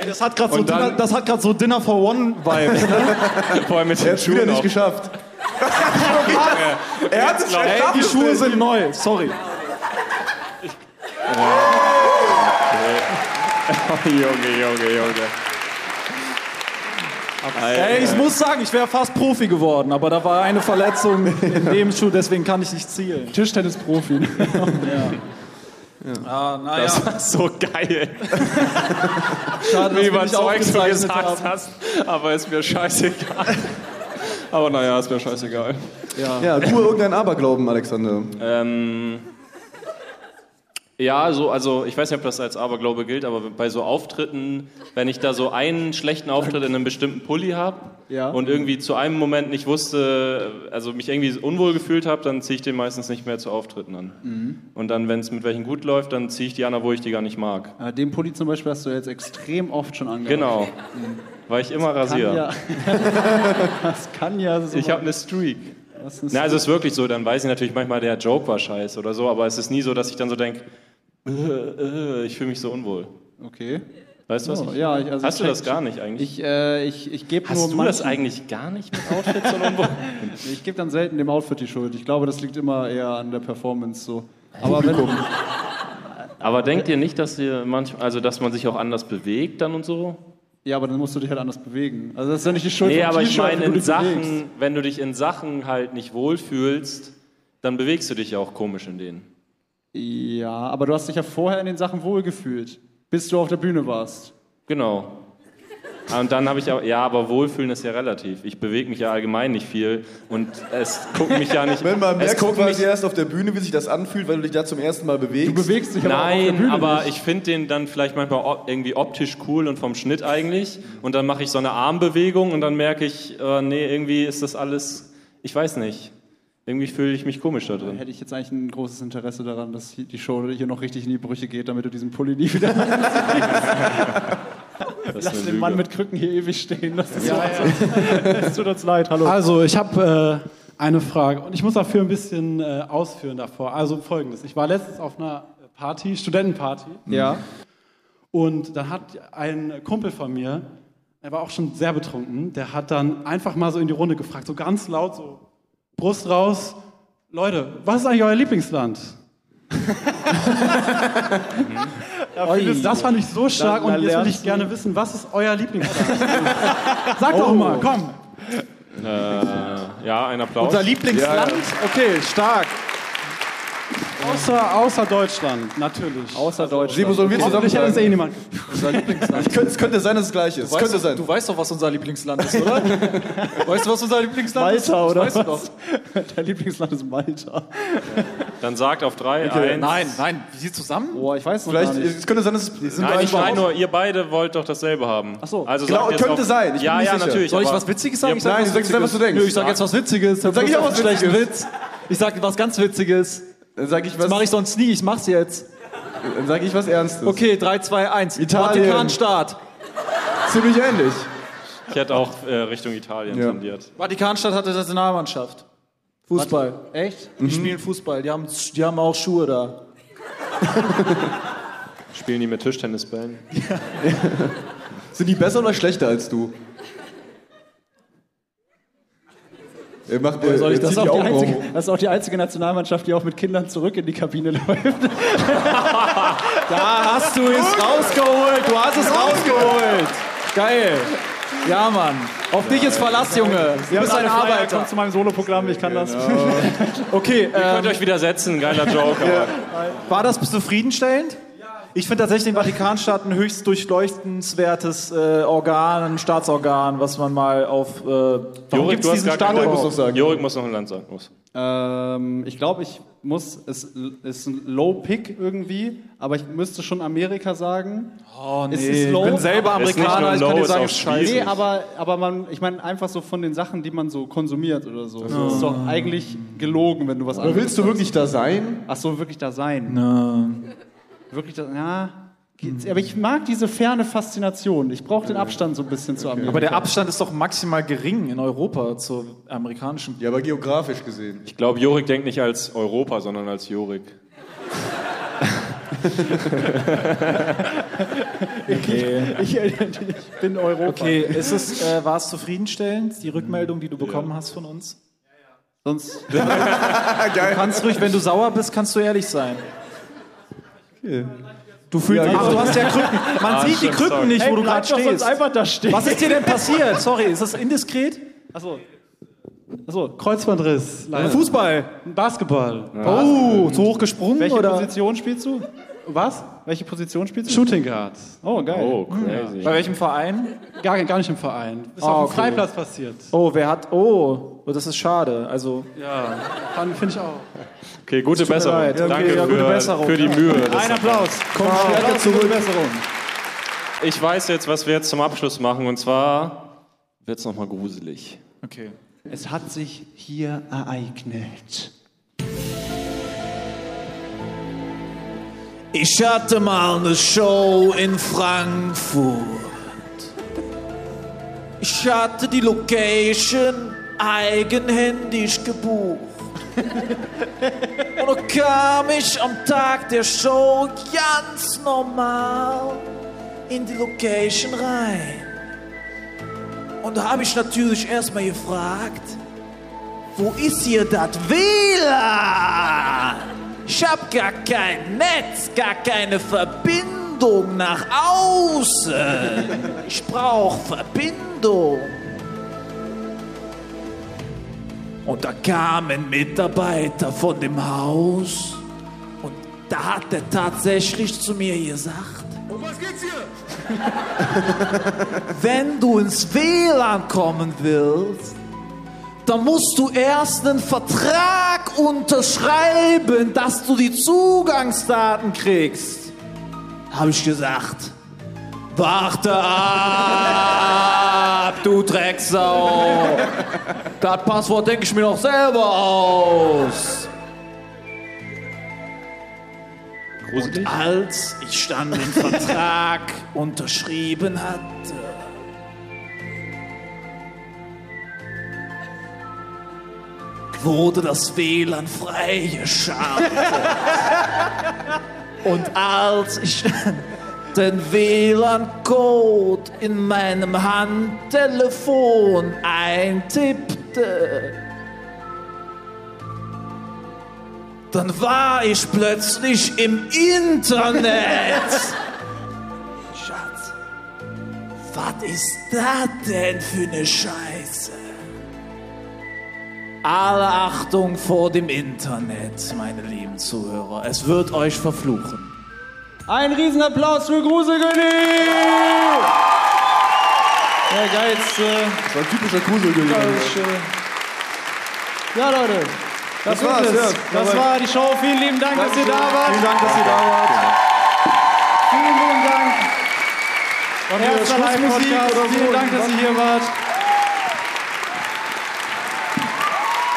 S10: Das hat gerade so,
S3: Und dann-
S10: Dinner- das hat grad so Dinner for One Vibes.
S3: vor allem mit
S2: Er
S3: den
S2: hat es wieder
S3: Schuhen
S2: nicht
S3: auch.
S2: geschafft. er hat es geschafft.
S10: Die Schuhe sind neu, sorry.
S3: Junge, Junge, Junge.
S4: Ey, ich muss sagen, ich wäre fast Profi geworden, aber da war eine Verletzung im Lebensschuh, deswegen kann ich nicht zielen.
S1: Tischtennisprofi.
S4: Ah, naja,
S3: Das war so geil,
S4: schade,
S3: wie
S4: dass wir nicht
S3: überzeugt du
S4: aufgezeichnet
S3: gesagt
S4: haben.
S3: hast. Aber ist mir scheißegal. Aber naja, ist mir scheißegal.
S2: Ja, du irgendein Aberglauben, Alexander.
S3: Ähm, ja, so, also ich weiß nicht, ob das als Aberglaube gilt, aber bei so Auftritten, wenn ich da so einen schlechten Auftritt in einem bestimmten Pulli habe
S1: Ja.
S3: und irgendwie zu einem Moment nicht wusste, also mich irgendwie unwohl gefühlt habe, dann ziehe ich den meistens nicht mehr zu Auftritten an.
S1: Mhm.
S3: Und dann, wenn es mit welchen gut läuft, dann ziehe ich die an, wo ich die gar nicht mag.
S1: Ja, den Pulli zum Beispiel hast du jetzt extrem oft schon angehabt.
S3: Genau. Weil ich immer
S1: Kann
S3: rasiere.
S1: ja. das kann ja so.
S3: Ich habe eine Streak.
S1: Das ist-
S3: Na, also es ist wirklich so, dann weiß ich natürlich manchmal, der Joke war scheiße oder so, aber es ist nie so, dass ich dann so denke, äh, äh, ich fühle mich so unwohl.
S1: okay.
S3: Weißt du was?
S1: Oh,
S3: ich-
S1: ja, ich- also
S3: Hast du
S1: ich-
S3: das gar nicht eigentlich?
S1: Ich, äh, ich, ich gebe
S3: Hast
S1: nur
S3: du das
S1: manchen-
S3: eigentlich gar nicht mit Outfits und unwohl?
S1: Ich gebe dann selten dem Outfit die Schuld. Ich glaube, das liegt immer eher an der Performance so. Aber wenn,
S3: Aber denkt ihr nicht, dass ihr manchmal, also dass man sich auch anders bewegt dann und so?
S1: ja, aber dann musst du dich halt anders bewegen. Also das ist ja nicht die Schuld
S3: Nee,
S1: vom
S3: aber ich
S1: T-Shirt,
S3: meine
S1: wenn du
S3: in
S1: dich bewegst.
S3: Sachen, wenn du dich in Sachen halt nicht wohlfühlst, dann bewegst du dich ja auch komisch in denen.
S1: Ja, aber du hast dich ja vorher in den Sachen wohlgefühlt, bis du auf der Bühne warst.
S3: Genau. Und dann habe ich auch, ja, aber Wohlfühlen ist ja relativ. Ich bewege mich ja allgemein nicht viel und es guckt mich ja nicht.
S2: Wenn man
S3: es
S2: merkt,
S3: guckt
S2: quasi
S3: mich,
S2: erst auf der Bühne, wie sich das anfühlt, weil du dich da zum ersten Mal
S1: Du
S2: bewegst.
S1: bewegst dich aber auch auf der
S3: Nein,
S1: Bühne
S3: aber
S1: nicht.
S3: ich finde den dann vielleicht manchmal op- irgendwie optisch cool und vom Schnitt eigentlich. Und dann mache ich so eine Armbewegung und dann merke ich, äh, nee, irgendwie ist das alles, ich weiß nicht. Irgendwie fühle ich mich komisch da drin.
S1: Hätte ich jetzt eigentlich ein großes Interesse daran, dass hier die Show hier noch richtig in die Brüche geht, damit du diesen Pulli nie wieder hast.
S3: Das
S1: Lass
S3: ist
S1: den
S3: eine
S1: Mann
S3: Lüge.
S1: mit Krücken hier ewig stehen. Das ist Es tut uns leid, hallo.
S9: Also, ich habe äh, eine Frage und ich muss dafür ein bisschen äh, ausführen davor. Also folgendes: Ich war letztens auf einer Party, Studentenparty,
S3: Mhm.
S1: Ja.
S9: und dann hat ein Kumpel von mir, er war auch schon sehr betrunken, der hat dann einfach mal so in die Runde gefragt, so ganz laut, so Brust raus: Leute, was ist eigentlich euer Lieblingsland? Das fand ich so stark
S1: Da- da
S9: und jetzt würde
S1: lernst
S9: ich
S1: du-
S9: gerne wissen, was ist euer Lieblingsland? Sag
S1: Oh.
S9: doch mal, komm.
S3: Ja, ein Applaus.
S9: Lieblingsland? Okay, stark. Außer, außer Deutschland, natürlich.
S1: Außer Deutsch.
S2: Sebo, sollen wir zusammen
S9: Hoffentlich hätte es eh
S2: sagen?
S9: niemand.
S2: Es könnte- Es könnte sein, dass es gleich ist. Es könnte sein.
S4: Du weißt doch, was unser Lieblingsland ist, oder? weißt du, was unser Lieblingsland ist?
S1: Malta,
S4: Das
S1: oder?
S4: Weißt du doch.
S1: Dein Lieblingsland ist Malta.
S3: Dann sagt auf drei, eins.
S4: Nein, nein, wir zusammen?
S2: Oh,
S1: Boah, ich weiß noch
S2: Vielleicht,
S1: gar nicht.
S2: es könnte sein, dass es. Sind wir
S3: Nein, ich
S2: einfach-
S3: meine nur, ihr beide wollt doch dasselbe haben. Ach
S1: so.
S3: also
S2: Genau,
S3: sagt jetzt
S2: könnte
S3: auf-
S2: sein. Ich bin
S3: ja,
S2: nicht
S3: ja,
S2: sicher.
S3: natürlich.
S4: Soll ich
S3: aber-
S4: was Witziges sagen?
S3: Ja,
S2: nein, du sagst jetzt, was du denkst.
S4: Nö, ich sag jetzt was Witziges. Dann
S2: sag ich auch was
S4: schlechten
S2: Witziges.
S4: Witz. Ich sag was ganz Witziges.
S2: Dann sage ich,
S4: Das mache ich
S2: was-
S4: sonst nie, ich mach's jetzt.
S2: dann sag ich was Ernstes.
S4: Okay, 3, 2, 1.
S2: Italien.
S4: Vatikanstaat.
S2: Ziemlich ähnlich.
S3: Ich hätte auch äh, Richtung Italien
S2: Ja.
S3: tendiert.
S4: Vatikanstadt hat eine Nationalmannschaft. Fußball. Echt?
S2: Mhm.
S4: Die spielen Fußball. Die haben, die haben auch Schuhe da.
S3: Spielen die mit Tischtennisbällen?
S2: Sind die besser oder schlechter als du? Er macht, er,
S4: soll ich
S2: er
S4: das
S2: zieht
S4: auf
S2: die
S4: die
S2: Augenbrauen
S4: einzige- Also
S2: hoch.
S1: Das ist auch die einzige Nationalmannschaft, die auch mit Kindern zurück in die Kabine läuft.
S2: Ah,
S4: Da hast du es rausgeholt. Du hast es rausgeholt. Geil. Ja, Mann. Auf dich ist Verlass, Junge. Du
S1: Ihr habt
S4: bist ein
S1: alle Flyer,
S4: Arbeiter.
S1: Kommt zu meinem Soloprogramm, ich kann das.
S4: Okay,
S3: Ihr könnt
S4: ähm,
S3: euch widersetzen, geiler Joker.
S4: war Ah, das zufriedenstellend? Ich finde tatsächlich den Vatikanstaat ein höchst durchleuchtenswertes äh, Organ, ein Staatsorgan, was man mal auf. Äh, warum
S3: Jorik,
S4: gibt's
S3: du hast
S4: diesen
S3: gar
S4: Staat
S3: keine
S4: überhaupt?
S3: Jorik muss noch ein Land sagen. Los.
S1: Ähm, ich glaube, ich muss, es ist ein Low-Pick irgendwie, aber ich müsste schon Amerika sagen.
S4: Oh, nee.
S1: Es ist low,
S4: ich bin selber
S3: aber- Es ist nicht
S4: Amerikaner,
S3: nur
S4: ich kann
S3: low,
S4: dir
S3: es
S4: sagen,
S3: ist
S4: ist
S3: auch
S4: scheiße.
S3: schwierig.
S1: Nee, aber, aber man, ich meine, einfach so von den Sachen, die man so konsumiert oder so. Das ist doch eigentlich gelogen, wenn du was
S2: Aber willst du wirklich da sein?
S1: Ach so, wirklich da sein. Wirklich da, ja. Geht's. Aber ich mag diese ferne Faszination. Ich brauche den Abstand so ein bisschen zu Amerika.
S4: Aber der Abstand ist doch maximal gering in Europa zur amerikanischen.
S2: Ja, aber geografisch gesehen.
S3: Ich glaube, Jorik denkt nicht als Europa, sondern als Jorik.
S1: ich, ich bin Europa.
S4: Okay, ist es, äh, war es zufriedenstellend, die Rückmeldung, die du bekommen hast von uns?
S1: Sonst,
S4: Du kannst ruhig, wenn du sauer bist, kannst du ehrlich sein. Du fühlst Ach, du hast ja Krücken.
S3: Ah,
S4: Man sieht die Krücken nicht, wo
S1: Ey,
S4: du
S1: bleib
S4: gerade
S1: doch sonst
S4: stehst.
S1: einfach da stehen.
S4: Was ist dir denn passiert? Sorry, ist das indiskret?
S1: Achso. Achso.
S9: Kreuzbandriss, leider.
S4: Fußball.
S9: Basketball.
S4: Oh, zu hoch gesprungen
S1: Welche
S4: oder?
S1: Position spielst du?
S9: Was?
S1: Welche Position spielst du?
S9: Shooting Guard.
S1: Oh, geil.
S3: Oh, crazy.
S4: Bei welchem Verein?
S9: Gar, gar nicht im Verein. Ist
S4: Ah,
S9: auf
S4: okay.
S9: dem Freiplatz passiert.
S4: Oh, wer hat? Oh, oh, das ist schade. Also
S9: Ja, finde ich auch.
S3: Okay, gute Besserung.
S4: leid. Ja, okay,
S3: Danke
S4: ja, gute
S3: für,
S4: Besserung.
S3: für die Mühe. Das-
S1: Ein Applaus. Komm, Stärke zurück. Besserung.
S3: Ich weiß jetzt, was wir jetzt zum Abschluss machen. Und zwar wird es nochmal gruselig.
S4: okay.
S1: Es hat sich hier ereignet.
S10: Ich hatte mal eine Show in Frankfurt. Ich hatte die Location eigenhändig gebucht. Und dann kam ich am Tag der Show ganz normal in die Location rein. Und da habe ich natürlich erstmal gefragt, wo ist hier das WLAN? Ich hab gar kein Netz, gar keine Verbindung nach außen. Ich brauch Verbindung. Und da kam ein Mitarbeiter von dem Haus und da hat er tatsächlich zu mir gesagt,
S5: Um was geht's hier?
S10: wenn du ins WLAN kommen willst, dann musst du erst einen Vertrag unterschreiben, dass du die Zugangsdaten kriegst. Habe ich gesagt. Warte ab, du Drecksau. Das Passwort denke ich mir noch selber aus.
S3: Gruselig?
S10: Als ich dann den Vertrag unterschrieben hatte, wurde das WLAN freigeschaltet. Und als ich dann den WLAN-Code in meinem Handtelefon äh. eintippte, Dann war ich plötzlich im Internet. Schatz, was ist das denn für eine Scheiße? Alle Achtung vor dem Internet, meine lieben Zuhörer. Es wird euch verfluchen.
S1: Ein Riesenapplaus für Gruselkönig! Der geilste.
S2: Das war ein typischer Gruselgürtel.
S1: Ja, Leute. Das,
S2: war's,
S1: war's.
S2: ja.
S1: Das
S2: Jawohl.
S1: war die Show. Vielen lieben Dank, dass ihr da wart.
S2: Vielen Dank, dass ihr da wart.
S1: Vielen lieben Dank.
S2: Waren wir
S1: Erster
S2: Schlussmusik
S1: Live-Podcast.
S2: oder so?
S1: Vielen Dank, dass ihr hier wart.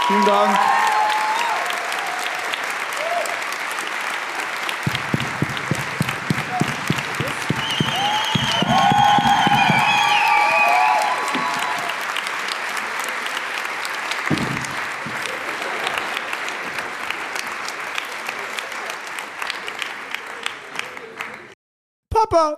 S2: Vielen Dank.
S11: Papa,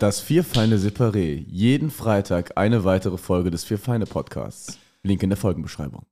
S12: Das Vier Feinde Separé. Jeden Freitag eine weitere Folge des Vier Feinde Podcasts. Link in der Folgenbeschreibung.